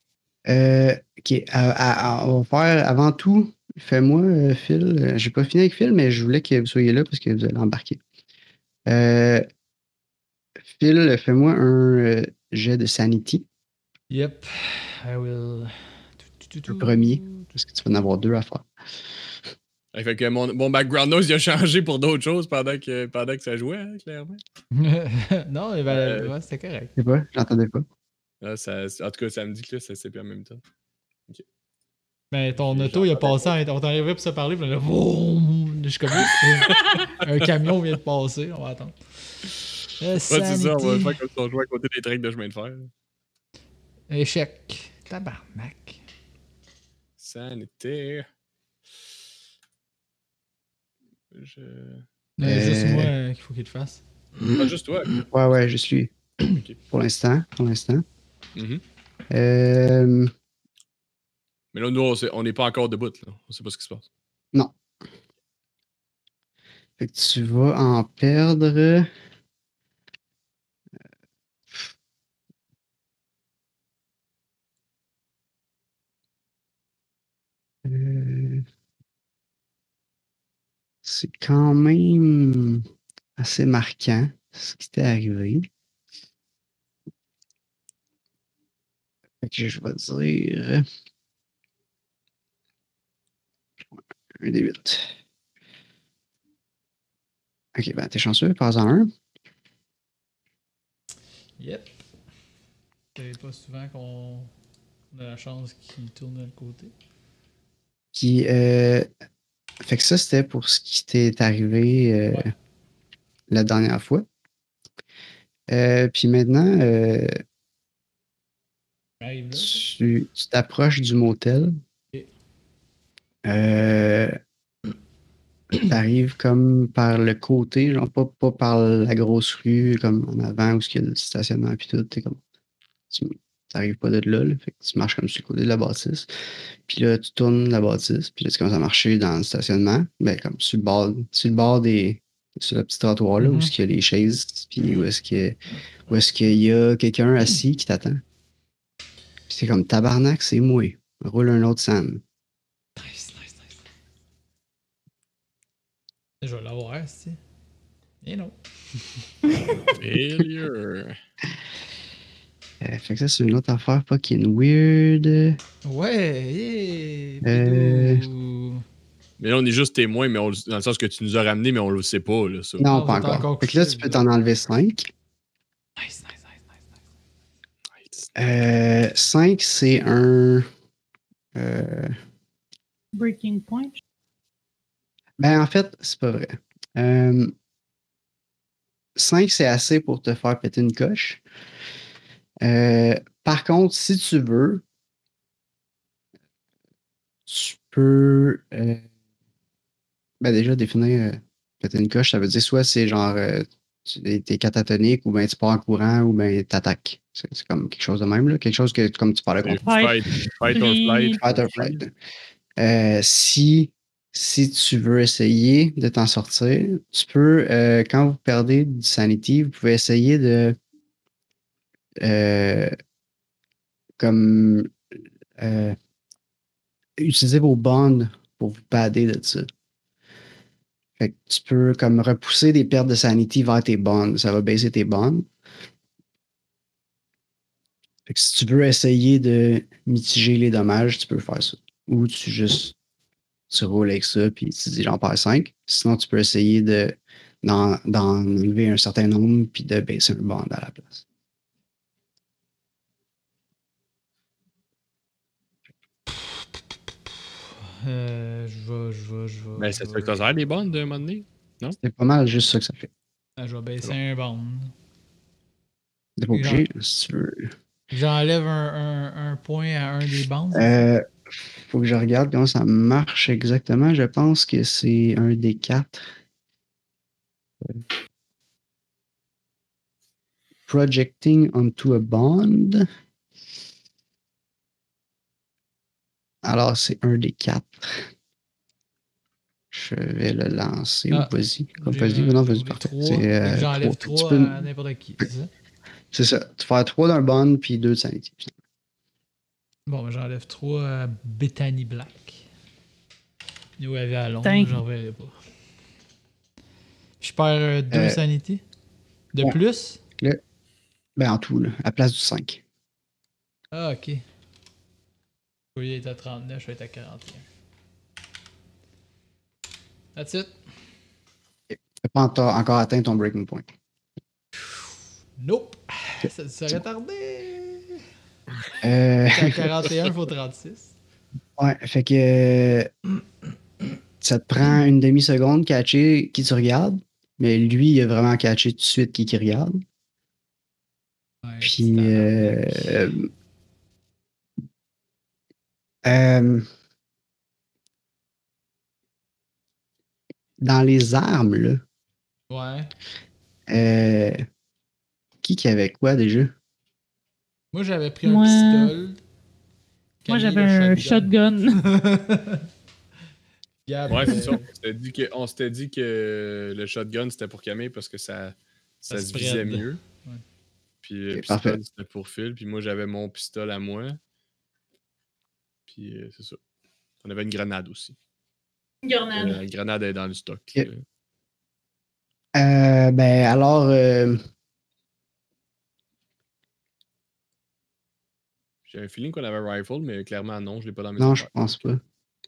Euh, ok, euh, à- à- on va faire avant tout, fais-moi, euh, Phil. euh, J'ai pas fini avec Phil, mais je voulais que vous soyez là parce que vous allez embarquer. Euh, Phil, fais-moi un euh, jet de sanity.
Yep. I will.
Le premier. Parce que tu vas en avoir deux à faire.
Ouais, Fait que mon, mon background noise il a changé pour d'autres choses pendant que, pendant que ça jouait, hein, clairement.
*laughs* non, mais ben,
Euh,
ouais, c'était correct.
Je sais pas, j'entendais pas.
Là, ça, en tout cas, ça me dit que là, ça s'est plus en même temps.
Mais Ben, ton
j'ai-
auto, il a passé. en- On t'en arrivait pour se parler. Puis là, vroom, je suis comme. *laughs* un camion vient de passer. On va attendre. Euh,
Ouais, c'est ça, on va
sanity.
faire comme si on jouait à côté des tracks de chemin de fer.
Échec. Tabarnak.
Sanité. Je...
Non, il y a Juste
Euh.
moi euh, qu'il faut qu'il le fasse.
Ah, juste toi.
Ouais, ouais, je suis.
Ok.
Pour l'instant, pour l'instant.
Mhm.
Euh,
Mais là, nous, on sait- on n'est pas encore debout. Là. On sait pas ce qui se passe.
fait que tu vas en perdre. euh, Euh, C'est quand même assez marquant ce qui t'est arrivé. Fait que je vais dire. Un des huit. Ok, ben t'es chanceux, passe en un.
Yep. C'est pas souvent qu'on qu'on a la chance qu'il tourne de l'autre côté.
Puis, euh, fait que ça, c'était pour ce qui t'est arrivé euh,
Ouais.
la dernière fois. Euh, puis maintenant, euh,
Arrive là.
tu tu t'approches du motel.
Ok.
Euh, T'arrives comme par le côté, genre pas, pas par la grosse rue, comme en avant où il y a le stationnement puis tout. T'es comme. Tu t'arrives pas de là, là, fait que tu marches comme sur le côté de la bâtisse. Puis là, tu tournes la bâtisse, puis là, tu commences à marcher dans le stationnement, mais comme sur le bord, sur le bord des. sur le petit trottoir là, où
Mhm.
est-ce qu'il y a les chaises, puis où est-ce que où est-ce qu'il y a quelqu'un assis qui t'attend. Puis c'est comme tabarnak, c'est moué. Roule un autre Sam.
Nice, nice, nice. Je vais l'avoir, si. Et non.
Failure.
Euh, fait que ça, c'est une autre affaire fucking weird.
Ouais, yeah,
Euh.
bidou.
mais là, on est juste témoin, mais on, le- dans le sens que tu nous as ramené, mais on le sait pas. Là, ça.
Non,
Non,
pas
t'es
encore.
encore
fait que là,
couché,
tu peux
là.
t'en enlever 5.
Nice, nice, nice, nice, nice.
5, Euh, c'est un. euh,
Breaking point.
Ben, en fait, c'est pas vrai. 5, c'est assez pour te faire péter une coche. Euh, par contre, si tu veux, tu peux euh, ben déjà définir euh, péter une coche. Ça veut dire soit c'est genre euh, tu es t'es catatonique ou ben tu pars en courant ou ben t'attaques. C'est c'est comme quelque chose de même, là. quelque chose que comme tu parlais
Fight,
contre
fight, fight or flight.
Fight or flight, là. Euh, si, si tu veux essayer de t'en sortir, tu peux, euh, quand vous perdez du sanity, vous pouvez essayer de euh, comme euh, utilisez vos bonnes pour vous padder de ça. Fait que tu peux comme repousser des pertes de sanity vers tes bonnes. Ça va baisser tes bonnes. Fait que si tu veux essayer de mitiger les dommages, tu peux faire ça. Ou tu juste tu roules avec ça puis tu dis j'en perds 5. Sinon, tu peux essayer de d'en d'en enlever un certain nombre puis de baisser un bond à la place.
Euh, je vais, je vais, je vais.
Mais
je
c'est ça
vais-
que t'as les bonnes d'un moment donné.
C'est pas mal juste ça que ça fait.
Ah, je vais baisser un bond.
T'es pas
Et
obligé, si tu veux.
J'enlève un, un- un point à un des bandes.
Euh, faut que je regarde comment ça marche exactement. Je pense que c'est un des quatre. Projecting onto a bond. Alors, c'est un des quatre. Je vais le lancer.
Ah,
ou vas-y.
J'ai-
Vas-y, non,
j'en ai
vas-y, parfait.
trois.
C'est, euh,
Fait que J'enlève
trois. Tu
trois
peux-
à n'importe qui. c'est ça?
C'est ça. Tu faire trois d'un bond puis deux de sanity.
Bon, ben, j'enlève trois à Bethany Black. Nous, elle avait à Londres,
Thank-
j'en reverrai pas. Je perds euh, deux
Euh,
sanity. De
ouais.
plus?
Ben, en tout, là, à place du 5.
Ah, ok. Au lieu d'être à 39, je vais être à 41. That's it.
T'as pas encore- encore atteint ton breaking point.
Nope. *laughs* Ça serait tardé. T'es
Euh,
à 41, faut 36.
*laughs* ouais, fait que ça te prend une demi-seconde catcher qui tu regardes, mais lui, il a vraiment catché tout de suite qui qui regarde.
Ouais,
Puis,
c'est
euh,
tabarnak.
euh, euh, dans les armes, là,
Ouais.
euh, qui qui avait quoi déjà?
Moi, j'avais pris un
Moi-
pistolet.
Moi, j'avais un shotgun.
*laughs* Gab,
Ouais, c'est
euh,
ça. On s'était dit que, on s'était dit que le shotgun, c'était pour Camille parce que ça, ça,
Ça
se
spread.
visait mieux.
Ouais.
Puis le
Ok,
pistolet,
parfait.
c'était pour Phil. Puis moi, j'avais mon pistolet à moi. Puis euh, c'est ça. On avait une grenade aussi.
Une
Euh,
grenade.
la grenade est dans le stock.
Ah. Ok.
Euh,
Euh, ben alors, euh,
J'ai un feeling qu'on avait un rifle, mais clairement, non, je l'ai pas dans mes
non, je
affaires.
pense pas.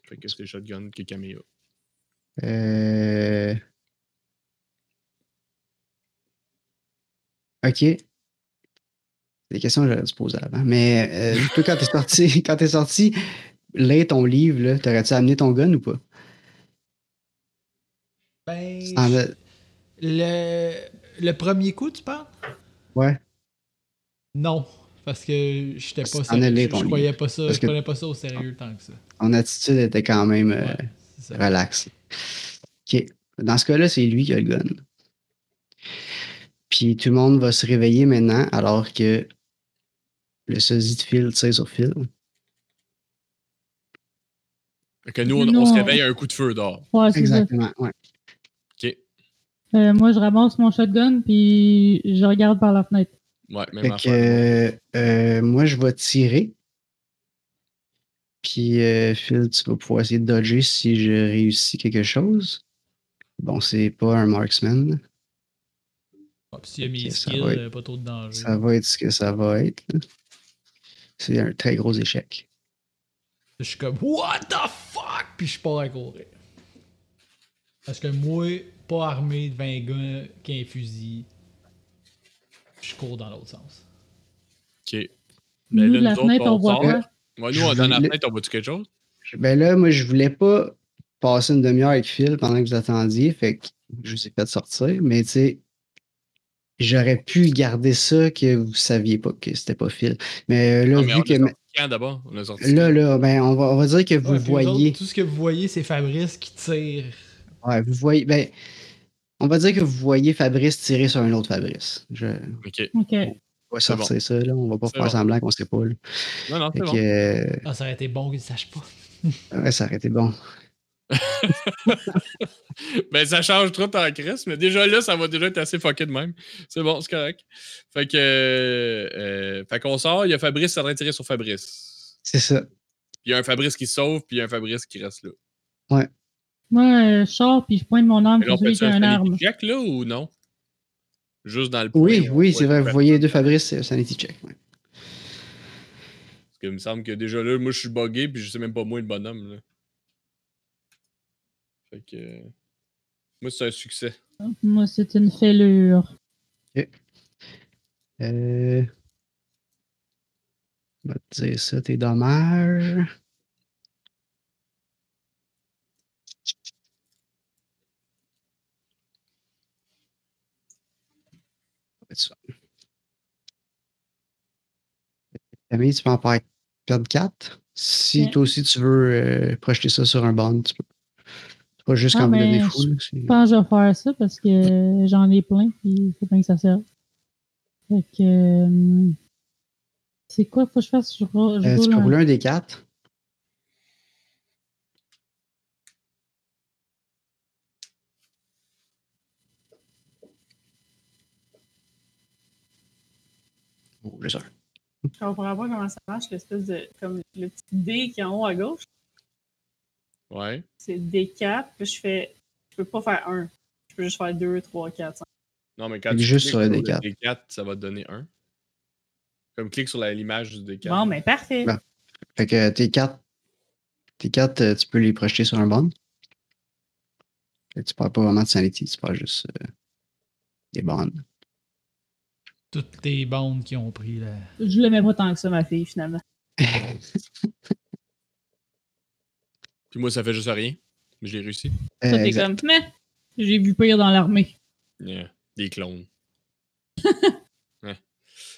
Fait que c'est le shotgun que Camille a.
Euh... Ok. Des questions que j'aurais dû poser avant. Mais euh, toi, quand t'es sorti, quand t'es sorti, lire ton livre, là, t'aurais-tu amené ton gun ou pas?
ben,
Tu t'en as-
le, le premier coup, tu parles?
Ouais.
Non, parce que j'étais
Parce
pas
que t'en
sérieux.
allais,
Je,
ton
je croyais pas ça,
Parce
je
que-
prenais pas ça au sérieux tant que ça.
Ton attitude était quand même euh,
Ouais, c'est ça.
relaxe. OK. Dans ce cas-là, c'est lui qui a le gun. Puis tout le monde va se réveiller maintenant alors que le sosie de fil tire sur fil.
Fait que nous, on,
Non.
on se réveille à un coup de feu dehors.
Ouais, c'est ça.
Exactement, ouais.
OK.
Euh, moi, je ramasse mon shotgun, puis je regarde par la fenêtre.
Ouais, même
Fait que
affaire.
euh, moi, je vais tirer. Puis euh, Phil, tu vas pouvoir essayer de dodger si je réussis quelque chose. Bon, c'est pas un marksman.
Ouais, puis S'il y a mes
Ok, ça
skills,
va être-
euh, pas trop de danger.
Ça va être ce que ça va être. là. C'est un très gros échec.
Je suis comme What the fuck? Puis je pars à courir. Parce que moi, pas armé de 20 gars qu'un fusil, je cours dans l'autre sens.
OK. Mais
nous,
là,
de la
nous autres,
fenêtre, on
on
voit
sort.
quoi?
Ouais, nous, on, dans la
Le-
fenêtre, on voit-tu quelque chose?
Je- Ben là, moi, je voulais pas passer une demi-heure avec Phil pendant que vous attendiez. Fait que je vous ai fait sortir. Mais tu sais, j'aurais pu garder ça que vous saviez pas que c'était pas Phil. Mais euh, là,
Non, mais on
vu que.
a sorti quand d'abord? On a sorti.
Là, là, ben, on, va, on va dire que vous
Ouais, puis eux
voyez.
autres, tout ce que vous voyez, c'est Fabrice qui tire.
Ouais, vous voyez. Ben, on va dire que vous voyez Fabrice tirer sur un autre Fabrice. Je on
OK.
OK.
va
C'est
sortir ça, là. On va pas
C'est
faire
bon.
semblant qu'on sait pas. Là.
Non, non,
Fait
c'est bon.
que, euh,
Ah, ça aurait été bon qu'ils ne sachent pas.
ouais, ça aurait été bon.
Ben, ça change trop en crise, mais déjà là, ça va déjà être assez fucké de même. C'est bon, c'est correct. Fait euh, que. euh, fait qu'on sort, il y a Fabrice, ça train de tirer sur Fabrice.
C'est ça.
Puis il y a un Fabrice qui se sauve, puis il y a un Fabrice qui reste là.
Moi, euh, je sors puis je pointe mon arme
Mais là,
sur
on
celui
fait
qui a une arme.
Jack là ou non? Juste dans le
Oui,
point, on
oui,
voit
c'est vrai.
le
Vous
fait.
voyez deux Fabrice, euh, Sanity Check. ouais.
Parce que il me semble que déjà là, moi je suis buggé, puis je sais même pas moi le bonhomme. Là. Fait que. euh, Moi, c'est un succès.
Moi, c'est une fêlure.
Euh... On va te dire ça, tes dommages. Ça va être ça. Camille, tu peux en per- perdre 4. Si
Ouais.
toi aussi tu veux euh, projeter ça sur un bond, tu peux. C'est pas juste
Ah,
quand vous
ben,
avez
je
fou. là, c'est-
Je pense que je vais faire ça parce que euh, j'en ai plein puis il faut bien que ça serve. Fait que. euh, c'est quoi faut que je fasse? Je, ro- je
Euh, tu
roule
peux
un-
rouler un des 4. Oh, j'ai ça.
Je comprends pas comment ça marche, l'espèce de. Comme le petit dé qui est en haut à gauche.
Ouais.
C'est D4, puis je fais. Je peux pas faire 1. Je peux juste faire 2, 3, 4, 5.
Non, mais quand
Clique juste
cliques
sur le
le
D4.
D4, ça va te donner un. Comme clique sur la- l'image du D4.
Bon, mais parfait.
Ben, Fait que tes 4, tes 4 tu peux les projeter sur un bond. Fait que tu parles pas vraiment de sanity, tu parles juste euh, des bonds.
Toutes tes bandes qui ont pris la.
Je l'aimais pas tant que ça, ma fille, finalement.
Puis moi, ça fait juste rien. Mais je l'ai réussi.
Ça, t'es
Euh, exact.
comme, mais j'ai vu pire dans l'armée.
Yeah. Des
*laughs*
clones. Ouais.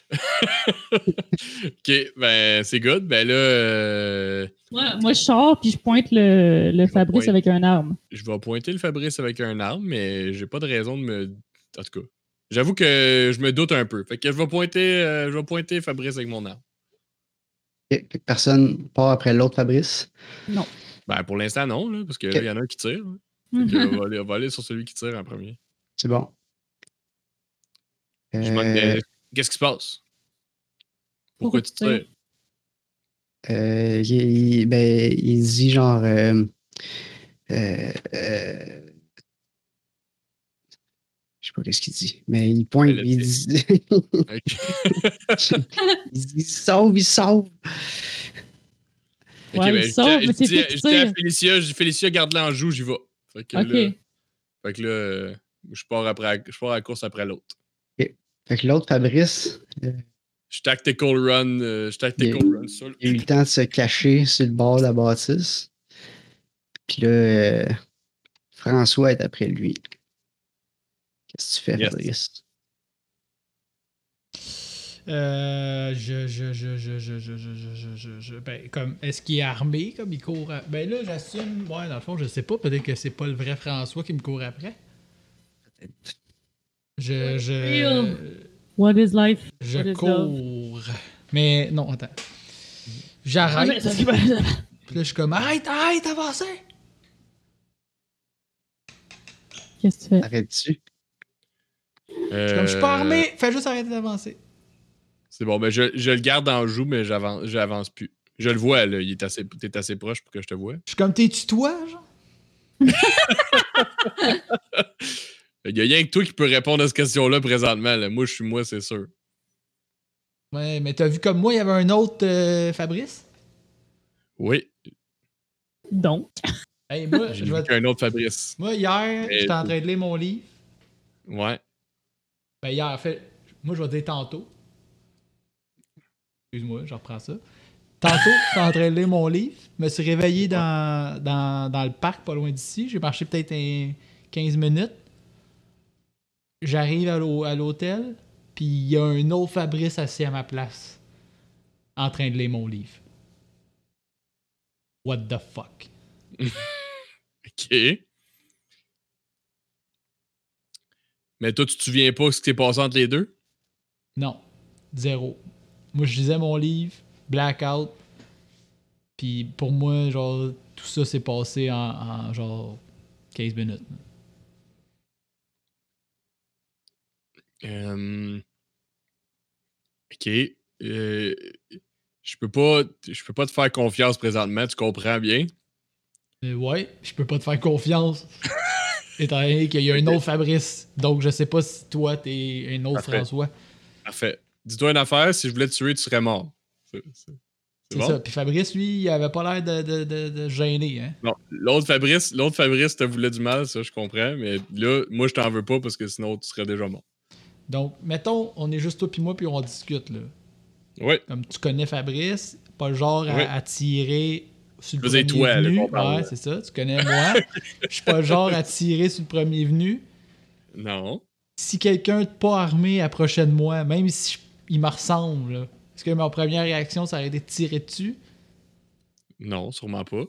*laughs* ok, ben c'est good. Ben là, euh,
Moi, moi, je sors puis je pointe le, le
Je vais
Fabrice
pointer.
avec un arme.
je vais pointer le Fabrice avec un arme, mais j'ai pas de raison de me. En tout cas, j'avoue que je me doute un peu. Fait que je vais pointer, euh, je vais pointer Fabrice avec mon arme.
Ok, fait que personne part après l'autre Fabrice.
Ben pour l'instant, non, là, parce que là, il y en a un qui tire. là. Fait
Mhm.
que, on, va aller, on va aller sur celui qui tire en premier.
C'est bon.
Je
Euh,
manque de- Qu'est-ce qui se passe?
Pourquoi
Pourquoi tu
tu tires?
tires?
Euh, il, il- ben, il dit genre euh, euh, euh, je sais pas qu'est-ce qu'il dit, mais il pointe,
Elle a
il
dit.
dit
Ok.
*laughs* il dit, sauve, il sauve.
Ok,
Ouais,
ben,
il
je
sauve,
dis à-
mais
je
c'est
dis à-
toi qui
je dis à
tires.
Félicia, je dis, Félicia, garde-la en joue, j'y vais. Fait que,
Ok.
là, fait que là, euh, je pars, après, la- je pars à la course après l'autre.
Fait que l'autre Fabrice, euh,
Je tactical run, euh, je tactical run sur le-
il a eu le temps de se cacher sur le bord de la bâtisse. Puis là, euh, François est après lui. Qu'est-ce que tu fais,
Yes.
Fabrice?
Euh, je, je, je, je, je, je, je, je, je, je, je- ben, comme, est-ce qu'il est armé, comme il court à- Ben là, j'assume, ouais, dans le fond, je sais pas, peut-être que c'est pas le vrai François qui me court après.
Peut-être.
Je,
Real.
je,
What is life? What
je
is
cours. Mais non, attends.
Ah, mais
J'arrête.
ça, c'est pas-
Puis là, je suis comme, arrête, arrête, avancez!
Qu'est-ce que tu fais?
Arrête-tu?
Je suis comme, je suis pas
Euh,
armé, fais juste arrêter d'avancer.
C'est bon, ben je, je le garde en joue, mais j'avance, j'avance plus. Je le vois, là, il est assez, t'es assez proche pour que je te vois.
Je suis comme, t'es-tu toi, genre?
Il y a rien que toi qui peut répondre à cette question-là présentement. là. Moi, je suis moi, c'est sûr.
Ouais, mais t'as vu comme moi, il y avait un autre euh, Fabrice?
Oui,
Donc,
Hey, moi,
j'ai
je vais
vu
te-
qu'un autre Fabrice.
Moi, hier,
Et-
j'étais en train de lire mon livre.
Ouais.
Ben, hier, en fait, moi, je vais dire tantôt. Excuse-moi, je reprends ça. Tantôt, *laughs* j'étais en train de lire mon livre. Je me suis réveillé dans, dans, dans le parc, pas loin d'ici. J'ai marché peut-être un 15 minutes. J'arrive à l'hô- à l'hôtel, puis il y a un autre Fabrice assis à ma place, en train de lire mon livre. What the fuck?
OK. Mais toi, tu te souviens pas de ce qui s'est passé entre les deux?
Non. Zéro. Moi, je lisais mon livre, Blackout. Puis pour moi, genre, tout ça s'est passé en, en, genre 15 minutes.
Euh, Ok. Euh, je peux pas, je peux pas te faire confiance présentement, tu comprends bien.
Euh, ouais, je peux pas te faire
*laughs*
confiance. étant donné qu'il y a un autre Fabrice. Donc, je sais pas si toi, t'es un autre
Parfait.
François.
Parfait. Dis-toi une affaire, si je voulais te tuer, tu serais mort. C'est c'est- c'est
C'est
bon?
ça. Puis Fabrice, lui, il avait pas l'air de, de, de, de gêner, hein.
Non, l'autre Fabrice, l'autre Fabrice te voulait du mal, ça je comprends, mais là, moi je t'en veux pas parce que sinon tu serais déjà mort.
Donc, mettons, on est juste toi puis moi, puis on discute, là.
Oui,
Comme tu connais Fabrice, pas le genre à,
Oui.
à tirer sur le
Je veux dire,
premier
toi, là,
venu.
qu'on parle,
ouais,
là.
c'est ça. Tu connais moi. Je suis pas le genre à tirer sur le premier venu.
non.
Si quelqu'un de pas armé approchait de moi, même si je- il me ressemble, là, est-ce que ma première réaction, ça aurait été de tirer dessus?
Non, sûrement pas.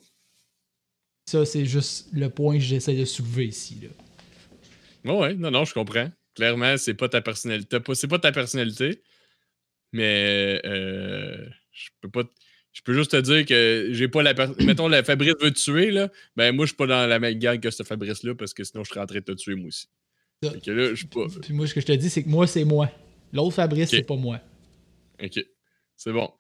Ça, c'est juste le point que j'essaie de soulever ici, là.
Ouais, ouais, non, non, je comprends. Clairement, c'est pas ta personnalité. pas- C'est pas ta personnalité. Mais euh, je peux pas. t- Je peux juste te dire que j'ai pas la personne. Mettons, la Fabrice veut te tuer, là. Ben, moi, je suis pas dans la même gang que ce Fabrice-là, parce que sinon, je serais en train de te tuer, moi aussi.
Ça.
Fait que là, je suis pas.
Puis moi, ce que je te dis, c'est que moi, c'est moi. L'autre Fabrice,
Ok.
c'est pas moi.
OK. C'est bon.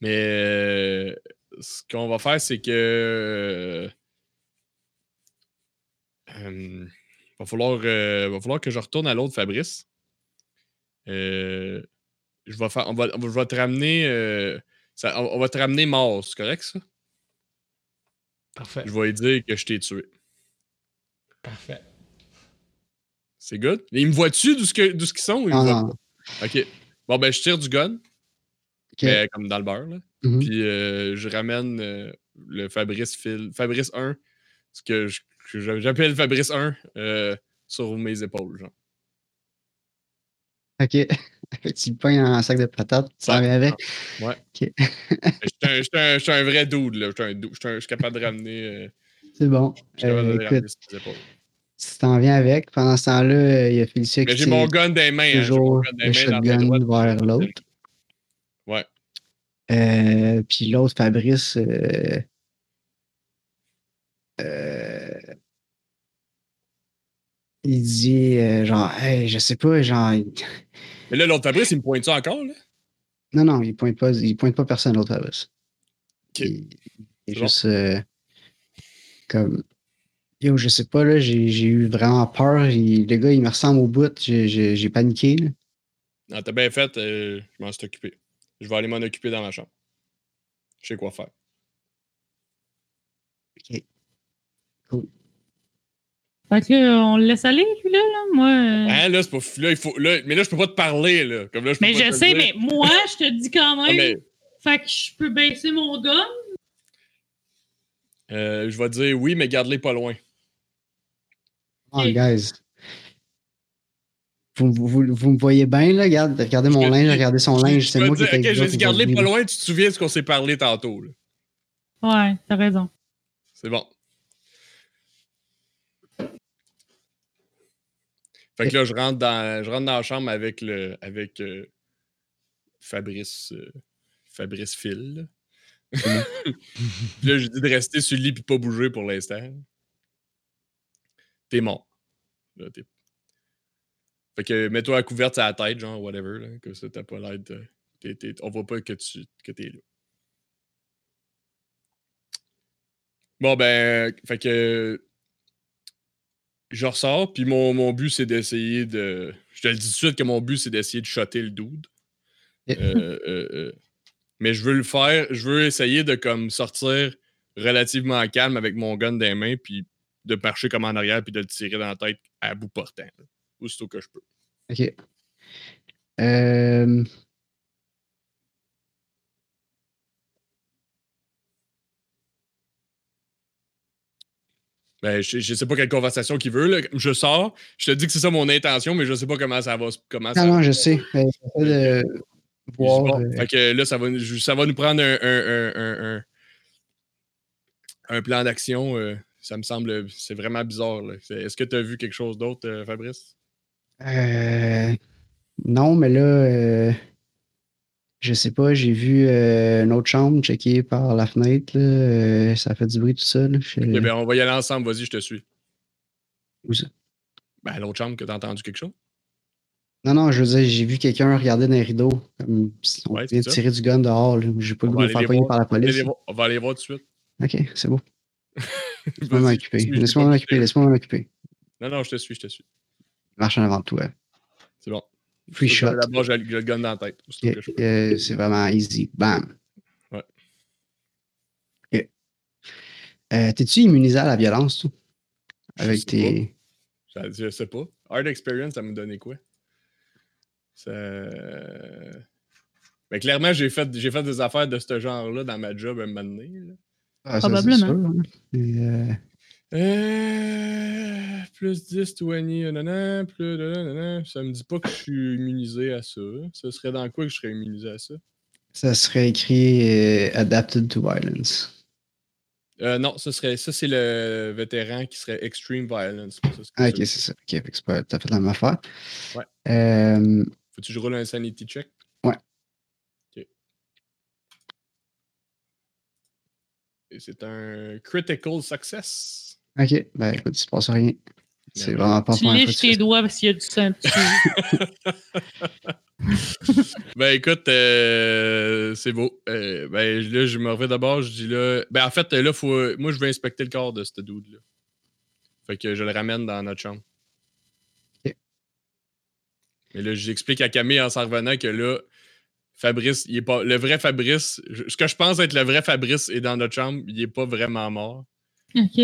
Mais euh, ce qu'on va faire, c'est que. euh, va, falloir, euh, va falloir que je retourne à l'autre Fabrice. Euh, je, vais faire, on va, on va- je vais te ramener. euh, ça- on, on va te ramener mort, c'est correct ça?
Parfait.
Je vais lui dire que je t'ai tué.
Parfait.
C'est good? Il me voit-tu d'où ce que- d'où ce qu'ils sont? ou il me
Non,
voit
non.
pas? OK. Bon, ben, je tire du gun. Ben, comme dans le beurre, là.
Mhm.
Puis euh, je ramène euh, le Fabrice Phil, Fabrice 1, ce que je- que j'a- j'appelle Fabrice 1 euh, sur mes épaules, genre.
Ok. *laughs* Fait que tu le pognes en sac de patates, tu t'en
Ouais.
viens avec.
Je suis un, j'étais un vrai dude, là. J'étais un dude. J'étais un- Je suis capable de ramener. euh,
C'est bon.
je suis capable
Euh,
de
écoute.
ramener sur mes épaules.
Tu t'en viens avec. Pendant ce temps-là, euh, il y a Félicia
Mais
qui
j'ai mon
tire
gun dans les mains. hein, j'ai mon
toujours
gun dans les
le
mains, dans la main
shotgun
droite.
vers l'autre.
Ouais.
Euh, puis l'autre, Fabrice. euh, euh, il dit euh, genre, hey, je sais pas, genre. il-
Mais là, l'autre Fabrice, il me pointe ça encore, là.
Non, non, il pointe pas, il pointe pas personne, l'autre Fabrice.
Ok.
Il, il est
C'est bon.
juste euh, comme. Yo, je sais pas, là, j'ai j'ai eu vraiment peur. Il- le gars, il me ressemble au bout. J'ai- J'ai j'ai paniqué. là.
Non, t'as bien fait. euh, je m'en suis occupé. Je vais aller m'en occuper dans ma chambre. Je sais quoi faire.
Fait que là, on le laisse aller, lui, là, là. Moi. euh,
Hein, là, c'est pas. Là, il faut. là, mais là, je peux pas te parler, là. Comme là, je peux
mais
pas
je
te le
sais,
dire.
mais moi, je te dis quand
Ah,
même.
mais-
Fait que je peux baisser mon gun.
Euh, je vais te dire oui, mais garde-les pas loin.
Oh,
Ok.
guys. Vous, vous, vous- vous me voyez bien, là? Regarde, regardez mon
Je-
linge, regardez son linge.
Je
C'est
vais
moi
te
qui
dire,
étais
ok,
avec
je
vous
vais te
autres
dire, garde-les pas
aujourd'hui.
loin, tu te souviens de ce qu'on s'est parlé tantôt. là.
Ouais, t'as raison.
C'est bon. Fait que là, je rentre dans, je rentre dans la chambre avec le avec euh, Fabrice euh, Fabrice Phil. là. Puis là, je dis de rester sur le lit et pas bouger pour l'instant. T'es mort. Là, t'es- Fait que mets-toi la couverte à la tête, genre, whatever. là, comme ça, t'as pas l'air de. t'es- t'es- On voit pas que tu que t'es là. Bon, ben, fait que. Je ressors, puis mon, mon but, c'est d'essayer de. Je te le dis tout de suite que mon but, c'est d'essayer de shotter le dude.
Yeah.
Euh, euh, euh, Mais je veux le faire, je veux essayer de comme sortir relativement calme avec mon gun dans les mains, puis de marcher comme en arrière, puis de le tirer dans la tête à bout portant, là, aussitôt que je peux.
Ok. Euh,
Ben, je, je sais pas quelle conversation qu'il veut, là. je sors, je te dis que c'est ça mon intention, mais je sais pas comment ça va. se- Comment Ah, ça
non, non,
va.
je sais. mais j'essaie de
Je dis,
voir.
bon,
euh,
fait que là, ça va, nous- je- ça va nous prendre un, un- un- un- un- un plan d'action. euh, ça me semble, c'est vraiment bizarre. là. C'est- Est-ce que tu as vu quelque chose d'autre, euh, Fabrice?
Euh, non, mais là, euh, je sais pas, j'ai vu euh, une autre chambre checkée par la fenêtre. là, euh, ça fait du bruit tout ça. là, je-
Eh bien, on va y aller ensemble. Vas-y, je te suis.
Euh. Où ça?
Ben, l'autre chambre que tu as entendu quelque chose?
Non, non, je veux dire, j'ai vu quelqu'un regarder dans les rideaux. Comme, si on
Ouais,
vient de
c'est
tirer du gun dehors. là. J'ai pas le
On
goût
va
de me
aller
faire
les
pogner
voir.
par la
On va aller
police.
les voir- on va aller voir tout de suite.
Ok, c'est bon. Laisse-moi m'en occuper.
Vas-y,
Laisse-moi m'en occuper. Laisse-moi m'en occuper.
Non, non, je te suis, je te suis.
Il Marche en avant de toi.
C'est bon.
Free
Je te
shot.
mets La broche, je, je le gonne dans la tête. aussitôt
Ok,
que je-
euh, c'est vraiment easy. Bam.
Ouais.
Ok. Euh, T'es-tu immunisé à la violence, toi?
Je
Avec
sais
tes.
Ça- Je sais pas. Hard experience, ça me donnait quoi? Ça... euh, Mais clairement, j'ai fait, j'ai fait des affaires de ce genre-là dans ma job un moment donné. là.
Ah, ça, c'est
Probablement.
sûr, hein. Et, euh,
Euh, plus 10, 20, nanana, plus nanana. Ça me dit pas que je suis immunisé à ça. Ce serait dans quoi que je serais immunisé à ça?
ça serait écrit euh, Adapted to Violence.
Euh, non, ce serait ça, c'est le vétéran qui serait Extreme Violence. Ça, c'est
Ah, ok, c'est
celui-
ça. Ok, fait que c'est pas tout à fait la même affaire.
Ouais.
Euh,
Faut-tu que je roule un sanity check?
Ouais.
Ok. Et c'est un critical success.
ok, ben écoute, il se passe rien. C'est
Merveilleux.
vraiment pas la
Tu
première fois
lèches
que tu fais
tes
ça.
doigts parce qu'il y a du sang dessus.
Ben écoute, euh, c'est beau. Euh, ben là, je me reviens d'abord, je dis là. Ben en fait, là, faut. Moi, je vais inspecter le corps de ce dude-là. Fait que je le ramène dans notre chambre.
Ok.
Mais là, j'explique à Camille en s'en revenant que là, Fabrice, il est pas. Le vrai Fabrice, je- ce que je pense être le vrai Fabrice est dans notre chambre, il est pas vraiment mort.
*laughs* ok.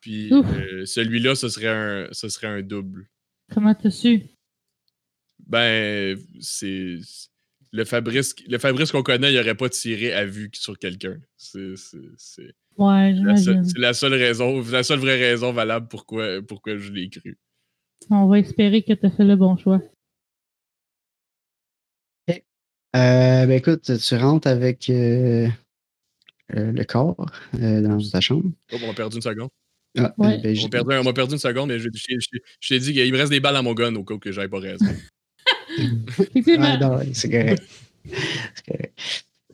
Puis
Ouf.
euh, celui-là, ce serait un ce serait un double.
Comment t'as su?
Ben, c'est. Le Fabrice, le Fabrice qu'on connaît, il n'aurait pas tiré à vue sur quelqu'un. C'est c'est- c'est
Ouais,
la, seule-
j'imagine.
c'est la seule raison, la seule vraie raison valable pourquoi, pourquoi je l'ai cru.
On va espérer que t'as fait le bon choix.
Euh, ben écoute, tu rentres avec euh, euh, le corps euh, dans ta chambre.
Oh, on a perdu une seconde.
Ah,
Ouais.
euh, ben,
On
j'ai-
a perdu, on m'a perdu une seconde, mais je, je- je- je t'ai dit qu'il me reste des balles dans mon gun au cas où que j'avais pas raison.
Effectivement.
Ouais, non, ouais, c'est correct. *laughs* C'est correct.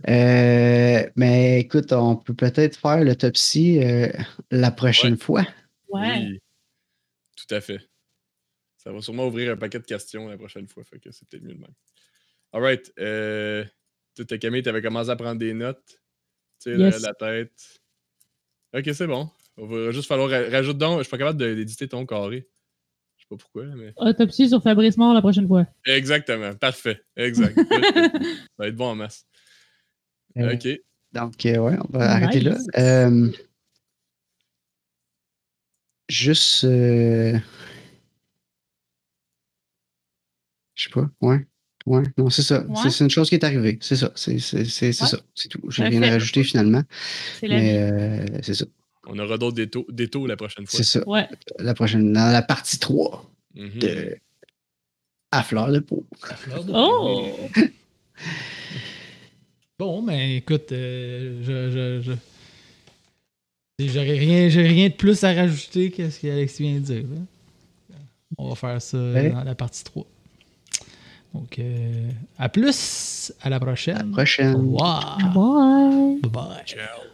Euh, mais écoute, on peut peut-être faire l'autopsie euh, la prochaine fois.
ouais.
Oui, tout à fait. Ça va sûrement ouvrir un paquet de questions la prochaine fois, fait que c'est peut-être mieux de même. All right. Euh, toi, t'as- Camille, tu avais commencé à prendre des notes. Tu sais,
Yes.
la, la tête. Ok, c'est bon. On va juste falloir. ra- Rajoute donc. Je suis pas capable de- d'éditer ton carré. Je sais pas pourquoi, mais.
Autopsie sur Fabrice Mort la prochaine fois.
Exactement. Parfait. Exact. Ça va être bon en masse.
Euh,
Ok.
Donc, euh, ouais, on va
Nice.
arrêter là. Euh, juste. euh, Je sais pas, ouais. Ouais, non, c'est ça.
Ouais.
C'est- C'est une chose qui est arrivée. C'est ça. C'est c'est- c'est- c'est
Ouais.
ça. C'est tout. J'ai rien à
Parfait.
rajouter finalement.
C'est la
Mais
vie.
euh, c'est ça.
On aura d'autres déto- détos la prochaine fois.
C'est ça.
Ouais.
La prochaine, dans la partie 3
Mhm.
de À fleur de peau.
euh,
Oh!
Bon, ben écoute, euh, je. je, je... Et J'aurais rien, j'ai rien de plus à rajouter que ce qu'Alex vient de dire. là. On va faire ça
Ouais.
dans la partie 3. Donc, euh, à plus, à la
À la
prochaine.
prochaine.
Au revoir.
Bye!
Bye bye.
Ciao.